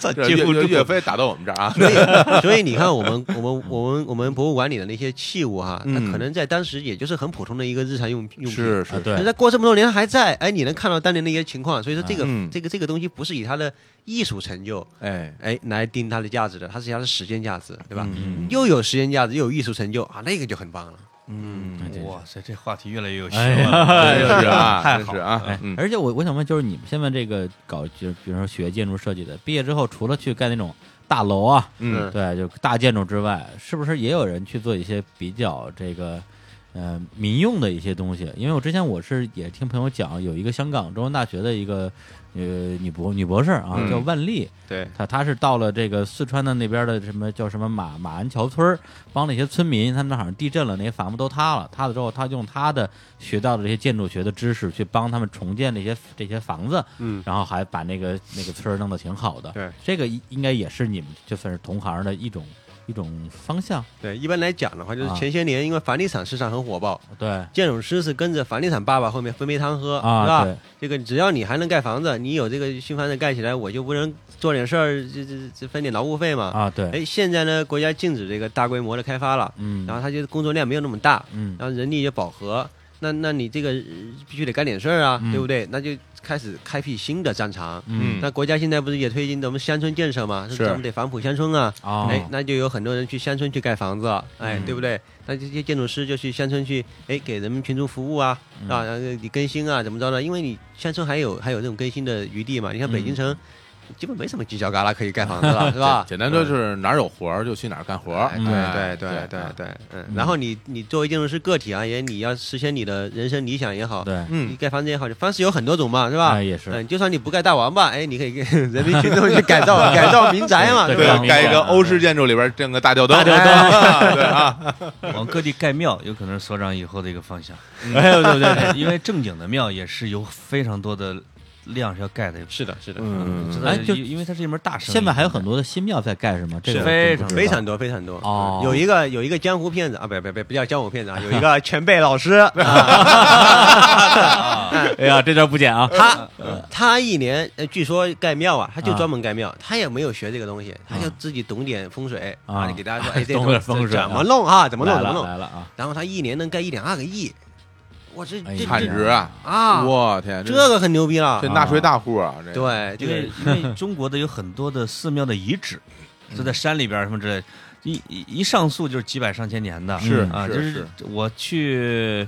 [SPEAKER 3] 这
[SPEAKER 2] 岳
[SPEAKER 3] 几乎
[SPEAKER 2] 岳
[SPEAKER 3] 就
[SPEAKER 2] 岳飞打到我们这儿啊，
[SPEAKER 4] 所以，所以你看，我们我们我们我们博物馆里的那些器物哈，它
[SPEAKER 2] 嗯
[SPEAKER 4] 可能在当时也就是很普通的一个日常用用品，
[SPEAKER 2] 是是
[SPEAKER 1] 啊，对
[SPEAKER 4] 但是它过这么多年还在，哎，你能看到当年的一些情况，所以说这个
[SPEAKER 2] 嗯
[SPEAKER 4] 这个这个东西不是以它的艺术成就，
[SPEAKER 2] 哎，
[SPEAKER 4] 哎，来定它的价值的，它是它的时间价值，对吧？
[SPEAKER 2] 嗯
[SPEAKER 4] 又有时间价值，又有艺术成就啊，那个就很棒了。
[SPEAKER 2] 嗯，
[SPEAKER 3] 哇塞，这话题越来越有学
[SPEAKER 1] 哎呀
[SPEAKER 2] 真
[SPEAKER 3] 问了，
[SPEAKER 2] 是啊，
[SPEAKER 3] 太
[SPEAKER 2] 真
[SPEAKER 3] 好
[SPEAKER 2] 是
[SPEAKER 3] 了。
[SPEAKER 2] 啊
[SPEAKER 1] 哎，
[SPEAKER 2] 嗯，
[SPEAKER 1] 而且我我想问，就是你们现在这个搞，就比如说学建筑设计的，毕业之后除了去盖那种大楼啊，
[SPEAKER 2] 嗯
[SPEAKER 1] 对，就大建筑之外，是不是也有人去做一些比较这个呃民用的一些东西？因为我之前我是也听朋友讲，有一个香港中文大学的一个呃女博女博士啊，
[SPEAKER 2] 嗯
[SPEAKER 1] 叫万丽，
[SPEAKER 4] 对，
[SPEAKER 1] 她她是到了这个四川的那边的什么叫什么马马鞍桥村儿，帮那些村民，他们那好像地震了，那些房屋都塌了，塌了之后，她用她的学到的这些建筑学的知识去帮他们重建这些这些房子，
[SPEAKER 4] 嗯，
[SPEAKER 1] 然后还把那个那个村儿弄得挺好的。
[SPEAKER 4] 对，
[SPEAKER 1] 这个应应该也是你们就算是同行的一种一种方向。
[SPEAKER 4] 对，一般来讲的话，就是
[SPEAKER 1] 啊
[SPEAKER 4] 前些年因为房地产市场很火爆，
[SPEAKER 1] 对
[SPEAKER 4] 建筑师是跟着房地产爸爸后面分杯汤喝，是
[SPEAKER 1] 啊，
[SPEAKER 4] 吧？
[SPEAKER 1] 对，
[SPEAKER 4] 这个只要你还能盖房子，你有这个新房子盖起来，我就不能做点事儿，这这这分点劳务费嘛。
[SPEAKER 1] 啊对，
[SPEAKER 4] 哎，现在呢，国家禁止这个大规模的开发了，
[SPEAKER 1] 嗯，
[SPEAKER 4] 然后它就工作量没有那么大，
[SPEAKER 1] 嗯
[SPEAKER 4] 然后人力也饱和。那那你这个呃必须得干点事儿啊，
[SPEAKER 1] 嗯
[SPEAKER 4] 对不对？那就开始开辟新的战场。
[SPEAKER 1] 嗯
[SPEAKER 4] 那国家现在不是也推进咱们乡村建设嘛？
[SPEAKER 2] 是
[SPEAKER 4] 咱们得反哺乡村啊。
[SPEAKER 1] 哦
[SPEAKER 4] 哎，那就有很多人去乡村去盖房子了，哎，
[SPEAKER 1] 嗯
[SPEAKER 4] 对不对？那这些建筑师就去乡村去，哎，给人民群众服务啊，
[SPEAKER 1] 嗯
[SPEAKER 4] 啊，然后你更新啊，怎么着呢？因为你乡村还有还有这种更新的余地嘛。你像北京城，基本没什么犄角旮旯可以盖房子了，是吧？
[SPEAKER 2] 简单说就是哪儿有活儿就去哪儿干活儿
[SPEAKER 4] 哎，
[SPEAKER 1] 嗯
[SPEAKER 2] 哎
[SPEAKER 4] 对对对对
[SPEAKER 2] 对，
[SPEAKER 4] 对，嗯。然后你你作为建筑师个体而言，你要实现你的人生理想也好，
[SPEAKER 1] 对，
[SPEAKER 4] 你
[SPEAKER 2] 嗯，
[SPEAKER 4] 盖房子也好，方式有很多种嘛，是吧？
[SPEAKER 1] 哎也是
[SPEAKER 4] 嗯，就算你不盖大王八，哎，你可以给 人民群众去改 造改造民宅嘛，
[SPEAKER 1] 对
[SPEAKER 4] 对
[SPEAKER 2] 对
[SPEAKER 4] 吧？
[SPEAKER 1] 明，
[SPEAKER 2] 盖一
[SPEAKER 1] 显
[SPEAKER 2] 个
[SPEAKER 1] 啊
[SPEAKER 2] 欧式建筑里边建个大吊灯，
[SPEAKER 1] 大吊灯
[SPEAKER 2] 哎对啊，
[SPEAKER 3] 往各地盖庙，有可能是所长以后的一个方向。
[SPEAKER 1] 哎呦对对对，
[SPEAKER 3] 哎因为正经的庙也是有非常多的量是要盖的，
[SPEAKER 1] 是的，是的。
[SPEAKER 2] 嗯
[SPEAKER 3] 知道
[SPEAKER 1] 哎就
[SPEAKER 3] 因因为它是一门大生意。
[SPEAKER 1] 现在还有很多的新庙在盖是吗？这个
[SPEAKER 3] 是
[SPEAKER 1] 我真不知道
[SPEAKER 4] 非常多非常多。
[SPEAKER 1] 哦
[SPEAKER 4] 有一个有一个江湖骗子啊，不不不，不叫江湖骗子啊，有一 个前辈老师，啊
[SPEAKER 1] 哎呀，这段不剪啊！
[SPEAKER 4] 他他一年呃据说盖庙啊，他就
[SPEAKER 1] 嗯
[SPEAKER 4] 专门盖庙，他也没有学这个东西，他就自己懂点风水
[SPEAKER 1] 啊
[SPEAKER 4] 啊，给大 家说，哎，这
[SPEAKER 1] 懂
[SPEAKER 4] 种
[SPEAKER 1] 点风水啊
[SPEAKER 4] 怎么弄啊？怎么弄？
[SPEAKER 1] 来
[SPEAKER 4] 怎么
[SPEAKER 1] 了
[SPEAKER 4] 弄？
[SPEAKER 1] 来了啊！
[SPEAKER 4] 然后他一年能盖一点二个亿，我这
[SPEAKER 1] 哎
[SPEAKER 4] 这
[SPEAKER 1] 呀
[SPEAKER 2] 产
[SPEAKER 4] 这
[SPEAKER 2] 值啊，
[SPEAKER 4] 啊，
[SPEAKER 2] 我天，
[SPEAKER 4] 这个很牛逼了
[SPEAKER 2] 这。纳税大户啊，这
[SPEAKER 4] 对，这
[SPEAKER 3] 因
[SPEAKER 4] 个
[SPEAKER 3] 为因为中国的有很多的寺庙的遗址，
[SPEAKER 1] 嗯
[SPEAKER 3] 就在山里边儿什么之类的，一一一上溯就是几百上千年的，
[SPEAKER 1] 是
[SPEAKER 3] 啊，
[SPEAKER 2] 是
[SPEAKER 3] 就是我去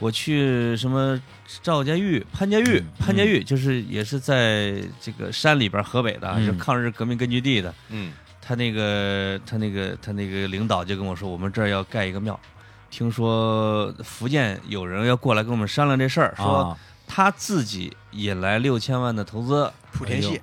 [SPEAKER 3] 我去什么赵家峪、潘家峪
[SPEAKER 1] 嗯、
[SPEAKER 3] 潘家峪，就是也是在这个山里边儿河北的，
[SPEAKER 1] 嗯
[SPEAKER 3] 是抗日革命根据地的。
[SPEAKER 2] 嗯，
[SPEAKER 3] 他那个他那个他那个领导就跟我说，我们这儿要盖一个庙。听说福建有人要过来跟我们商量这事儿，说
[SPEAKER 1] 啊
[SPEAKER 3] 他自己引来六千万的投资，
[SPEAKER 4] 莆
[SPEAKER 1] 哎
[SPEAKER 4] 田系，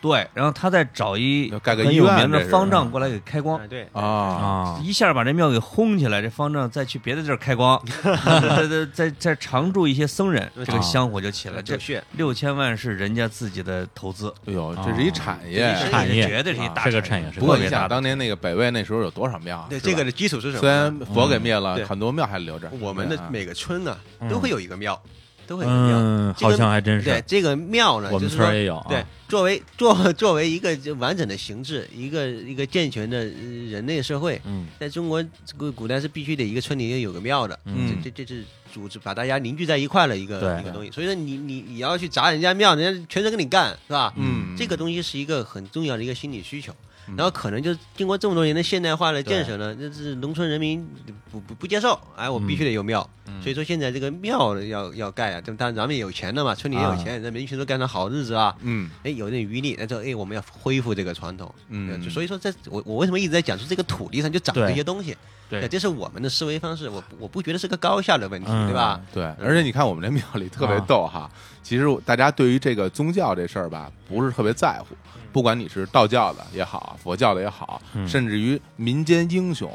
[SPEAKER 3] 对，然后他再找一
[SPEAKER 2] 要盖个
[SPEAKER 3] 很
[SPEAKER 2] 医
[SPEAKER 3] 有
[SPEAKER 2] 院
[SPEAKER 3] 名
[SPEAKER 2] 这
[SPEAKER 3] 的
[SPEAKER 2] 是
[SPEAKER 3] 方丈过来给开光
[SPEAKER 4] 哎，对，
[SPEAKER 2] 啊，
[SPEAKER 1] 啊，
[SPEAKER 3] 一下把这庙给轰起来，这方丈再去别的地儿 开光，再再再再常住一些僧人，这个香火就起
[SPEAKER 2] 啊
[SPEAKER 3] 来。这
[SPEAKER 4] 这
[SPEAKER 1] 啊
[SPEAKER 4] 血
[SPEAKER 3] 六千万是人家自己的投资，
[SPEAKER 2] 哎呦，这是一产业，
[SPEAKER 4] 啊这是一
[SPEAKER 1] 产业
[SPEAKER 3] 绝对是一大
[SPEAKER 1] 这个产业是
[SPEAKER 2] 不过
[SPEAKER 1] 特
[SPEAKER 2] 你
[SPEAKER 1] 别
[SPEAKER 2] 想
[SPEAKER 1] 大的。
[SPEAKER 2] 当年那个北魏那时候有多少庙？啊
[SPEAKER 4] 对
[SPEAKER 2] 是吧
[SPEAKER 4] 这个的基础是什
[SPEAKER 2] 虽
[SPEAKER 4] 么呢？
[SPEAKER 2] 然佛给灭了，
[SPEAKER 4] 嗯对
[SPEAKER 2] 很多庙还留着。
[SPEAKER 4] 我们的
[SPEAKER 2] 啊
[SPEAKER 4] 每个村呢
[SPEAKER 1] 嗯
[SPEAKER 4] 都会有一个庙，都会有一个庙。
[SPEAKER 1] 嗯，
[SPEAKER 4] 这个
[SPEAKER 1] 好像还真
[SPEAKER 4] 对
[SPEAKER 1] 是，
[SPEAKER 4] 这个庙呢，
[SPEAKER 1] 我
[SPEAKER 4] 就
[SPEAKER 1] 们
[SPEAKER 4] 是
[SPEAKER 1] 村
[SPEAKER 4] 说
[SPEAKER 1] 儿也有啊。
[SPEAKER 4] 对，作为作作为一个完整的形制，一个一个健全的呃人类社会，
[SPEAKER 1] 嗯
[SPEAKER 4] 在中国古古代是必须得一个村里要有个庙的，
[SPEAKER 2] 嗯
[SPEAKER 4] 这这这是组织把大家凝聚在一块了一个
[SPEAKER 1] 对
[SPEAKER 4] 一个东西。所以说你你你要去砸人家庙，人家全程跟你干，是吧？
[SPEAKER 2] 嗯，
[SPEAKER 4] 这个东西是一个很重要的一个心理需求。然后可能就经过这么多年的现代化的建设呢，这是农村人民不不不接受，哎，
[SPEAKER 2] 嗯
[SPEAKER 4] 我必须得有庙。所以说现在这个庙要要盖啊，这当然咱们也有钱了嘛，村里也有
[SPEAKER 2] 啊
[SPEAKER 4] 钱，人民群众干上好日子啊，
[SPEAKER 2] 嗯
[SPEAKER 4] 哎，有点余力，那就哎，我们要恢复这个传统。
[SPEAKER 2] 嗯，
[SPEAKER 4] 对所以说在，我我为什么一直在讲说这个土地上就长
[SPEAKER 1] 对
[SPEAKER 4] 这些东西？
[SPEAKER 1] 对
[SPEAKER 4] 这是我们的思维方式，我不我不觉得是个高下的问题，
[SPEAKER 1] 嗯
[SPEAKER 4] 对吧？
[SPEAKER 2] 对，而且你看我们这庙里特别逗哈，其实大家对于这个宗教这事儿吧，不是特别在乎，不管你是道教的也好，佛教的也好，
[SPEAKER 1] 嗯
[SPEAKER 2] 甚至于民间英雄。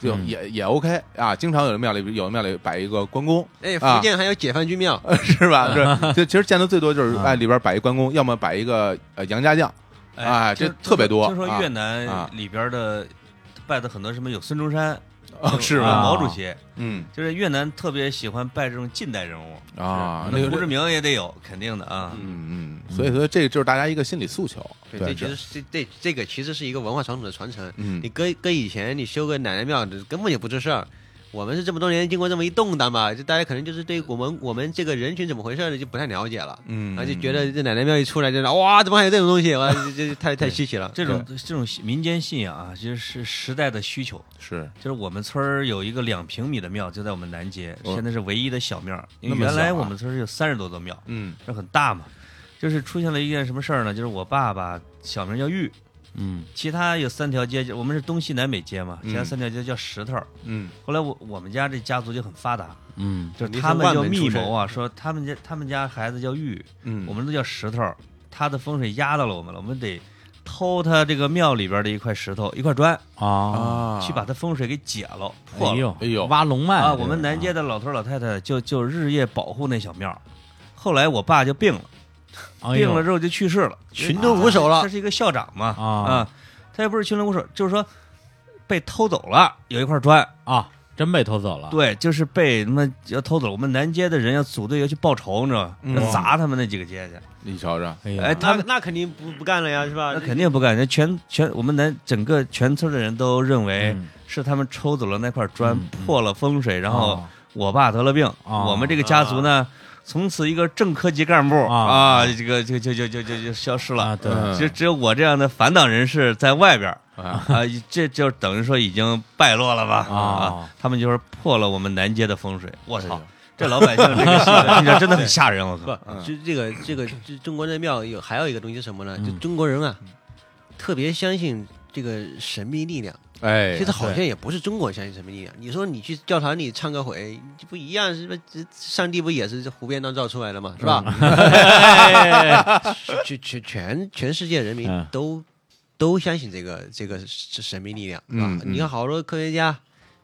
[SPEAKER 2] 就
[SPEAKER 1] 嗯
[SPEAKER 2] 也也 OK 啊，经常有的庙里有的庙里摆一个关公，
[SPEAKER 4] 哎，
[SPEAKER 2] 啊
[SPEAKER 4] 福建还有解放军庙，
[SPEAKER 2] 是吧？是，就其实见的最多就是
[SPEAKER 1] 啊
[SPEAKER 2] 哎里边摆一关公，要么摆一个呃杨家将，哎这
[SPEAKER 3] 听
[SPEAKER 2] 特别多
[SPEAKER 3] 听说
[SPEAKER 2] 啊
[SPEAKER 3] 越
[SPEAKER 2] 啊
[SPEAKER 3] 南里边的拜的很多什么有孙中山，
[SPEAKER 2] 哦是
[SPEAKER 3] 吧？
[SPEAKER 2] 吗？
[SPEAKER 3] 毛主席，
[SPEAKER 2] 嗯
[SPEAKER 3] 就是越南特别喜欢拜这种近代人物
[SPEAKER 2] 啊，
[SPEAKER 3] 那
[SPEAKER 2] 那
[SPEAKER 3] 胡
[SPEAKER 2] 个
[SPEAKER 3] 志明也得有，肯定的啊。
[SPEAKER 2] 嗯嗯，所以说这就是大家一个心理诉求，
[SPEAKER 4] 对，
[SPEAKER 2] 对，
[SPEAKER 4] 这其实是这这这个其实是一个文化传统的传承。
[SPEAKER 2] 嗯
[SPEAKER 4] 你搁搁以前你修个奶奶庙，这根本就不是事儿。我们是这么多年经过这么一动荡吧，就大家可能就是对我们我们这个人群怎么回事呢就不太了解了，
[SPEAKER 2] 嗯
[SPEAKER 4] 啊就觉得这奶奶庙一出来就是哇，怎么还有这种东西？哇，这这太太稀奇了。
[SPEAKER 3] 这种这种民间信仰啊，就是时代的需求。
[SPEAKER 2] 是
[SPEAKER 3] 就是我们村儿有一个两平米的庙，就在我们南街，
[SPEAKER 2] 哦
[SPEAKER 3] 现在是唯一的小庙儿。因
[SPEAKER 2] 那
[SPEAKER 3] 为
[SPEAKER 2] 么小啊
[SPEAKER 3] 原来我们村儿有三十多座庙，
[SPEAKER 2] 嗯
[SPEAKER 3] 这很大嘛。就是出现了一件什么事儿呢？就是我爸爸小名叫玉，
[SPEAKER 1] 嗯
[SPEAKER 3] 其他有三条街，就我们是东西南北街嘛，
[SPEAKER 2] 嗯
[SPEAKER 3] 其他三条街叫石头儿。
[SPEAKER 2] 嗯
[SPEAKER 3] 后来我我们家这家族就很发达，
[SPEAKER 1] 嗯
[SPEAKER 3] 就是
[SPEAKER 4] 你
[SPEAKER 3] 他
[SPEAKER 4] 是
[SPEAKER 3] 们
[SPEAKER 4] 万
[SPEAKER 3] 就
[SPEAKER 4] 门
[SPEAKER 3] 密
[SPEAKER 4] 出身
[SPEAKER 3] 谋啊，说他们家他们家孩子叫玉，
[SPEAKER 2] 嗯，
[SPEAKER 3] 我们都叫石头儿，他的风水压到了我们了，我们得偷他这个庙里边的一块石头一块砖，
[SPEAKER 1] 啊，
[SPEAKER 2] 啊
[SPEAKER 3] 去把他风水给解了破
[SPEAKER 1] 哎
[SPEAKER 3] 了。
[SPEAKER 1] 呦
[SPEAKER 2] 哎呦
[SPEAKER 1] 挖龙脉
[SPEAKER 3] 啊，
[SPEAKER 1] 这个
[SPEAKER 3] 我们南街
[SPEAKER 1] 啊
[SPEAKER 3] 的老头老太太就就日夜保护那小庙儿，后来我爸就病了，
[SPEAKER 1] 哎呦
[SPEAKER 3] 病了之后就去世了，
[SPEAKER 4] 群龙无首了
[SPEAKER 3] 他是一个校长嘛，
[SPEAKER 1] 啊
[SPEAKER 3] 啊，他也不是群龙无首，就是说被偷走了，有一块砖，
[SPEAKER 1] 啊，真被偷走了。
[SPEAKER 3] 对，就是被他妈要偷走了。我们南街的人要组队要去报仇，你知道吗？
[SPEAKER 2] 嗯
[SPEAKER 3] 要砸他们那几个街去，
[SPEAKER 2] 你瞧瞧，
[SPEAKER 1] 哎呀，
[SPEAKER 3] 哎
[SPEAKER 4] 那那肯定不不干了呀，是吧？
[SPEAKER 3] 那肯定不干。那全全我们南整个全村的人都认为
[SPEAKER 1] 嗯
[SPEAKER 3] 是他们抽走了那块砖
[SPEAKER 1] 嗯，嗯
[SPEAKER 3] 破了风水，然后
[SPEAKER 1] 哦
[SPEAKER 3] 我爸得了病，
[SPEAKER 1] 啊
[SPEAKER 3] 我们这个家族呢，从此一个正科级干部
[SPEAKER 1] 啊
[SPEAKER 3] 啊这个就就就就就就消失
[SPEAKER 1] 啊，
[SPEAKER 3] 了。
[SPEAKER 1] 对，
[SPEAKER 2] 嗯
[SPEAKER 3] 其实只有我这样的反党人士在外边儿
[SPEAKER 2] 啊
[SPEAKER 3] 啊，这就等于说已经败落了吧
[SPEAKER 1] 啊
[SPEAKER 3] 啊，他们就是破了我们南街的风水。我
[SPEAKER 2] 哎
[SPEAKER 3] 操
[SPEAKER 2] 呦，
[SPEAKER 3] 这老百姓这个戏这真的很吓人，我靠！
[SPEAKER 2] 嗯
[SPEAKER 4] 不，就这个这个这中国的庙有还有一个东西是什么呢？就
[SPEAKER 1] 嗯
[SPEAKER 4] 中国人啊，特别相信这个神秘力量。
[SPEAKER 2] 哎
[SPEAKER 4] 其实好像也不是中国相信神秘力量。你说你去教堂里忏个悔，这不一样是吧？这上帝不也是胡编乱造出来的嘛，是吧？
[SPEAKER 2] 嗯
[SPEAKER 1] 哦 哎
[SPEAKER 4] 全全全全世界人民
[SPEAKER 1] 嗯
[SPEAKER 4] 都都相信这个这个神神秘力量，是吧
[SPEAKER 2] 嗯？嗯
[SPEAKER 4] 你看好多科学家，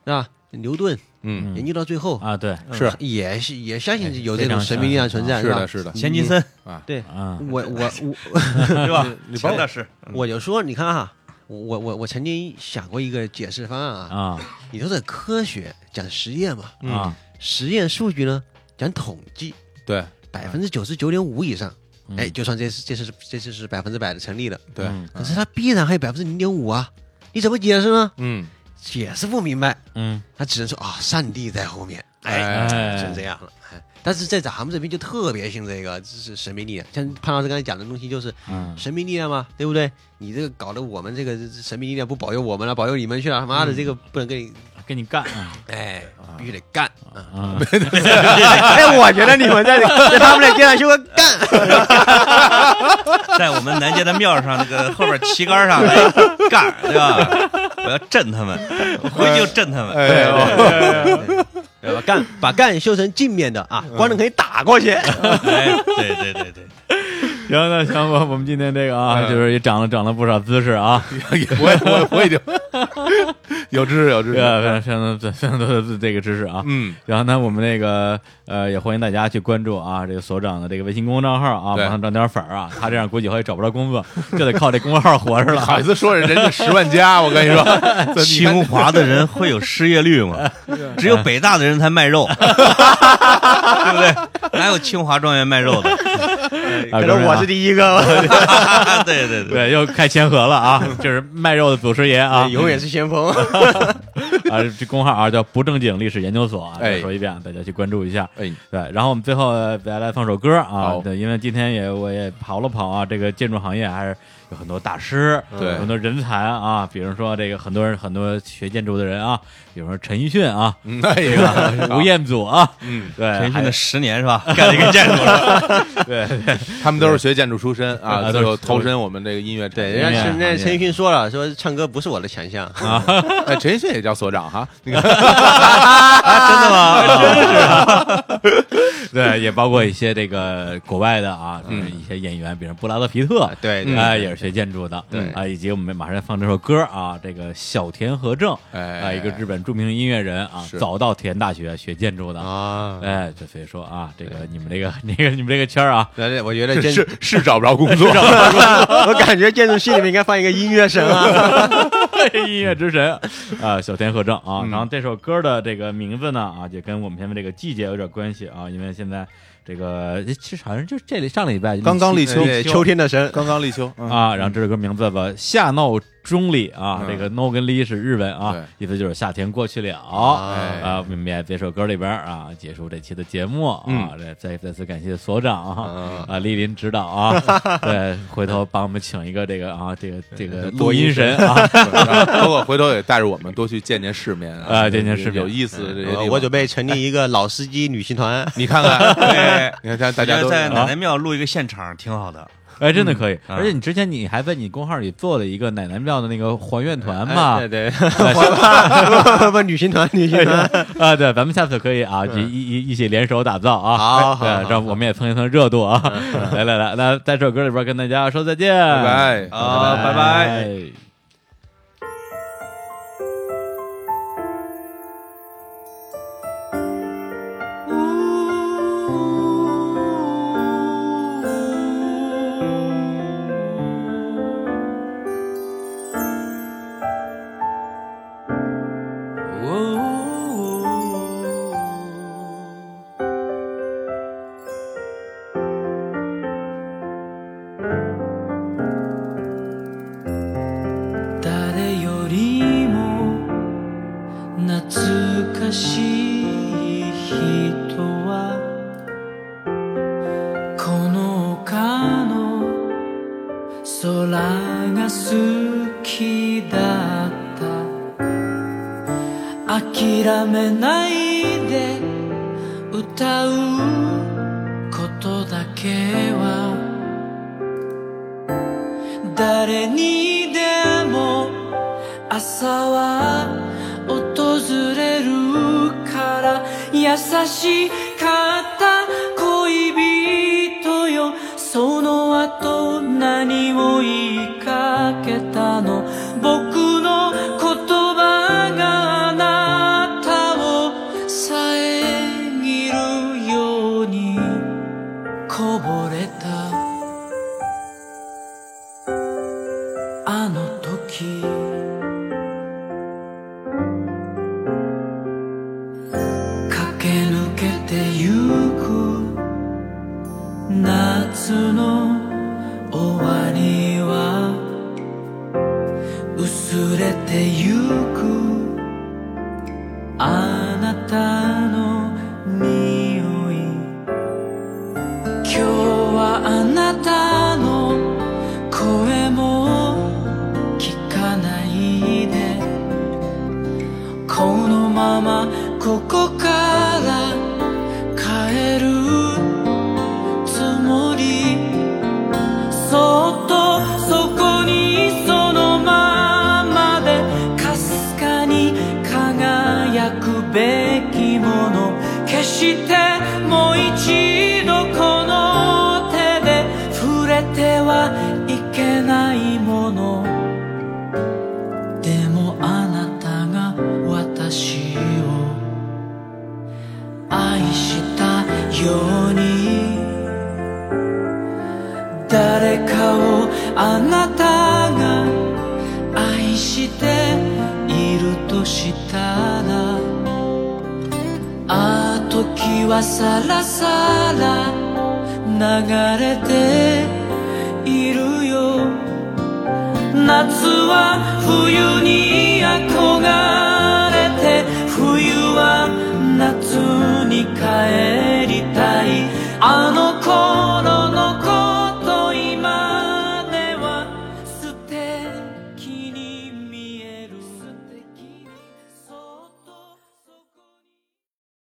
[SPEAKER 4] 是吧？牛顿
[SPEAKER 2] 嗯
[SPEAKER 1] 嗯
[SPEAKER 4] 研究到最后，
[SPEAKER 1] 啊，对，
[SPEAKER 2] 是
[SPEAKER 4] 也是也相
[SPEAKER 1] 哎
[SPEAKER 4] 信有
[SPEAKER 1] 非
[SPEAKER 4] 这种
[SPEAKER 1] 常
[SPEAKER 4] 神秘力量存在，
[SPEAKER 2] 啊是
[SPEAKER 4] 吧
[SPEAKER 2] 的，？是的，
[SPEAKER 3] 钱金森
[SPEAKER 4] 对，
[SPEAKER 1] 嗯
[SPEAKER 4] 我我我
[SPEAKER 3] 是吧？
[SPEAKER 2] 你包
[SPEAKER 3] 钱大师，
[SPEAKER 4] 我就说，你看哈、我我我我曾经想过一个解释方案啊，
[SPEAKER 1] 啊
[SPEAKER 4] 你说这科学讲实验嘛，
[SPEAKER 2] 嗯
[SPEAKER 1] 啊，
[SPEAKER 4] 实验数据呢讲统计，
[SPEAKER 2] 对
[SPEAKER 4] 百分之九十九点五以上，
[SPEAKER 1] 嗯
[SPEAKER 4] 哎，就算这次这次是这次是百分之百的成立的，
[SPEAKER 2] 对，
[SPEAKER 1] 嗯
[SPEAKER 4] 可是它必然还有百分之零点五啊，你怎么解释呢？
[SPEAKER 2] 嗯，
[SPEAKER 4] 解释不明白，
[SPEAKER 1] 嗯，
[SPEAKER 4] 他只能说啊、上帝在后面，哎，
[SPEAKER 1] 哎，
[SPEAKER 4] 就这样了。哎但是在咱们这边就特别信这个，就是神秘力量。像潘老师刚才讲的东西，就是
[SPEAKER 1] 嗯，
[SPEAKER 4] 神秘力量嘛，对不对？你这个搞得我们这个神秘力量不保佑我们了，保佑你们去了，他妈的，这个不能跟你，
[SPEAKER 1] 跟你干嗯
[SPEAKER 4] 哎，必须得干。啊、
[SPEAKER 1] 啊，
[SPEAKER 4] 哎，我觉得你们在在他们的街上就会干，
[SPEAKER 3] 在我们南街的庙上那个后边旗杆上 哎干儿，对吧？我要震他们，我回去就震他们。
[SPEAKER 2] 哎呦，
[SPEAKER 4] 对吧？干，把干修成镜面的啊，光能可以打过 去。
[SPEAKER 3] 哎，对对对对，
[SPEAKER 1] 行，那行，我我们今天这个啊，
[SPEAKER 2] 嗯
[SPEAKER 1] 就是也长了长了不少姿势啊，
[SPEAKER 2] 我我我已经 有知识有知
[SPEAKER 1] 对，
[SPEAKER 2] 识，
[SPEAKER 1] 非常非常多非常多的这个知识啊，
[SPEAKER 2] 嗯，
[SPEAKER 1] 然后呢，我们那个呃，也欢迎大家去关注啊，这个所长的这个微信公众账号啊，
[SPEAKER 2] 对
[SPEAKER 1] 马上涨点粉儿啊。他这样估计以后也找不着工作， 就得靠这公众号活着了啊。
[SPEAKER 2] 好意思说人家十万加，我跟你说， 这你
[SPEAKER 3] 清华的人会有失 业率吗？只有北大的人才卖肉，对不对？哪有清华状元 卖肉的？
[SPEAKER 1] 啊
[SPEAKER 4] 可能我是第一个吧，
[SPEAKER 3] 对对对，
[SPEAKER 1] 对，又开先河了 啊，就是卖肉的祖师爷啊，
[SPEAKER 4] 哎永远是先锋。
[SPEAKER 1] 啊，这公号啊叫不正经历史研究所啊，
[SPEAKER 2] 哎
[SPEAKER 1] 再说一遍，大家去关注一下。
[SPEAKER 2] 看，哎，
[SPEAKER 1] 对，然后我们最后呃再来放首歌啊
[SPEAKER 2] 好，
[SPEAKER 1] 对，因为今天也我也跑了跑啊，这个建筑行业还是有很多大师，
[SPEAKER 3] 嗯
[SPEAKER 2] 对
[SPEAKER 1] 有很多人才啊，比如说这个很多人很多学建筑的人啊，比如说陈奕迅啊，
[SPEAKER 2] 那
[SPEAKER 1] 这
[SPEAKER 2] 也
[SPEAKER 1] 个吴彦祖啊，
[SPEAKER 2] 嗯，
[SPEAKER 1] 对，
[SPEAKER 3] 嗯陈
[SPEAKER 1] 还
[SPEAKER 3] 迅的十年是吧？干了一个建筑了，
[SPEAKER 1] 对对
[SPEAKER 2] 他们都是学建筑出身啊，
[SPEAKER 1] 啊
[SPEAKER 2] 最后
[SPEAKER 1] 都是
[SPEAKER 2] 投身我们这个音乐产
[SPEAKER 4] 对，
[SPEAKER 2] 业。
[SPEAKER 4] 人家
[SPEAKER 1] 音乐
[SPEAKER 4] 现在
[SPEAKER 1] 行业
[SPEAKER 4] 陈奕迅说了，说唱歌不是我的强项，
[SPEAKER 2] 哎，陈奕迅也叫所长哈，你看，
[SPEAKER 3] 啊真的吗？
[SPEAKER 2] 啊
[SPEAKER 1] 对，也包括一些这个国外的啊，就是一些演员，比如布拉德皮特，
[SPEAKER 4] 对
[SPEAKER 2] 嗯啊对
[SPEAKER 1] 哎，
[SPEAKER 2] 对
[SPEAKER 1] 也是学建筑的，
[SPEAKER 2] 对
[SPEAKER 1] 啊，以及我们马上放这首歌啊，这个小田和正，
[SPEAKER 2] 哎
[SPEAKER 1] 啊，一个日本著名音乐人啊，
[SPEAKER 2] 是
[SPEAKER 1] 早稻田大学学建筑的
[SPEAKER 4] 啊，
[SPEAKER 1] 哎，这所以说啊，这个你们这个 那个你们这个圈儿啊，
[SPEAKER 4] 对对，我觉得建
[SPEAKER 2] 是是找不着工作，
[SPEAKER 4] 我感觉 建筑系里面应该放一个音乐神啊，
[SPEAKER 1] 音乐之 神啊，小田和正啊。
[SPEAKER 2] 嗯
[SPEAKER 1] 然后这首歌的这个名字呢啊，就跟我们现在这个季节有点关系啊，因为现在这个诶其实好像就这里上礼拜
[SPEAKER 2] 刚刚立秋
[SPEAKER 4] 对，秋天的神，
[SPEAKER 2] 刚刚立秋，嗯
[SPEAKER 1] 啊，然后这首歌名字叫做《夏闹中里》啊，
[SPEAKER 2] 嗯
[SPEAKER 1] 这个 “no” 跟 “li” 是日文啊，意思就是夏天过去了
[SPEAKER 4] 哎
[SPEAKER 1] 啊。我们也这首歌里边啊，结束这期的节目啊，
[SPEAKER 2] 嗯
[SPEAKER 1] 这再再次感谢所长啊啊莅临指导 啊，对，回头帮我们请一个这个啊这个这个
[SPEAKER 2] 多
[SPEAKER 1] 录
[SPEAKER 2] 音
[SPEAKER 1] 音神啊，
[SPEAKER 2] 包括回头也带着我们多去见见世面
[SPEAKER 1] 啊见见世面
[SPEAKER 2] 有意思的这些地
[SPEAKER 4] 呃
[SPEAKER 2] 方。，
[SPEAKER 4] 我准备成立一个老司机旅行 团
[SPEAKER 2] 你看看哎
[SPEAKER 3] 对，
[SPEAKER 2] 你看大大家都
[SPEAKER 1] 啊
[SPEAKER 3] 在奶奶庙录一个现场挺好的，
[SPEAKER 1] 哎，真的可以。
[SPEAKER 3] 嗯啊
[SPEAKER 1] 而且你之前你还在你公号里做了一个奶奶庙的那个还愿团
[SPEAKER 2] 啊
[SPEAKER 1] 嘛
[SPEAKER 4] 哎？对对，不不不，旅行团，旅行团，
[SPEAKER 1] 啊，对，咱们下次可以啊，一一一起联手打造啊。
[SPEAKER 4] 好好
[SPEAKER 1] 对，
[SPEAKER 4] 好
[SPEAKER 1] 让我们也蹭一蹭热度啊！来来来，那在这首歌里边跟大家说再见，
[SPEAKER 2] 拜啊拜。
[SPEAKER 3] 好，拜拜。
[SPEAKER 1] 拜。
[SPEAKER 5] 哦，めないで歌うことだけは誰にでも朝は訪れるから優しかった恋人よその後何を言いかけたの僕の言葉があなたを遮るようにこぼれたあの時駆け抜けてゆく夏の終わりは薄れてゆくあなたの匂い今日はあなたの声も聞かないでこのままここから帰るつもりそっとそこにそのままでかすかに輝くべきもの決してもう一度この手で触れてはいけないものでもあなたが私を愛したように誰かをあなたが愛しているとしたらああ時はさらさら流れているよ夏は冬に憧れて冬は夏に帰りたいあの頃